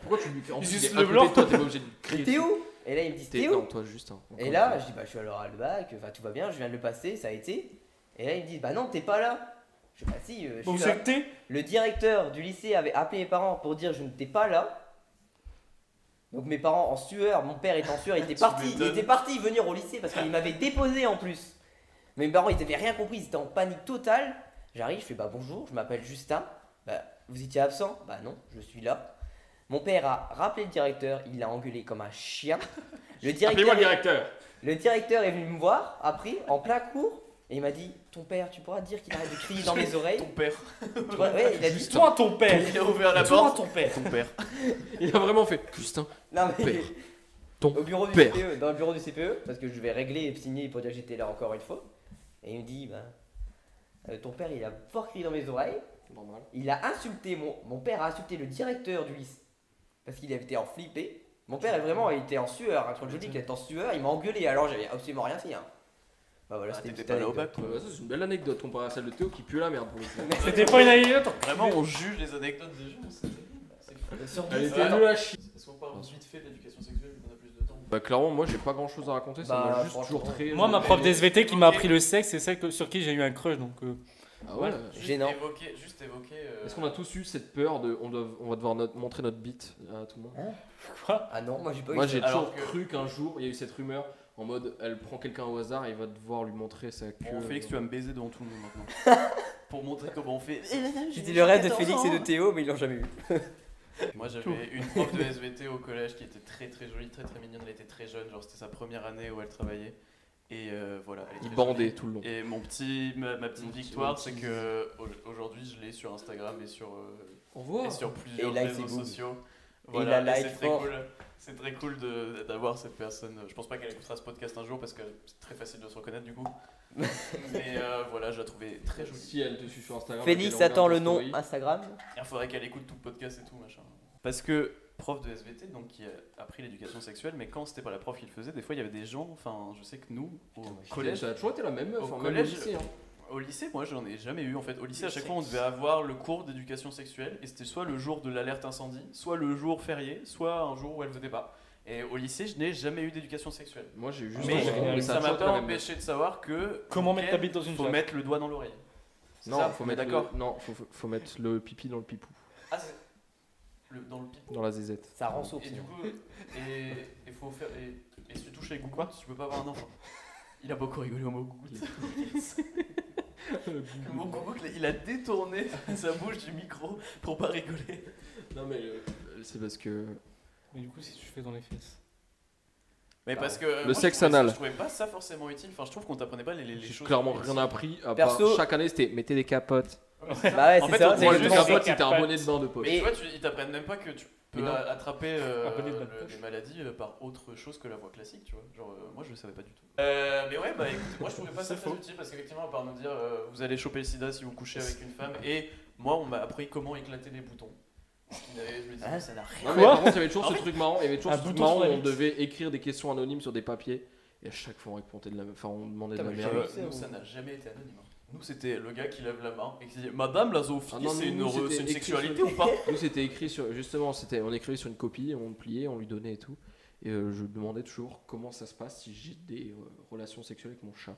S2: Pourquoi tu lui cries En plus,
S3: Juste
S2: il est à
S3: le
S2: côté
S3: blanc.
S2: de Toi, t'es pas obligé de lui crier.
S4: T'es où Et là ils me disent
S2: T'es-
S4: T'es
S2: Non,
S4: où
S2: toi, juste. hein. Encore
S4: Et
S2: une
S4: là
S2: fois.
S4: je dis bah je suis à l'oral du bac, enfin tout va bien, je viens de le passer, ça a été. Et là ils me disent bah non t'es pas là. Je dis bah si, euh, je
S3: Bon,
S4: suis là.
S3: c'est que t'es
S4: Le directeur du lycée avait appelé mes parents pour dire je n'étais pas là. Donc mes parents en sueur, mon père était en sueur, il était parti, il
S1: m'étonnes.
S4: était parti venir au lycée parce qu'il m'avait déposé en plus. Mais mes parents ils avaient rien compris, ils étaient en panique totale. J'arrive, je fais bah bonjour, je m'appelle Justin. Bah vous étiez absent Bah non, je suis là. Mon père a rappelé le directeur, il l'a engueulé comme un chien. Le directeur,
S2: directeur.
S4: le directeur est venu me voir après en plein cours et il m'a dit ton père, tu pourras dire qu'il arrête de crier dans mes oreilles.
S1: Ton père.
S4: Tu vois, ouais, il a dit
S3: Toi, ton père
S1: Il a ouvert la
S3: Toi,
S1: porte.
S3: ton père
S1: Ton père.
S2: Il a vraiment fait. Justin.
S4: Non, mais
S2: Père. Ton
S4: au bureau du
S2: père.
S4: CPE, dans le bureau du CPE, parce que je vais régler et signer pour dire que j'étais là encore une fois. Et il me dit, bah, euh, ton père il a fort crié dans mes oreilles,
S2: Normal.
S4: il a insulté, mon, mon père a insulté le directeur du lycée, parce qu'il avait été en flippé. Mon père est vraiment, il était en sueur, hein, quand je vous dis qu'il était en sueur, il m'a engueulé, alors j'avais absolument rien fait. hein. Bah voilà,
S1: Ah,
S4: c'était une
S1: T'étais pas
S4: petite
S1: là au
S4: anecdote.
S1: bac,
S2: Ouais,
S1: toi.
S2: bah, ça, c'est une belle anecdote comparée à celle de Théo qui pue la merde pour le coup.
S3: C'était pas une anecdote
S1: Vraiment, on juge les anecdotes des gens, c'est terrible. C'est fou.
S4: Sur
S2: Elle
S4: dix,
S2: était
S1: Attends.
S2: nulle à chier.
S1: Est-ce qu'on parle vite fait d'éducation sexuelle vu qu'on a plus de temps
S2: Bah, clairement, moi, j'ai pas grand chose à raconter. Ça
S4: Bah,
S2: m'a juste
S4: franchement.
S2: toujours très.
S3: Moi, ma prof
S2: Mais-
S3: d'SVT qui m'a appris le sexe, c'est celle que- sur qui j'ai eu un crush, donc... euh,
S2: Ah ouais.
S6: Voilà.
S4: Gênant.
S1: Juste évoquer. Juste évoquer euh,
S2: Est-ce qu'on a tous eu cette peur de on, doit- on va devoir notre- montrer notre bite à tout le monde
S4: Ah non, moi j'ai pas eu
S2: Moi
S4: ça.
S2: j'ai
S1: alors
S2: toujours
S1: que-
S2: cru qu'un jour il y a eu cette rumeur en mode elle prend quelqu'un au hasard et il va devoir lui montrer sa queue.
S1: Bon, Félix, tu vas me baiser devant tout le monde maintenant. Pour montrer comment on fait.
S4: C'était le rêve de Félix et de Théo, mais ils l'ont jamais eu.
S1: Moi j'avais une prof de SVT au collège qui était très très jolie, très très mignonne, elle était très jeune, genre c'était sa première année où elle travaillait. Et euh, voilà. elle est
S2: il
S1: très
S2: bandait
S1: jolie.
S2: tout le long.
S1: Et mon petit, ma, ma petite
S2: Mon petit-
S1: victoire,
S2: mon
S1: c'est
S2: petit-
S1: que au- aujourd'hui je l'ai sur Instagram et sur, euh,
S2: Au revoir.
S1: et sur plusieurs
S4: Et like,
S1: réseaux
S4: c'est boum.
S1: sociaux. Voilà,
S4: il la
S1: et c'est
S4: like
S1: très
S4: fort.
S1: cool. C'est très cool de- d'avoir cette personne. Je pense pas qu'elle écoutera ce podcast un jour parce que c'est très facile de se reconnaître du coup. Mais euh, voilà, je la trouvais très jolie.
S2: Si elle te suit sur Instagram. et
S4: Félix
S2: qu'elle
S4: attend le
S2: regarde
S4: nom
S2: tes stories,
S4: Instagram.
S1: Il faudrait qu'elle écoute tout le podcast et tout, machin. Parce que prof de SVT, donc qui a appris l'éducation sexuelle, mais quand c'était pas la prof qui le faisait, des fois il y avait des gens, enfin je sais que nous, au
S2: Ah,
S1: collège,
S2: Ça a toujours été la même meuf.
S1: Au
S2: hein, même
S1: collège,
S2: au lycée, hein.
S1: au lycée, moi j'en ai jamais eu en fait. Au lycée, à
S3: Le
S1: chaque fois on
S3: sexe.
S1: devait avoir le cours d'éducation sexuelle, et c'était soit le jour de l'alerte incendie, soit le jour férié, soit un jour où elle venait pas. Et au lycée, je n'ai jamais eu d'éducation sexuelle.
S2: Moi j'ai eu juste.
S1: Mais,
S3: j'ai rien eu.
S1: ça m'a
S2: a toujours été la
S1: pas
S2: même meuf.
S1: empêché de savoir que.
S3: Comment mettre
S1: ok,
S3: ta bite dans une
S1: Faut
S3: chatte.
S1: mettre le doigt dans l'oreille. C'est
S2: Non,
S1: ça
S2: faut
S1: On est
S2: mettre
S1: d'accord.
S2: le- Non, faut, faut- faut mettre le pipi dans le pipou,
S1: Ah, c'est- le- dans le pipe.
S2: dans la zézette.
S4: Ça rend sourd.
S1: Et du coup, et, et faut faire. Et, et si tu touches avec Gougoute, tu peux pas avoir un enfant. Il a beaucoup rigolé au mot Gougoute.
S3: euh,
S1: Le mot Gougoute, il a détourné sa bouche du micro pour pas rigoler.
S2: non mais c'est parce que
S3: Mais du coup, si tu fais dans les fesses.
S1: Mais
S4: Bah,
S1: parce que. euh, moi, je
S2: sexe
S1: trouvais-
S2: anal.
S1: Je trouvais pas ça forcément utile. Enfin, je trouve qu'on t'apprenait pas les, les, les
S2: j'ai
S1: choses.
S2: clairement rien appris. À
S4: Perso-
S2: part, chaque année c'était mettez des capotes.
S4: Bah ouais,
S1: En
S4: c'est
S1: fait,
S4: ça.
S1: on voit
S4: c'est
S2: Moi
S1: juste
S2: les
S4: exactement ça.
S2: capotes c'était un
S3: capotes.
S2: bonnet de bain de poche.
S1: Mais tu vois, tu- ils t'apprennent même pas que tu peux
S2: Mais non.
S1: a- attraper euh,
S3: Attraper de la
S1: le-
S3: poche.
S1: des maladies euh, par autre chose que la voix classique, tu vois. Genre, euh, moi je le savais pas du tout. Euh, mais ouais, bah écoute, moi je trouvais pas ça
S3: C'est
S1: très
S3: faux.
S1: utile parce qu'effectivement, à part nous dire euh, vous allez choper le sida si vous couchez avec une femme, et moi on m'a appris comment éclater les boutons. Ce qui n'avait- je me disais,
S4: Ah.
S1: ça n'a rien.
S2: Non, mais par contre, il y avait toujours ce truc marrant. Il y avait toujours
S3: Ah un
S2: ce truc
S3: bouton sur
S2: marrant où
S3: la
S2: on
S3: bite.
S2: devait écrire des questions anonymes sur des papiers. Et à chaque fois, on répondait de la enfin, on demandait de la
S4: Putain, mais
S1: Euh,
S2: merde.
S4: j'avais- c'est
S1: nous,
S4: bon.
S1: ça n'a jamais été anonyme. hein. Nous, c'était le gars qui lève la main et qui dit Madame la
S2: Ah
S1: zoophilie,
S2: non,
S1: c'est
S2: nous,
S1: une,
S2: nous,
S1: re-
S2: c'était
S1: c'est une
S2: écrit sur le-
S1: sexualité ou pas
S2: Nous, c'était écrit sur. Justement, c'était on écrivait sur une copie, on le pliait, on lui donnait et tout. Et euh, je demandais toujours comment ça se passe si j'ai des euh, relations sexuelles avec mon chat.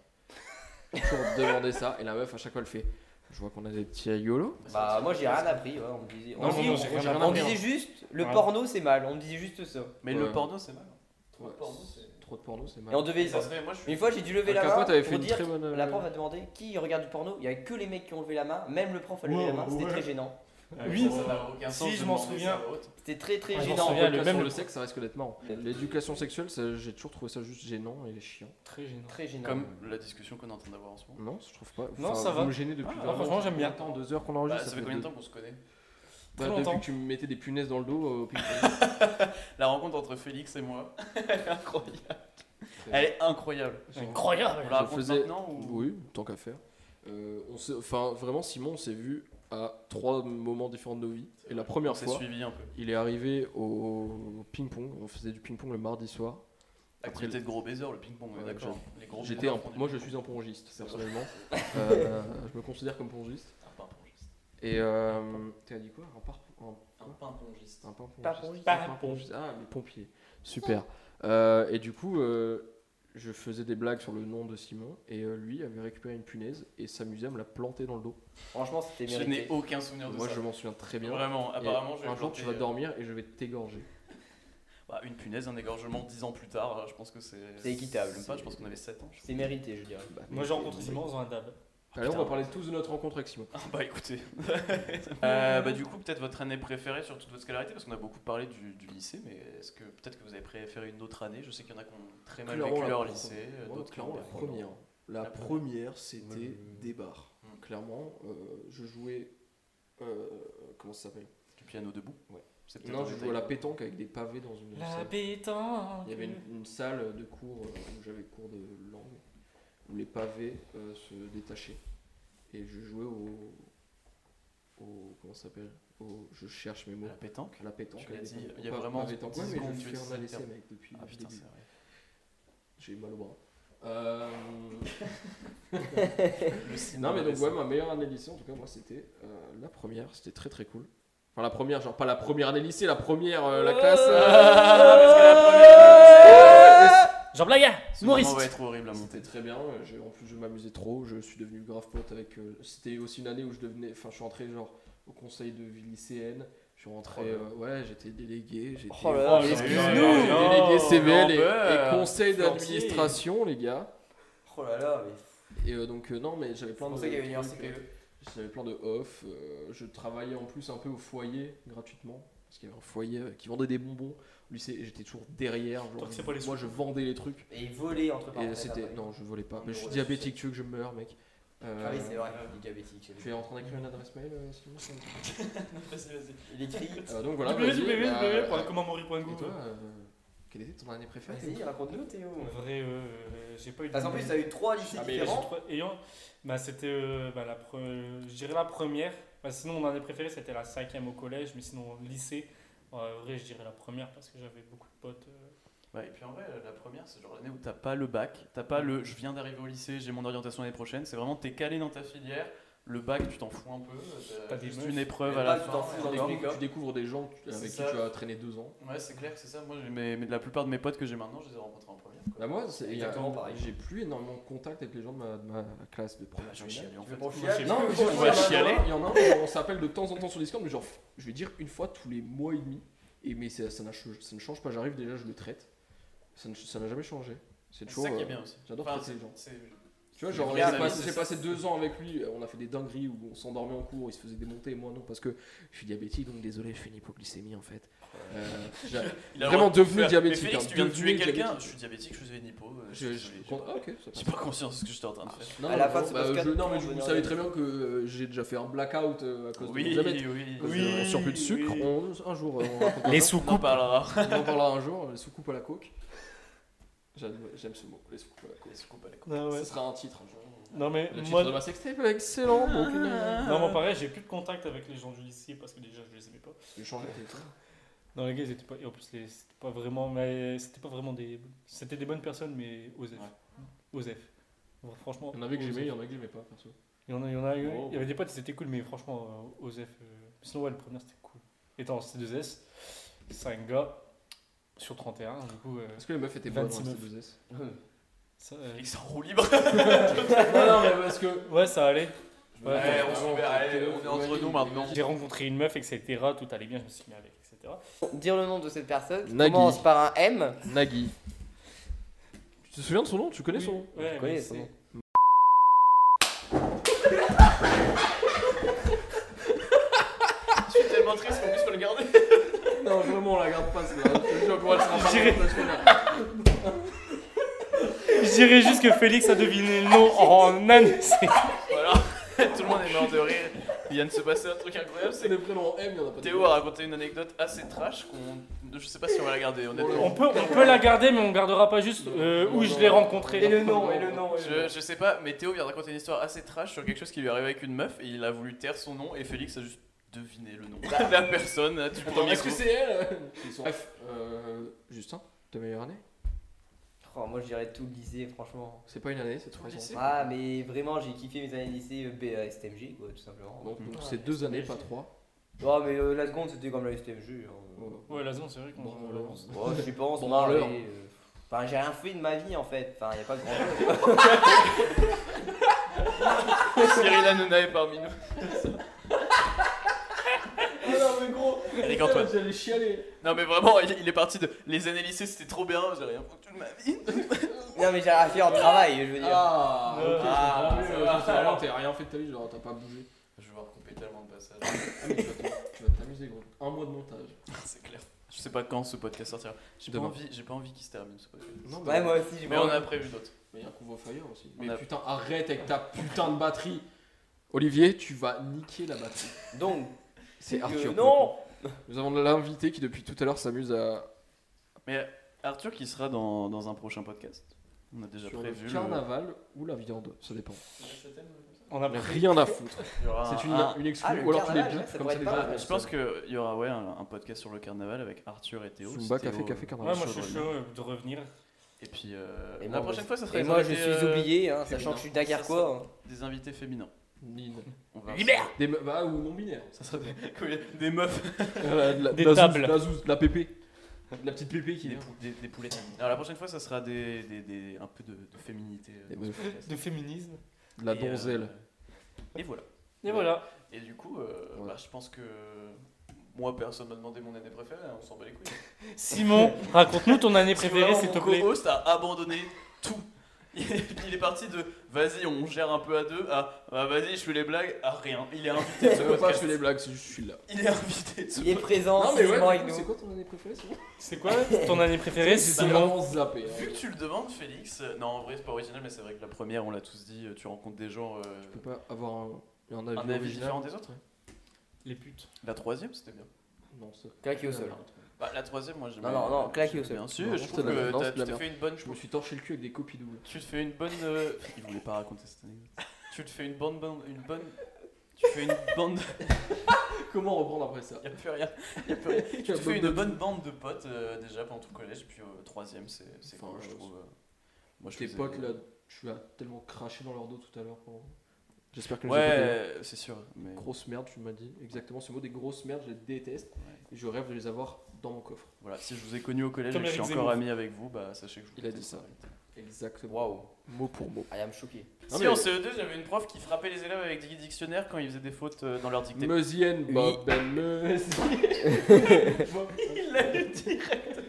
S2: Toujours demander ça. Et la meuf, à chaque fois, elle fait Je vois qu'on a des petits rigolos.
S4: Bah moi j'ai rien appris. ouais, On me disait, on
S3: Non,
S4: me
S3: non,
S4: disait-
S3: non, j'ai rien
S4: on me
S3: appris,
S4: disait
S3: hein.
S4: juste le
S3: Ouais.
S4: porno c'est mal. On me disait juste ça.
S1: Mais
S2: Ouais.
S1: le porno, c'est mal. Trop de
S2: Ouais,
S1: porno, c'est-
S2: Trop de porno, c'est mal.
S4: Et on devait.
S1: Ça serait- moi, je suis-
S4: Une fois j'ai dû lever
S2: Donc,
S4: la
S2: un
S4: main
S2: pote avait fait
S4: pour
S2: une
S4: dire.
S2: très bonne. euh,
S4: La prof a demandé qui regarde du porno. Il y a que les mecs qui ont levé la main. Même le prof a levé
S3: Wow,
S4: la main. C'était
S3: ouais.
S4: très gênant.
S3: Oui.
S1: Ah, Ça, ça n'a aucun
S3: Si,
S1: sens de
S3: je m'en
S1: demander
S3: souviens.
S1: ça à haute.
S4: C'était très très
S3: Ouais, je m'en
S4: gênant.
S3: souviens,
S2: le,
S3: le-
S2: même
S3: même
S2: sur le
S3: le-
S2: sexe, ça risque d'être marrant. L'éducation sexuelle, ça, j'ai toujours trouvé ça juste gênant et chiant.
S3: Très gênant.
S4: Très gênant.
S1: Comme la discussion qu'on est en train d'avoir en ce moment.
S2: Non, je trouve pas.
S3: Non, ça va.
S2: Vous me gênez depuis.
S3: Ah,
S2: vraiment,
S3: franchement, j'aime bien.
S2: Attends, deux heures qu'on
S1: Bah,
S2: enregistre.
S1: ça, fait combien de
S2: deux-
S1: temps qu'on se connaît
S2: bah,
S3: Très
S2: Depuis
S3: longtemps.
S2: que tu me mettais des punaises dans le dos. euh, au pic-
S1: La rencontre entre Félix et moi, elle est incroyable. Elle est incroyable.
S3: Incroyable.
S1: On la raconte
S2: faisait-
S1: maintenant ou...
S2: oui, tant qu'à faire. Euh, on s'est- enfin, vraiment, Simon, on s'est vu à trois moments différents de nos vies. Et la
S1: On
S2: première
S1: s'est
S2: fois,
S1: suivi un peu.
S2: il est arrivé au ping-pong. On faisait du ping-pong le mardi soir.
S1: Activité de gros baiser, le ping-pong, on est
S2: Ouais,
S1: d'accord. Les gros
S2: J'étais
S1: baisers
S2: un-
S1: font du
S2: moi, je suis
S1: ping-pong.
S2: un pongiste
S1: C'est vrai.
S2: personnellement. Euh, je me considère comme pongiste.
S1: Un pimpongiste.
S2: Et euh, t'as dit quoi Un par- un-
S1: Un pimpongiste.
S2: Un pimpon.
S4: Pas
S2: juste-
S4: pongiste.
S2: un
S3: Pas
S2: pimpon,
S3: pon-
S2: juste- Ah, les pompiers. Super. Euh, et du coup, euh, je faisais des blagues sur le nom de Simon et euh, lui avait récupéré une punaise et s'amusait à me la planter dans le dos.
S4: Franchement c'était
S1: Je n'ai
S4: mérité.
S1: aucun souvenir de
S2: Moi,
S1: ça.
S2: je m'en souviens très bien.
S1: Vraiment,
S2: Et
S1: apparemment, je vais
S2: un jour, tu vas
S1: planter, euh,
S2: dormir et je vais t'égorger.
S1: bah, une punaise, un égorgement 10 ans plus tard, euh, je pense que c'est.
S4: C'est équitable.
S1: Même pas, je pense qu'on avait 7 ans. je sais
S4: C'est mérité je dirais.
S2: Bah,
S3: Moi,
S2: mais-
S3: j'ai rencontré
S2: mais-
S3: Simon dans un dab.
S2: Allez, on va
S1: Putain.
S2: parler tous de notre rencontre avec Simon.
S1: Ah bah écoutez. Euh, bah du coup, peut-être votre année préférée sur toute votre scolarité, parce qu'on a beaucoup parlé du, du lycée, mais est-ce que peut-être que vous avez préféré une autre année Je sais qu'il y en a qui ont très mal
S2: Clairement,
S1: vécu
S2: la
S1: leur
S2: première.
S1: lycée, euh,
S2: Moi,
S1: d'autres qui
S2: clairement,
S1: ont-
S2: la première. La,
S1: La première.
S2: première, c'était des bars.
S1: Mm.
S2: Clairement, euh, je jouais. euh, comment ça s'appelle
S1: Du piano debout
S2: Ouais.
S1: C'est peut-être
S2: Non,
S1: un
S2: je
S1: détail.
S2: jouais à la pétanque avec des pavés dans une salle.
S3: pétanque.
S2: Il y avait une, une salle de cours euh, où j'avais cours de langue, où les pavés euh, se détachaient. Et je jouais au. au comment ça s'appelle au, Je cherche mes
S1: À
S2: mots.
S1: la pétanque
S2: À la pétanque.
S1: Ah, Tu l'as
S2: à la
S1: dit,
S2: pétanque.
S1: il y a
S2: Pas-
S1: vraiment
S2: pas pétanque, ouais,
S1: 10
S2: mais
S1: secondes,
S2: je
S1: tu
S2: suis
S1: as dit
S2: en ALC,
S1: terme.
S2: mec, depuis
S1: Ah
S2: le
S1: putain,
S2: début.
S1: c'est vrai.
S2: J'ai eu mal au bras. Euh,
S1: Le cinéma
S2: non mais donc
S1: récent.
S2: ouais ma meilleure année de lycée en tout cas moi c'était euh, la première c'était très très cool enfin la première genre
S1: Oh
S2: pas
S3: Ah,
S2: la première année de lycée la première euh, la classe euh,
S1: Ah, parce que la première-
S3: Jean Blaga,
S1: Ce moment
S3: humoriste.
S1: va être horrible à monter.
S2: C'était très bien. euh, j'ai- En plus, je m'amusais trop. Je suis devenu grave pote avec. euh, C'était aussi une année où je devenais. Enfin, je suis rentré genre au conseil de vie lycéenne. Je suis
S4: Oh
S2: rentré. euh, ouais, j'étais délégué. J'étais.
S1: Oh là là,
S2: Oh,
S1: mais
S2: j'étais
S1: excuse-nous.
S2: délégué
S3: oh,
S2: CBL et,
S1: Lambert,
S2: et conseil
S1: Flortier.
S2: d'administration, les gars.
S4: Oh là là, mais.
S2: Et euh, donc, euh, non, mais j'avais plein
S4: C'est
S2: de.
S4: pour ça qu'il y avait un
S2: trucs,
S4: CPE.
S2: euh, J'avais plein de off. euh, je travaillais en plus un peu au foyer gratuitement. Parce qu'il y avait un foyer euh, qui vendait des bonbons. Au lycée, et j'étais toujours derrière. genre,
S3: Tant que c'est pas les
S2: moi, je vendais les trucs.
S4: Et voler entre
S2: Et
S4: parenthèses.
S2: c'était.
S4: après.
S2: Non, je volais pas.
S4: On
S2: Mais je suis
S4: aurait
S2: diabétique, tu veux que je meure, mec. Euh,
S4: Ah oui, c'est vrai, il est diabétique. j'ai vu.
S2: Tu es en train d'écrire une adresse mail, euh, Simon
S3: Vas-y, vas-y.
S4: Il écrit.
S2: Euh, Donc voilà.
S3: hein.
S2: vas-y, bah, euh, Et toi,
S3: www.commenmourir.gouv.
S2: euh, quelle était ton année préférée
S4: Vas-y, raconte-nous, Théo.
S3: En vrai, euh, j'ai pas eu de.
S4: Parce qu'en plus, t'as eu trois lycées
S2: Ah, mais
S3: J'ai
S4: différents.
S3: trois- ayant- bah, c'était euh, bah, la pre- je dirais la première. Bah, sinon, mon année préférée, c'était la cinquième au collège, mais sinon, au lycée. En vrai, je dirais la première parce que j'avais beaucoup de potes. euh,
S1: Ouais, et puis en vrai, euh, la première, c'est genre l'année où t'as pas le bac, t'as pas le je viens d'arriver au lycée, j'ai mon orientation l'année prochaine, c'est vraiment t'es calé dans ta filière, le bac tu t'en fous un peu, euh,
S3: T'as
S1: t'as
S3: des
S1: juste
S3: meufs.
S1: une épreuve
S4: Le
S1: à la
S4: bac, tu
S1: fin.
S4: t'en fous,
S1: et
S4: dans
S2: Tu
S4: les
S1: encore.
S4: clics,
S2: découvres-
S4: hein.
S2: Tu découvres des gens que-
S1: C'est
S2: avec qui
S1: ça.
S2: tu as traîné deux ans.
S1: Ouais, c'est clair, c'est ça. Moi, j'ai mes, mes- la plupart de mes potes que j'ai maintenant, je les ai rencontrés en première. quoi.
S2: Bah, moi, c'est- il y a-
S4: Exactement pareil.
S2: J'ai plus énormément de contact avec les gens de ma, de ma classe de première.
S1: Ah, je vais chialer en
S4: Tu veux
S1: fait.
S4: qu'on
S3: Moi,
S4: chiale
S3: j'ai-
S2: Non, mais
S1: On va chialer.
S2: Il y en a un, genre, on s'appelle de temps en temps sur Discord, mais genre, je vais dire une fois tous les mois et demi. Et mais ça, ça, n'a ch- ça ne change pas, j'arrive déjà, je le traite. Ça ne- ça n'a jamais changé. C'est
S1: C'est
S2: toujours.
S1: ça qui est
S2: euh,
S1: bien aussi.
S2: J'adore
S1: Enfin,
S2: traiter les gens.
S1: c'est-
S2: Tu vois, genre,
S1: Les
S2: j'ai
S1: amis,
S2: passé,
S1: c'est-
S2: j'ai passé deux ans avec lui, on a fait des dingueries où on s'endormait en cours, il se faisait démonter, et moi non, parce que je suis diabétique, donc désolé, je fais une hypoglycémie en fait. Euh, j'a-
S1: Il a
S2: Vraiment
S1: le droit de
S2: devenu
S1: faire.
S2: diabétique,
S1: Mais Félix,
S2: hein,
S1: tu viens de
S2: devenu
S1: tuer quelqu'un.
S2: diabétique.
S1: Je suis diabétique, je faisais une hypo. euh,
S2: je-
S1: je-
S2: Ah, je-
S1: je-
S2: ah, ok, ça passe.
S1: J'ai pas conscience de ce que j'étais en train de faire.
S2: Non,
S4: À la
S2: mais
S4: fin de ce
S2: bon, bah,
S4: podcast,
S2: je- non,
S4: on
S2: mais je- vous
S4: reviendra
S2: savez
S4: là-dessus.
S2: très bien que euh, j'ai déjà fait un blackout euh, à cause de mon
S1: Oui,
S2: diabète.
S1: oui, oui.
S2: À cause de mon surplus de sucre,
S3: oui.
S2: on- un jour euh, on racontera
S1: Les
S2: ça.
S1: sous-coupes. On en parlera.
S2: On en parlera un jour, les soucoupes à la coke. J'aime j'aime ce mot, les soucoupes à la coke.
S1: Les sous-coupes à la con.
S2: Ce sera un titre un jour.
S3: Ah Non, mais
S2: Le titre
S3: moi,
S2: de ma sextape, excellent. donc, euh,
S3: non, moi, pareil, j'ai plus de contact avec les gens du lycée parce que déjà, je les aimais pas.
S2: J'ai changé de téléphone.
S3: Non, les gars, ils étaient pas. Et en plus, les- c'était pas vraiment. mais C'était pas vraiment des. C'était des bonnes personnes, mais Osef. Osef. Bon, Franchement.
S2: Il y en avait que
S3: Osef.
S2: j'aimais, il y en a que j'aimais pas, perso.
S3: Il y en a, il y en a eu.
S2: Oh.
S3: Il y avait des potes, c'était cool, mais franchement, euh, Osef. euh, Sinon, ouais, le premier, c'était cool. Étant en C2S, c'est un gars sur 31, du coup. euh,
S2: Est-ce que les meufs étaient bonnes en
S3: 26 meufs.
S2: ST2S
S3: ça, euh,
S1: Félix en roue libre.
S2: Non, non, mais parce que.
S3: Ouais, ça allait. Ouais,
S1: Ouais,
S3: attends.
S1: on se libère, allez, on est entre nous maintenant.
S3: J'ai rencontré une meuf, etc. Tout allait bien, je me suis mis avec, etc.
S6: Dire le nom de cette personne qui
S2: Nagui.
S6: commence par un M.
S2: Nagui. Tu te souviens de son nom Tu connais son nom
S3: Ouais,
S6: connais
S3: mais
S6: son nom.
S3: c'est.
S1: Je suis tellement triste qu'on puisse pas le garder.
S2: Non, vraiment, on la garde pas, celle-là. Je jure qu'on la sera pas
S3: J'irai-
S2: dans la semaine.
S3: Je dirais juste que Félix a deviné le nom en année.
S1: Voilà, tout le monde est mort de rire. Il vient de se passer un truc incroyable,
S2: C'est
S1: c'est que
S2: des prénoms M, il y en a pas de
S1: Théo a raconté une anecdote assez trash qu'on. Je sais pas si on va la garder,
S3: On
S2: Oh,
S1: honnêtement.
S3: peut, on peut la garder, mais on gardera pas juste euh, où je l'ai rencontré.
S6: Et le nom, et le nom. et le nom.
S1: Je, je sais pas, mais Théo vient de raconter une histoire assez trash sur quelque chose qui lui est arrivé avec une meuf et il a voulu taire son nom et Félix a juste deviné le nom de la personne hein, du
S2: Attends,
S1: premier
S2: est-ce
S1: coup.
S2: que c'est elle Bref, euh, Justin, ta meilleure année
S6: Oh, moi je dirais tout le lycée, franchement.
S2: C'est pas une année, c'est trois ans.
S1: lycée
S6: Ah, mais vraiment, j'ai kiffé mes années de lycée euh, B- euh, STMG, quoi, tout simplement.
S2: Donc, donc
S3: Ouais,
S2: c'est deux années, pas trois.
S6: Oh, mais euh, la seconde c'était comme la STMG. hein.
S3: Ouais, la zone, c'est vrai qu'on
S2: Bon,
S3: on l'avance.
S6: Oh, je pense,
S2: Bon,
S6: non, mais,
S2: alors.
S6: euh, Enfin, j'ai rien fait de ma vie en fait. Enfin, y a pas grand chose.
S1: Cyril Hanouna est parmi nous.
S2: non, mais gros
S1: Eric Antoine.
S2: Oh, J'allais chialer
S1: Non mais vraiment, il, il est parti de. Les années lycée c'était trop bien, j'ai rien foutu de ma vie.
S6: non, mais j'ai rien fait en travail, je veux dire.
S2: Ah,
S3: Euh,
S2: ok,
S1: ah,
S2: je comprends
S1: ça
S2: mieux,
S1: va.
S2: Justin, vraiment, t'as rien fait de ta vie, genre t'as pas bougé.
S1: Je vais voir couper tellement de passages.
S2: Ah, mais tu vas te- tu vas t'amuser, gros. Un mois de montage.
S1: C'est clair. Je sais pas quand ce podcast sortira. J'ai pas
S2: Demain.
S1: envie, j'ai pas envie qu'il se termine ce podcast.
S2: Non,
S6: Ouais, moi aussi, j'ai
S1: Mais
S6: pas-
S1: on a prévu d'autres.
S2: Mais il y a un couvre aussi.
S1: On
S2: Mais
S1: a-
S2: putain, arrête avec ta putain de batterie. Olivier, tu vas niquer la batterie.
S6: Donc,
S2: C'est
S6: Euh,
S2: Arthur.
S6: non.
S2: Nous avons l'invité qui depuis tout à l'heure s'amuse à
S1: Mais Arthur qui sera dans, dans un prochain podcast. On a déjà
S2: sur le
S1: prévu. le-
S2: carnaval ou la viande, ça dépend.
S3: On a
S2: On a
S3: pris.
S2: rien à foutre.
S1: Il y aura
S2: C'est
S1: un-
S2: une,
S1: un-
S2: une exclue.
S6: Ah, le
S2: ou alors tu les
S6: carnaval,
S2: bipes
S6: ouais, ça
S2: comme
S6: pourrait
S2: ça les
S6: être pas
S2: gens-
S6: mal.
S1: Je pense qu'il y aura ouais, un, un podcast sur le carnaval avec Arthur et Théo.
S2: Zumba,
S1: si Théo,
S2: café, café,
S1: euh,
S2: carnaval.
S3: Ouais, moi je
S1: chaud
S3: suis
S1: de
S3: chaud euh, de revenir.
S1: Et puis euh,
S6: Et
S1: la
S6: moi,
S1: prochaine
S6: je-
S1: fois, ça serait
S6: et
S1: des
S6: moi je
S1: invités,
S6: suis
S1: euh,
S6: oublié, hein,
S1: féminins.
S6: sachant que je suis
S1: Ça, ça-
S6: Dakarquois. hein.
S1: Des invités féminins.
S2: Nine.
S1: On va
S2: Des me- bah, ou non binaires.
S1: Ça serait des, des meufs.
S2: Euh, de la-
S3: Des
S2: de la
S3: tables.
S2: zouze, de La zouze, de la pépé. La petite pépé qui
S1: Des,
S2: est
S1: pou- des- des poulets. Alors la prochaine fois, ça sera des, des- des- un peu de, de féminité. euh,
S2: Et
S1: dans ce podcast.
S3: de féminisme.
S2: La
S1: Et, euh,
S2: donzelle.
S1: et voilà.
S3: Et voilà.
S1: Et du coup, euh,
S2: Ouais.
S1: bah, je pense que moi, personne m'a demandé mon année préférée, hein, on s'en bat les couilles.
S3: Simon, raconte-nous ton année préférée,
S1: Vraiment,
S3: s'il te
S1: mon
S3: plaît.
S1: co-host a abandonné tout. Il est parti de vas-y, on gère un peu à deux, à bah, vas-y, je fais les blagues, à rien. Il est invité de ce
S2: Je veux pas, je
S1: podcast.
S2: fais les blagues, c'est juste, je suis là.
S1: Il est invité de ce
S6: Il est présent,
S2: Non, mais
S6: physiquement
S2: ouais,
S6: avec
S2: c'est
S6: nous.
S2: quoi ton année préférée Simon
S3: C'est quoi ton année préférée,
S2: C'est
S3: Simon
S2: vraiment zappé. hein.
S1: Vu que tu le demandes, Félix, euh, non, en vrai, c'est pas original, mais c'est vrai que la première, on l'a tous dit, euh, tu rencontres des gens. euh,
S2: Je peux pas avoir un, un avis,
S1: un avis
S2: original.
S1: différent des autres
S3: Les putes.
S1: La troisième, c'était bien.
S2: Non, ça-
S6: Claqué au sol.
S1: Bah, la troisième, moi, j'aime
S4: Non, non, non, claqué au sol.
S1: Bien sûr,
S2: Non,
S1: je
S2: c'était
S1: trouve
S2: la
S1: que
S2: merde, non,
S1: t'as-
S2: c'était
S1: tu
S2: la
S1: t'es
S2: merde.
S1: fait une bonne.
S2: Je me suis torché le cul avec des copies doubles.
S1: Tu te fais une bonne. euh, Il voulait pas raconter cette anecdote. Tu te fais une bonne. bonne- Une bonne. Tu fais une bande.
S2: Comment reprendre après ça
S1: Y a plus rien. Y a plus rien. Tu te fais une bonne bande de potes euh, déjà pendant tout le collège, puis euh, troisième, c'est c'est
S2: Enfin,
S1: cool, je
S2: euh,
S1: trouve. euh. Moi, je
S2: Tes
S1: faisais-
S2: potes là, tu as tellement craché dans leur dos tout à l'heure. pour- J'espère que les écoutez.
S1: Ouais, c'est sûr. Mais...
S2: Grosse merde, tu m'as dit. Exactement, ce mot des grosses merdes, je les déteste.
S1: Ouais.
S2: Et je rêve de les avoir dans mon coffre.
S1: Voilà, si je vous ai connu au collège et
S3: Comme
S1: que je suis
S3: Eric
S1: encore
S3: Zemmour.
S1: ami avec vous, bah sachez que je vous
S2: Il a
S1: déteste,
S2: dit ça.
S1: en réalité.
S2: Exactement.
S6: Waouh,
S2: Mot pour mot.
S6: I am choqué.
S2: Non,
S1: Si
S2: mais-
S1: en CE2, j'avais une prof qui frappait les élèves avec des dictionnaires quand ils faisaient des fautes euh, dans leur dictée.
S2: Meusienne,
S4: Oui.
S2: Bob Ben Meusienne.
S1: Il l'a eu direct.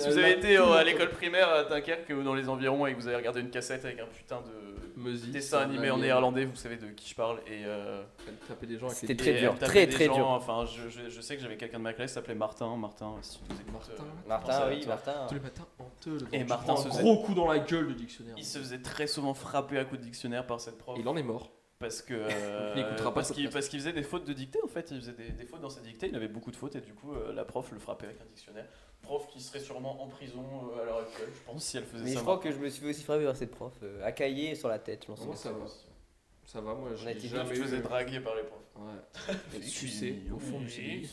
S1: Si vous avez été euh, à l'école primaire à Dunkerque ou dans les environs et que vous avez regardé une cassette avec un putain de
S2: Meusie,
S1: dessin
S2: c'est un
S1: animé en
S2: alien.
S1: néerlandais, vous savez de qui je parle et euh,
S2: Elle tapait des gens avec
S4: C'était
S2: les
S4: très
S1: et
S4: dur,
S1: elle tapait
S4: très,
S1: des
S4: très
S1: gens.
S4: dur.
S1: Enfin, je, je- je sais que j'avais quelqu'un de ma classe qui s'appelait Martin. Martin, si tu nous écoutes,
S2: Martin.
S1: euh, pensez à
S6: Martin, oui,
S1: toi.
S6: Martin.
S2: Tous les matins, en te levant,
S1: Et
S2: tu
S1: Martin
S2: prends
S1: se
S2: un
S1: faisait-
S2: Oh, gros coup dans la gueule, le dictionnaire.
S1: Il se faisait très souvent frapper à coups de dictionnaire par cette prof
S2: Il en est mort.
S1: parce que euh,
S2: Il n'écoutera pas
S1: parce
S2: ce
S1: qu'il
S2: podcast.
S1: parce qu'il faisait des fautes de dictée en fait. Il faisait des, des fautes dans ses dictées. Il avait beaucoup de fautes et du coup euh, la prof le frappait avec un dictionnaire. Prof qui serait sûrement en prison euh, à l'heure actuelle, je pense, si elle faisait
S4: Mais
S1: ça.
S4: je crois que je me suis fait aussi frapper par cette prof, euh, à cahier et sur la tête, je m'en
S1: Oh.
S2: Moi,
S4: souviens.
S2: ça va. Ça va, moi,
S4: a
S2: j'ai
S4: été
S1: Je me
S2: jamais eu... euh,
S1: faisais draguer par les profs.
S2: Ouais. Et sucer au fond du
S1: Oui.
S2: slip.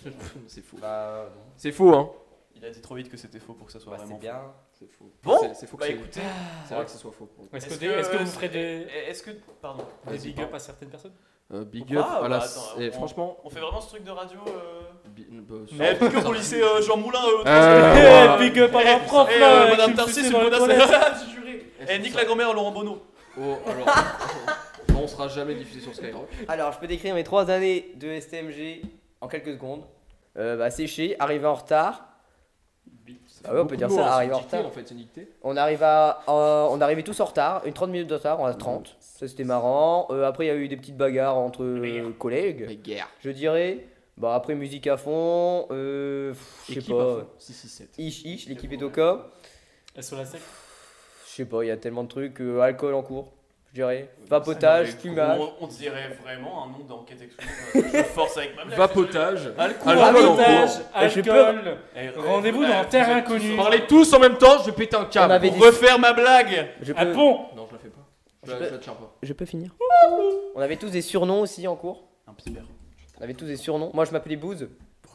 S2: C'est faux.
S4: euh,
S6: Bah, non.
S2: C'est faux, hein
S1: Il a dit trop vite que c'était faux pour que ça soit
S6: Bah, c'est
S1: vraiment faux.
S6: bien.
S2: C'est faux.
S1: Bon,
S2: C'est- C'est faux que
S1: Bah
S2: c'est-
S1: écoutez,
S2: c'est vrai que ce soit faux. pour le coup.
S3: Est-ce que,
S1: Est-ce
S3: des-
S1: que,
S3: est-ce que
S1: euh,
S3: vous ferez des,
S1: est-ce que pardon,
S3: des
S2: Vas-y,
S3: big
S2: pardon.
S3: up à certaines personnes
S2: Euh, big
S1: Pourquoi
S2: up à la...
S1: Bah, attends,
S2: eh,
S1: on-
S2: Franchement...
S1: on fait vraiment ce truc de radio euh,
S2: bi- bah,
S3: Eh,
S1: Eh,
S2: ça-
S1: big up au lycée euh, Jean Moulin. Euh,
S2: Ah,
S3: Eh, Big up à la prof
S1: eh,
S3: là
S1: euh,
S3: qui
S1: Madame
S3: me
S1: Tarsi,
S3: suçait
S1: c'est
S3: dans
S1: le
S3: les
S1: bonheur.
S3: toilettes.
S1: j'ai juré.
S2: Eh,
S1: Eh,
S2: c'est
S1: nique
S2: ça.
S1: la grand-mère Laurent Bonneau.
S2: Oh, alors... Non, on sera jamais diffusé sur Skyrock.
S1: Ah
S4: Alors, je peux décrire mes trois années de STMG en quelques secondes. Euh, bah, séché, arrivé en retard. Ah ouais, on peut dire ça, arrive en retard.
S2: En fait, hein, c'est une dictée.
S4: On arrive à, euh, on arrivait tous en retard, une 30 minutes de retard, on a 30. Ça c'était marrant. Euh, après, il y a eu des petites bagarres entre euh, collègues.
S2: guerre.
S4: Je dirais. Bah après, musique à fond. Euh, pff, je sais pas.
S2: 6-6-7.
S4: Ish, ish, l'équipe est au cas.
S3: Elles sont la sec.
S4: Je sais pas, il y a tellement de trucs. euh, alcool en cours, je dirais. Vapotage,
S1: Mais
S4: fumage.
S1: On, on dirait vraiment un nom d'enquête exclusive. euh, Je force avec ma blague.
S2: Vapotage.
S1: Alcool.
S2: Alcool.
S1: Alcool.
S3: Vapotage,
S4: Eh, j'ai
S3: alcool.
S1: Eh,
S3: Rendez-vous
S1: eh,
S3: dans
S1: vous
S3: Terre
S1: êtes
S3: Inconnue.
S1: tous-
S2: Parlez tous en même temps, je pète un câble.
S4: On avait
S1: Pour refaire ma blague.
S4: Je
S3: Ah
S4: peux,
S3: bon
S2: Non, je la fais pas. Je
S4: Je
S2: la,
S4: peux-
S2: je la tiens pas.
S4: je peux finir. On avait tous des surnoms aussi en cours.
S1: Un piper.
S4: On avait tous des surnoms. Moi, je m'appelais Booze.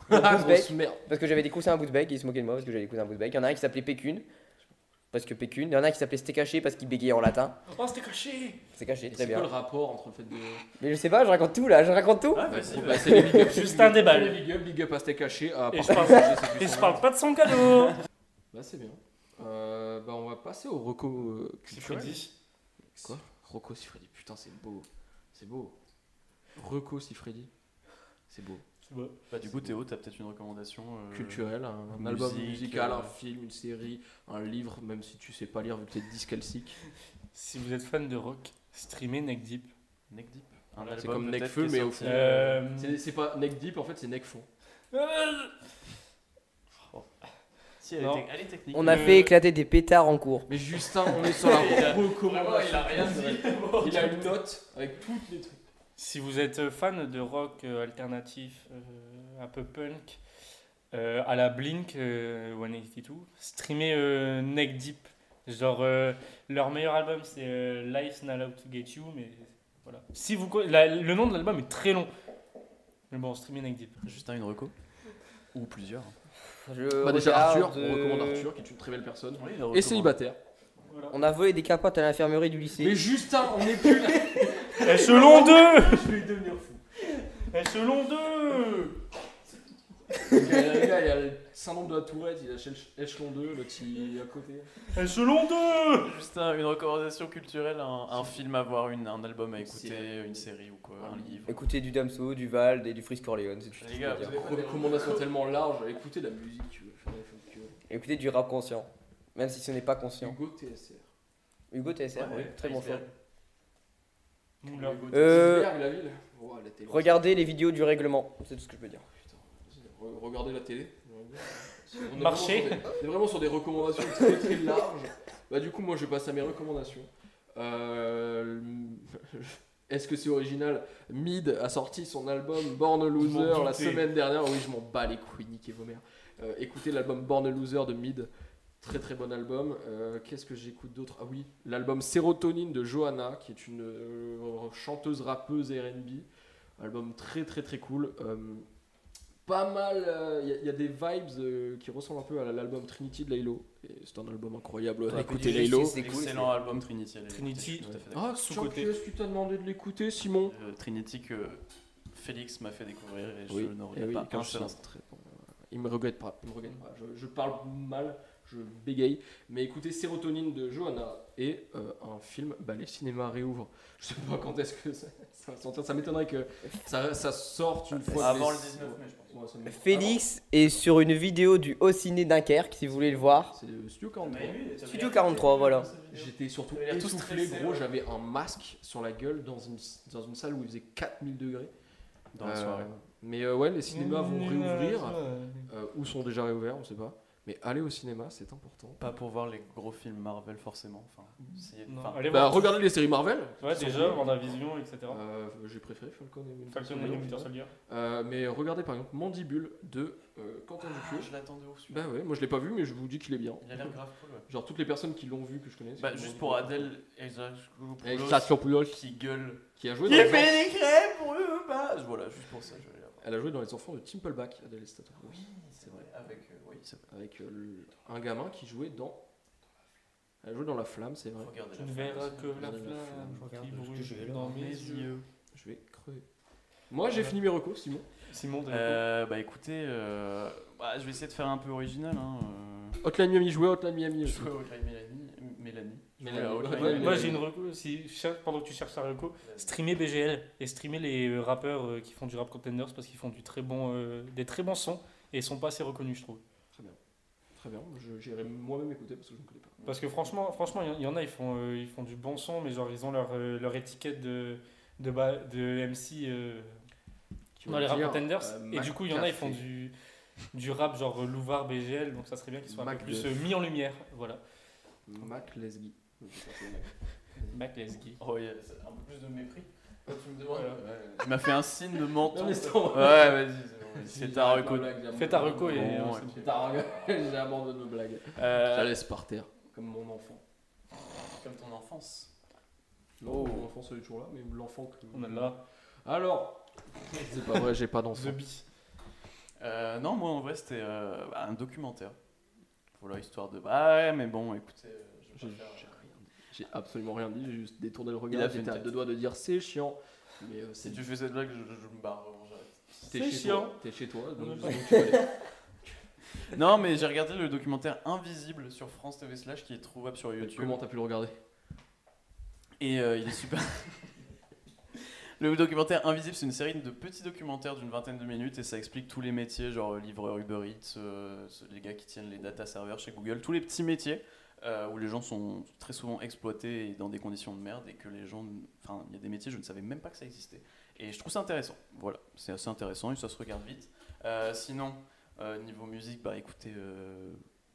S2: Grosse
S4: Bouzbek.
S2: merde.
S4: Parce que j'avais des coussins à Bouzbek, et ils se moquaient de moi parce que j'avais des coussins à Bouzbek. Il y en a un qui s'appelait Pécune, parce que Pécune. Il y en a un qui s'appelait C'était caché parce qu'il bégayait en latin.
S3: Oh, c'était coché
S4: C'est caché,
S2: Et
S4: très
S2: C'est quoi le
S4: bien.
S2: rapport entre le fait de.
S4: Mais je sais pas, je raconte tout là, je raconte tout.
S1: Ah, vas-y,
S2: Bon, bah,
S1: vas-y.
S2: c'est les big ups.
S3: Juste un débat.
S2: C'est Les big up, big up à Steak Haché. à
S3: Et je
S2: partager, c'est plus
S3: Et je
S2: son
S3: parle
S2: nom.
S3: pas de son cadeau
S2: Bah, c'est bien. Euh, bah, on va passer au Rocco euh, culturel.
S3: Sifredi.
S2: Quoi Rocco Sifredi. Putain, c'est beau. C'est beau. Rocco Sifredi. C'est beau.
S1: Bah, du coup, Théo, t'as peut-être une recommandation euh,
S2: Culturel, un
S1: musique,
S2: album musical,
S1: euh,
S2: un film, une série, un livre, même si tu sais pas lire vu que t'es dyscalcique.
S3: Si vous êtes fan de rock, streamez Neck Deep.
S1: Neck Deep. Un
S2: Voilà, c'est
S1: album
S2: comme
S1: peut-être qui
S2: Necfeu,
S1: est
S2: mais au
S1: sorti,
S2: fond.
S1: euh,
S3: Euh,
S2: C'est c'est pas neck deep, en fait, c'est neck fond.
S3: euh,
S1: Si, elle est
S3: Non.
S1: tec- elle est technique.
S4: On a
S3: Euh,
S4: fait éclater des pétards en cours.
S2: Mais Justin, on est sur la
S1: Il a- Vraiment, Ah il
S2: recommandation.
S1: a rien dit.
S2: Il a une note avec toutes les trucs.
S3: Si vous êtes fan de rock euh, alternatif, euh, un peu punk, euh, à la Blink euh, 182, streamez euh, Neck Deep. Genre, euh, leur meilleur album, c'est euh, Life's Not Allowed to Get You, mais voilà. Si vous, co- la- le nom de l'album est très long. Mais bon, streamez Neck Deep.
S1: Justin, une reco Ou plusieurs.
S4: Je
S2: Bah déjà
S4: regarde,
S2: Arthur, on
S4: euh,
S2: recommande Arthur qui est une très belle personne.
S1: Oui,
S2: Et célibataire.
S3: Voilà.
S4: On a volé des capotes à l'infirmerie du
S2: Mais
S4: lycée.
S2: Justin, on est plus là.
S3: Échelon 2
S2: Je vais devenir fou.
S3: Échelon 2
S2: Le gars, il y a le Syndrome de la Tourette, il achète échelon 2, l'autre il est à côté.
S3: Échelon 2
S1: Juste un- une recommandation culturelle, un, un film à voir, une- un album à
S6: Une
S1: écouter,
S6: série.
S1: une série ou quoi, un livre.
S4: Écoutez du Damso, du Vald et du Frisk Corleone, c'est tout. ce que
S1: Les
S4: je
S1: gars,
S4: peux dire.
S1: Ah, vous avez-
S2: Des recommandations tellement larges, écoutez de la musique, tu veux, faire des choses que tu veux.
S4: Écoutez du rap conscient, même si ce n'est pas conscient.
S2: Hugo TSR.
S4: Hugo TSR,
S1: Ouais,
S4: oui,
S1: ouais,
S4: très bon choix.
S1: Iceberg.
S3: Moula.
S2: Hugo
S4: Euh,
S2: TSR, la ville. Ouah, la télé.
S4: Regardez les vidéos du règlement, c'est tout ce que je peux dire.
S2: Putain, re- regardez la télé. On est
S3: Marché.
S2: vraiment sur des- On est vraiment sur des recommandations très très larges. Bah du coup moi je passe à mes recommandations. Euh, Est-ce que c'est original Mid a sorti son album Born Loser
S3: m'en
S2: la
S3: doutais.
S2: semaine dernière. Oui je m'en bats les couilles, niquez vos mères. Euh, écoutez l'album Born Loser de Mid. Très très bon album. Euh, Qu'est-ce que j'écoute d'autre Ah oui, l'album Sérotonine de Johanna, qui est une euh, chanteuse rappeuse RB. Album très très très cool. Euh, pas mal, il y, a des vibes euh, qui ressemblent un peu à l'album Trinity de Laylo. Et C'est un album incroyable.
S1: Ouais,
S2: écoutez
S1: écoutez,
S2: Laylo.
S4: C'est cool,
S1: Excellent album Trinity. allez l'écouter,
S3: Trinity.
S1: je suis tout à fait d'accord.
S2: Ah,
S3: Sous-côté.
S2: sous-côté. Qu'est-ce que tu t'as demandé de l'écouter, Simon
S1: Euh, Trinity que Félix m'a fait découvrir et je
S2: Oui,
S1: ne
S2: Eh
S1: regrette
S2: oui,
S1: pas
S2: comme
S1: un
S2: je
S1: seul
S2: suis
S1: instant.
S2: très bon, euh, Il me regrette pas. il me regrette pas. Je, je parle mal, je bégaye. Mais écoutez Sérotonine de Johanna et euh, un film, bah, les cinémas réouvrent. Je sais pas quand est-ce que ça, ça va sortir. Ça m'étonnerait que ça, ça sorte une fois.
S1: Avant
S2: les-
S1: le 19 mai, je pense.
S2: Ouais, ça me-
S4: Félix est sur une vidéo du Haut Ciné Dunkerque, si vous voulez le voir.
S2: C'est le Studio 43.
S4: Studio 43, voilà.
S2: J'étais surtout
S1: T'avais l'air tout
S2: essoufflé,
S1: stressé,
S2: gros.
S1: ouais.
S2: J'avais un masque sur la gueule dans une, dans une salle où il faisait 4000 degrés.
S1: Dans la
S2: Euh,
S1: soirée.
S2: Mais euh, ouais, les cinémas vont réouvrir. Euh, ou sont déjà réouverts, on sait pas. Mais allez au cinéma, c'est important.
S1: Pas pour voir les gros films Marvel forcément. Enfin, si-
S3: Non,
S1: enfin,
S3: allez
S2: Bah,
S3: voir.
S2: regardez les séries Marvel.
S3: Ouais,
S2: Sans
S3: déjà,
S2: doute.
S3: Vendavision, etc.
S2: Euh, J'ai préféré Falcon et Winter
S3: Falcon and
S2: Soldier,
S3: the Winter
S2: au final.
S3: Soldier.
S2: Euh, mais regardez par exemple Mandibule de euh, Quentin Dupieux.
S1: ah, je l'attends de ouf. celui-là.
S2: Bah ouais, moi je l'ai pas vu, mais je vous dis qu'il est bien.
S1: Il a l'air grave cool. ouais.
S2: Genre toutes les personnes qui l'ont vu que je connais.
S1: Bah,
S2: Bah. c'est
S1: juste
S2: Mandibule.
S1: pour Adèle et
S2: Et
S1: Zach
S2: Xavier Poulos,
S1: qui gueule.
S2: qui a joué
S1: Il a
S2: dans les
S1: fait des crèmes pour eux, bah Voilà, juste pour ça, je vais aller la voir.
S2: Elle a joué dans Les Enfants de Timpleback, Adèle Estator.
S1: Oui, c'est vrai. Avec. euh, oui, c'est vrai.
S2: Avec euh, le- un gamin qui jouait dans. Elle jouait dans La Flamme, c'est vrai.
S1: Regardez
S3: Je
S1: la
S3: ne verrai
S1: phrase.
S3: que la flamme, je vois qu'il brûle dans mes yeux.
S2: Je vais crever. Moi j'ai fini mes recos, Simon.
S3: Simon, t'as
S1: Euh, bah écoutez, euh, bah, je vais essayer de faire un peu original. Hein, euh.
S2: Hotline Miami, jouer à Hotline Miami. aussi.
S1: Je vois Outline Mélanie. Mélanie. Je vois
S2: Mélanie,
S1: Outline
S2: ouais,
S3: Ouais,
S1: Mélanie.
S3: moi j'ai une reco, si, cher- pendant que tu cherches ta reco, streamer BGL et streamer les euh, rappeurs euh, qui font du rap contenders parce qu'ils font du très bon, euh, des très bons sons et ils sont pas assez reconnus je trouve.
S2: Très bien, je- j'irai moi-même écouter parce que je ne connais pas.
S3: Parce que franchement, franchement, il y en- il y, en a, ils font, euh, ils font du bon son, mais genre ils ont leur, euh, leur étiquette de, de, ba- de MC euh, dans les rap contenders.
S2: euh,
S3: et du coup, il y en a, ils font du, du rap genre euh, Louvard, BGL, donc ça serait bien qu'ils soient un peu
S2: Mac
S3: plus
S2: de-
S3: euh, mis en lumière. Voilà.
S2: Mac Lesguy.
S3: Mac Lesguy.
S1: Oh, il y a un peu plus de mépris. Quand tu me demandes.
S3: Voilà.
S1: Il m'a fait un signe de menton.
S2: Non, mais
S1: ouais,
S2: c'est-
S1: vas-y, c'est bon, c'est ta reco.
S3: Fais ta reco et.
S1: Bon,
S3: on
S1: ouais.
S3: s'en-
S2: J'ai abandonné nos blagues. Je la
S1: Euh,
S2: laisse par terre, comme mon enfant.
S1: Comme ton enfance.
S2: Non,
S3: Oh.
S2: mon enfant, c'est toujours là, mais l'enfant que.
S3: On a là.
S2: Alors C'est pas vrai, j'ai pas
S3: The
S2: d'enfant.
S3: Bee.
S1: Euh, non, moi en vrai, c'était euh, bah, un documentaire. Voilà, histoire de. Bah ouais, mais bon, écoutez. euh, je
S2: J'ai
S1: vais
S2: j'ai
S1: pas
S2: rien
S1: faire-
S2: dit. J'ai absolument rien dit, j'ai juste détourné le
S1: Il a
S2: regard.
S1: fait une
S2: J'étais à
S1: tête.
S2: deux doigts de dire c'est chiant. Mais euh, c'est
S1: Si tu fais cette blague, je, je me barre. vraiment, j'arrête.
S2: t'es
S3: c'est
S2: chez
S3: chiant.
S2: toi, T'es chez toi, donc
S3: Ouais.
S2: donc tu vas aller.
S1: Non, mais j'ai regardé le documentaire Invisible sur France TV Slash qui est trouvable sur YouTube.
S2: Comment t'as pu le regarder
S1: Et euh, il est super. Le documentaire Invisible, c'est une série de petits documentaires d'une vingtaine de minutes et ça explique tous les métiers, genre euh, livreur Uber Eats, euh, ce- les gars qui tiennent les data serveurs chez Google, tous les petits métiers euh, où les gens sont très souvent exploités et dans des conditions de merde et que les gens. Enfin, il y a des métiers, je ne savais même pas que ça existait. Et je trouve ça intéressant. Voilà, c'est assez intéressant et ça se regarde vite. Euh, sinon, euh, niveau musique, bah écoutez. euh,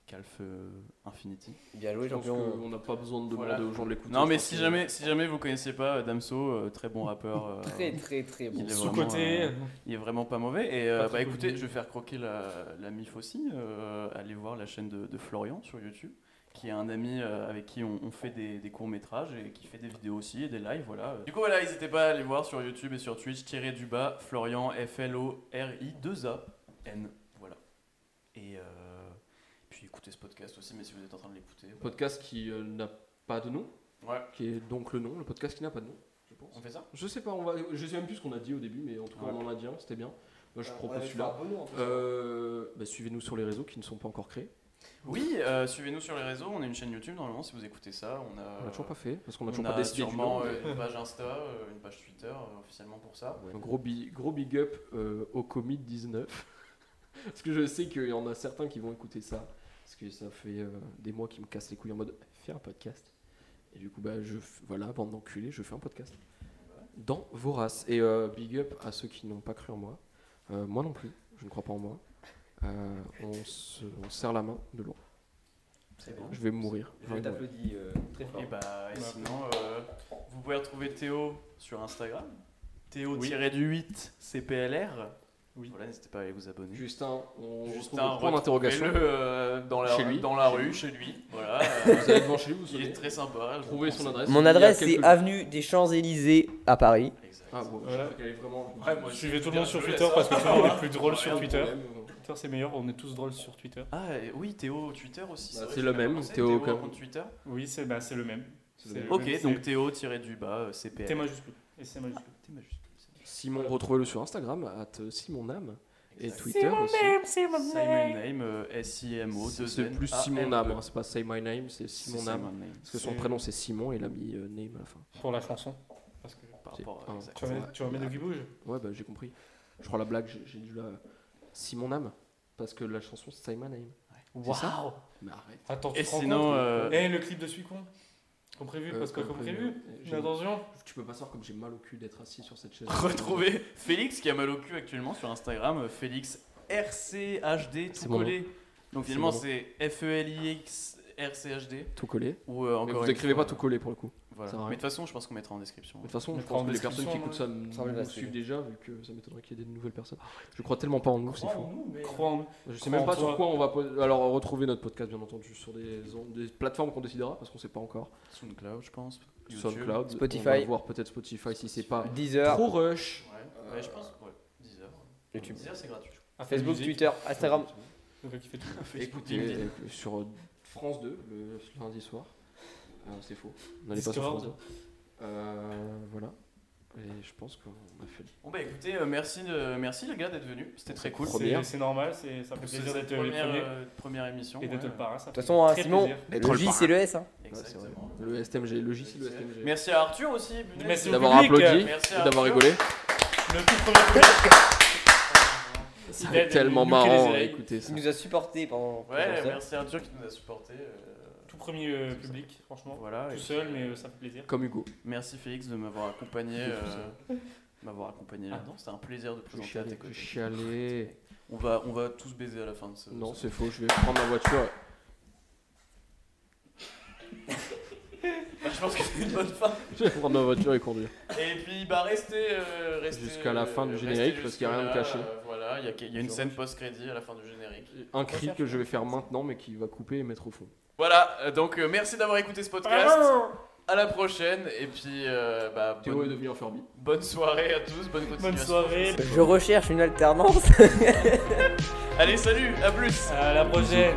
S1: Calf euh, Infinity.
S4: Bien
S2: Je
S4: joué,
S2: pense
S4: champion.
S2: qu'on n'a pas besoin de demander
S1: Voilà.
S2: aux gens de l'écouter.
S1: Non mais
S2: je pense
S1: si
S2: que-
S1: jamais, si jamais vous connaissiez pas euh, Damso, euh, très bon rappeur. euh,
S4: Très, très, très bon.
S1: Il est vraiment,
S3: Sous-côté.
S1: euh, Il est vraiment pas mauvais. Et euh,
S3: Pas très
S1: bah
S3: connu.
S1: écoutez, je vais faire croquer la, la MIF aussi. Euh, allez voir la chaîne de, de Florian sur YouTube, qui est un ami euh, avec qui on, on fait des, des courts-métrages et qui fait des vidéos aussi et des lives. Voilà. Du coup, voilà, n'hésitez pas à aller voir sur YouTube et sur Twitch, tiré du bas, Florian, F-L-O-R-I-2-A-N. Voilà. Et euh, puis écoutez ce podcast aussi, mais si vous êtes en train de l'écouter. bah,
S2: Podcast qui euh, n'a pas de nom,
S1: Ouais,
S2: qui est donc le nom, le podcast qui n'a pas de nom, je pense.
S1: on fait ça
S2: Je sais pas, on va, je sais même plus ce qu'on a dit au début, mais en tout cas
S1: Ouais. Ah,
S2: on en a dit un, c'était bien. Moi, je propose celui-là. Euh, bah, Suivez-nous sur les réseaux qui ne sont pas encore créés.
S1: Oui, euh, suivez-nous sur les réseaux. On a une chaîne YouTube normalement si vous écoutez ça. On a,
S2: On l'a toujours pas fait parce qu'on
S1: Euh, on
S2: a
S1: a
S2: toujours pas décidé. du
S1: sûrement
S2: nom.
S1: euh, une page Insta, euh, une page Twitter euh, officiellement pour ça.
S2: Un gros, bi- gros big up euh, au commit 19. parce que je sais qu'il y en a certains qui vont écouter ça. Parce que ça fait euh, des mois qu'ils me cassent les couilles en mode eh, fais un podcast. Et du coup, bah, je, f- voilà, bande d'enculés, je fais un podcast. Dans vos races. Et euh, big up à ceux qui n'ont pas cru en moi. Euh, moi non plus, je ne crois pas en moi. Euh, on, se, on serre la main de loin.
S1: C'est bon.
S2: Je vais mourir. Je
S6: Je
S2: vais mourir.
S6: t'applaudis euh, très fort.
S1: Et bah, et sinon, euh, vous pouvez retrouver Théo sur Instagram. Théo-du8 CPLR.
S2: Oui.
S1: Voilà, n'hésitez pas à aller vous abonner.
S2: Justin, on
S1: Juste
S2: retrouve
S1: un
S2: le point d'interrogation.
S1: retrouvez-le, euh, dans la,
S2: Chez lui.
S1: dans la rue, chez lui. Voilà.
S2: Vous allez devant chez lui, vous
S1: il
S2: sonnez.
S1: est très sympa. je vous
S2: Trouvez son
S1: conseille.
S2: adresse.
S4: Mon
S2: il y a
S4: adresse,
S2: quelques
S4: c'est
S2: jours.
S4: avenue des Champs-Élysées à Paris.
S1: Exact.
S2: Ah bon,
S3: Voilà.
S2: je crois qu'elle est vraiment.
S1: Ouais, moi,
S3: Suivez
S1: je-
S3: tout le monde sur
S1: je
S3: Twitter
S1: laisse
S3: parce que
S1: ça.
S3: tout le monde est plus drôle sur
S2: Rien de
S3: Twitter.
S2: problème.
S3: Twitter c'est meilleur, on est tous drôles sur Twitter.
S1: Ah et oui, Théo Twitter aussi.
S2: Bah,
S1: vrai,
S2: c'est
S1: je
S2: le
S1: l'avais
S2: même,
S1: pensé,
S2: Théo
S1: Théo
S2: comme-
S1: compte Twitter.
S3: Oui, c'est bah, c'est le même.
S2: C'est le même.
S1: Ok,
S3: c'est-
S1: donc Théo tiré du bas euh, CPLR.
S3: T majuscule. Et c'est majuscule.
S1: T'es Ah, majuscule, c'est bon.
S2: Simon,
S3: Voilà.
S2: retrouvez-le sur Instagram, at Simonam, et
S1: Exact.
S2: Twitter aussi.
S1: Say my name, euh, S-I-M-O,
S2: C'est-
S1: 2
S2: C'est plus Simon Nam,
S1: E.
S2: hein, c'est pas Say My Name, c'est Simon Nam. Parce que son
S3: C'est-
S2: prénom c'est Simon et il a mis euh, Name à la fin.
S3: Pour la chanson. Parce que...
S1: Par
S2: C'est-
S1: rapport
S2: ah,
S1: à
S3: Tu vas mettre- tu vas mettre de qui bouge
S2: Ouais, bah j'ai compris. Je crois la blague, j'ai j'ai dû la. Simon Nam, parce que la chanson c'est Say My Name. C'est ça
S3: Waouh
S2: Mais arrête.
S3: Attends, tu
S1: Et
S3: te rends
S1: sinon,
S3: compte
S1: euh,
S3: Eh, le clip de Suicon Comme prévu,
S2: Euh,
S3: parce que
S2: comme
S3: comme
S2: prévu,
S3: prévu.
S2: ouais.
S3: Mais
S2: J'ai-
S3: attention
S2: Tu peux pas savoir comme j'ai mal au cul d'être assis sur cette chaise.
S1: Retrouvez Félix qui a mal au cul actuellement sur Instagram, euh, Félix RCHD
S2: C'est
S1: tout
S2: mon nom.
S1: collé. Donc finalement
S2: mon nom.
S1: c'est E F-E-L-I-X RCHD
S2: Tout collé.
S1: ou euh,
S2: Mais
S1: encore
S2: vous
S1: une
S2: écrivez
S1: fois, euh,
S2: pas tout collé pour le coup.
S1: Voilà.
S2: ça va.
S1: Mais de toute façon, je pense qu'on mettra en description.
S2: De toute façon,
S3: On
S2: je
S3: prend en
S2: pense que les personnes qui
S3: description,
S2: écoutent ça
S4: Ça va,
S2: nous
S4: c'est-
S2: suivent déjà, vu que ça m'étonnerait qu'il y ait des nouvelles personnes. Je crois tellement pas en nous, c'est fou.
S3: Crois en nous.
S2: Je sais même
S3: Crois en
S2: pas sur
S3: toi.
S2: quoi on va po- alors retrouver notre podcast bien entendu sur des, des plateformes qu'on décidera parce qu'on sait pas encore.
S1: SoundCloud, je pense. YouTube.
S2: SoundCloud,
S4: Spotify.
S2: on va voir peut-être Spotify si c'est pas
S4: Deezer,
S2: trop rush.
S1: Ouais, ouais, je pense. Ouais. Deezer.
S4: YouTube.
S1: Deezer, c'est gratuit.
S3: Apple
S4: Facebook,
S3: Music,
S4: Twitter, Instagram.
S3: le gars qui fait tout.
S2: Écoutez euh, sur euh, France 2 le lundi soir. Euh, c'est faux. N'allez pas sur
S3: Discord.
S2: France 2. Euh, voilà. Et je pense qu'on a fait.
S1: Bon bah écoutez, euh, merci, de- merci les gars d'être venus. C'était très cool.
S2: Pour
S3: C'est- C'est normal, c'est- ça fait
S1: Pour
S3: plaisir
S1: cette
S3: d'être les
S1: première,
S3: premiers.
S1: euh, première émission.
S3: Et d'être
S1: ouais.
S3: le parrain, ça
S4: De
S3: fait
S4: toute façon, hein,
S3: très
S4: Simon,
S3: plaisir.
S4: le J, c'est le S. Hein.
S1: Exactement.
S2: Le STMG, le J c'est le STMG.
S1: Merci à Arthur aussi. punaise.
S3: Merci au
S2: d'avoir
S3: public,
S2: applaudi
S1: merci
S2: et
S1: à
S2: d'avoir
S1: Arthur.
S2: rigolé.
S3: Le tout premier public.
S2: Ça
S3: Il a
S2: fait tellement
S3: des- nous que les
S2: marrant à
S3: oreilles.
S2: écouter ça.
S4: Il nous a supporté pendant. pendant
S1: Ouais,
S4: ça.
S1: merci à Arthur qui nous a supportés. euh,
S3: Tout premier euh,
S1: C'est ça.
S3: public, franchement.
S1: voilà. et
S3: Tout
S1: puis,
S3: seul, mais euh, ça fait plaisir.
S2: Comme Hugo.
S1: Merci Félix de m'avoir accompagné.
S2: Je suis
S1: euh, m'avoir accompagné
S2: Ah
S1: là-dedans. C'était un plaisir de
S2: Je
S1: présenter à tes
S2: chialais. Je
S1: côtés.
S2: chialais.
S1: On va, on va tous baiser à la fin de ce.
S2: Non,
S1: ce-
S2: c'est faux, je vais prendre ma voiture.
S1: Je pense que c'est une bonne fin.
S2: Je vais prendre ma voiture et conduire.
S1: Et puis bah restez, euh, restez-
S2: Jusqu'à la fin du
S1: restez
S2: générique, parce qu'il y a rien de
S1: jusque-là,
S2: caché.
S1: euh, voilà, il y a, il y a une scène post-crédit à la fin du générique.
S2: Un cri que je vais faire maintenant, mais qui va couper et mettre au fond.
S1: Voilà, euh, donc euh, merci d'avoir écouté ce podcast. À la prochaine et puis euh, bah,
S2: Théo est
S1: bonne,
S2: devenu un Furby.
S1: bonne soirée à tous, bonne continuation.
S3: Bonne soirée.
S4: Je recherche une alternance.
S1: Allez, salut, à plus.
S3: À la prochaine.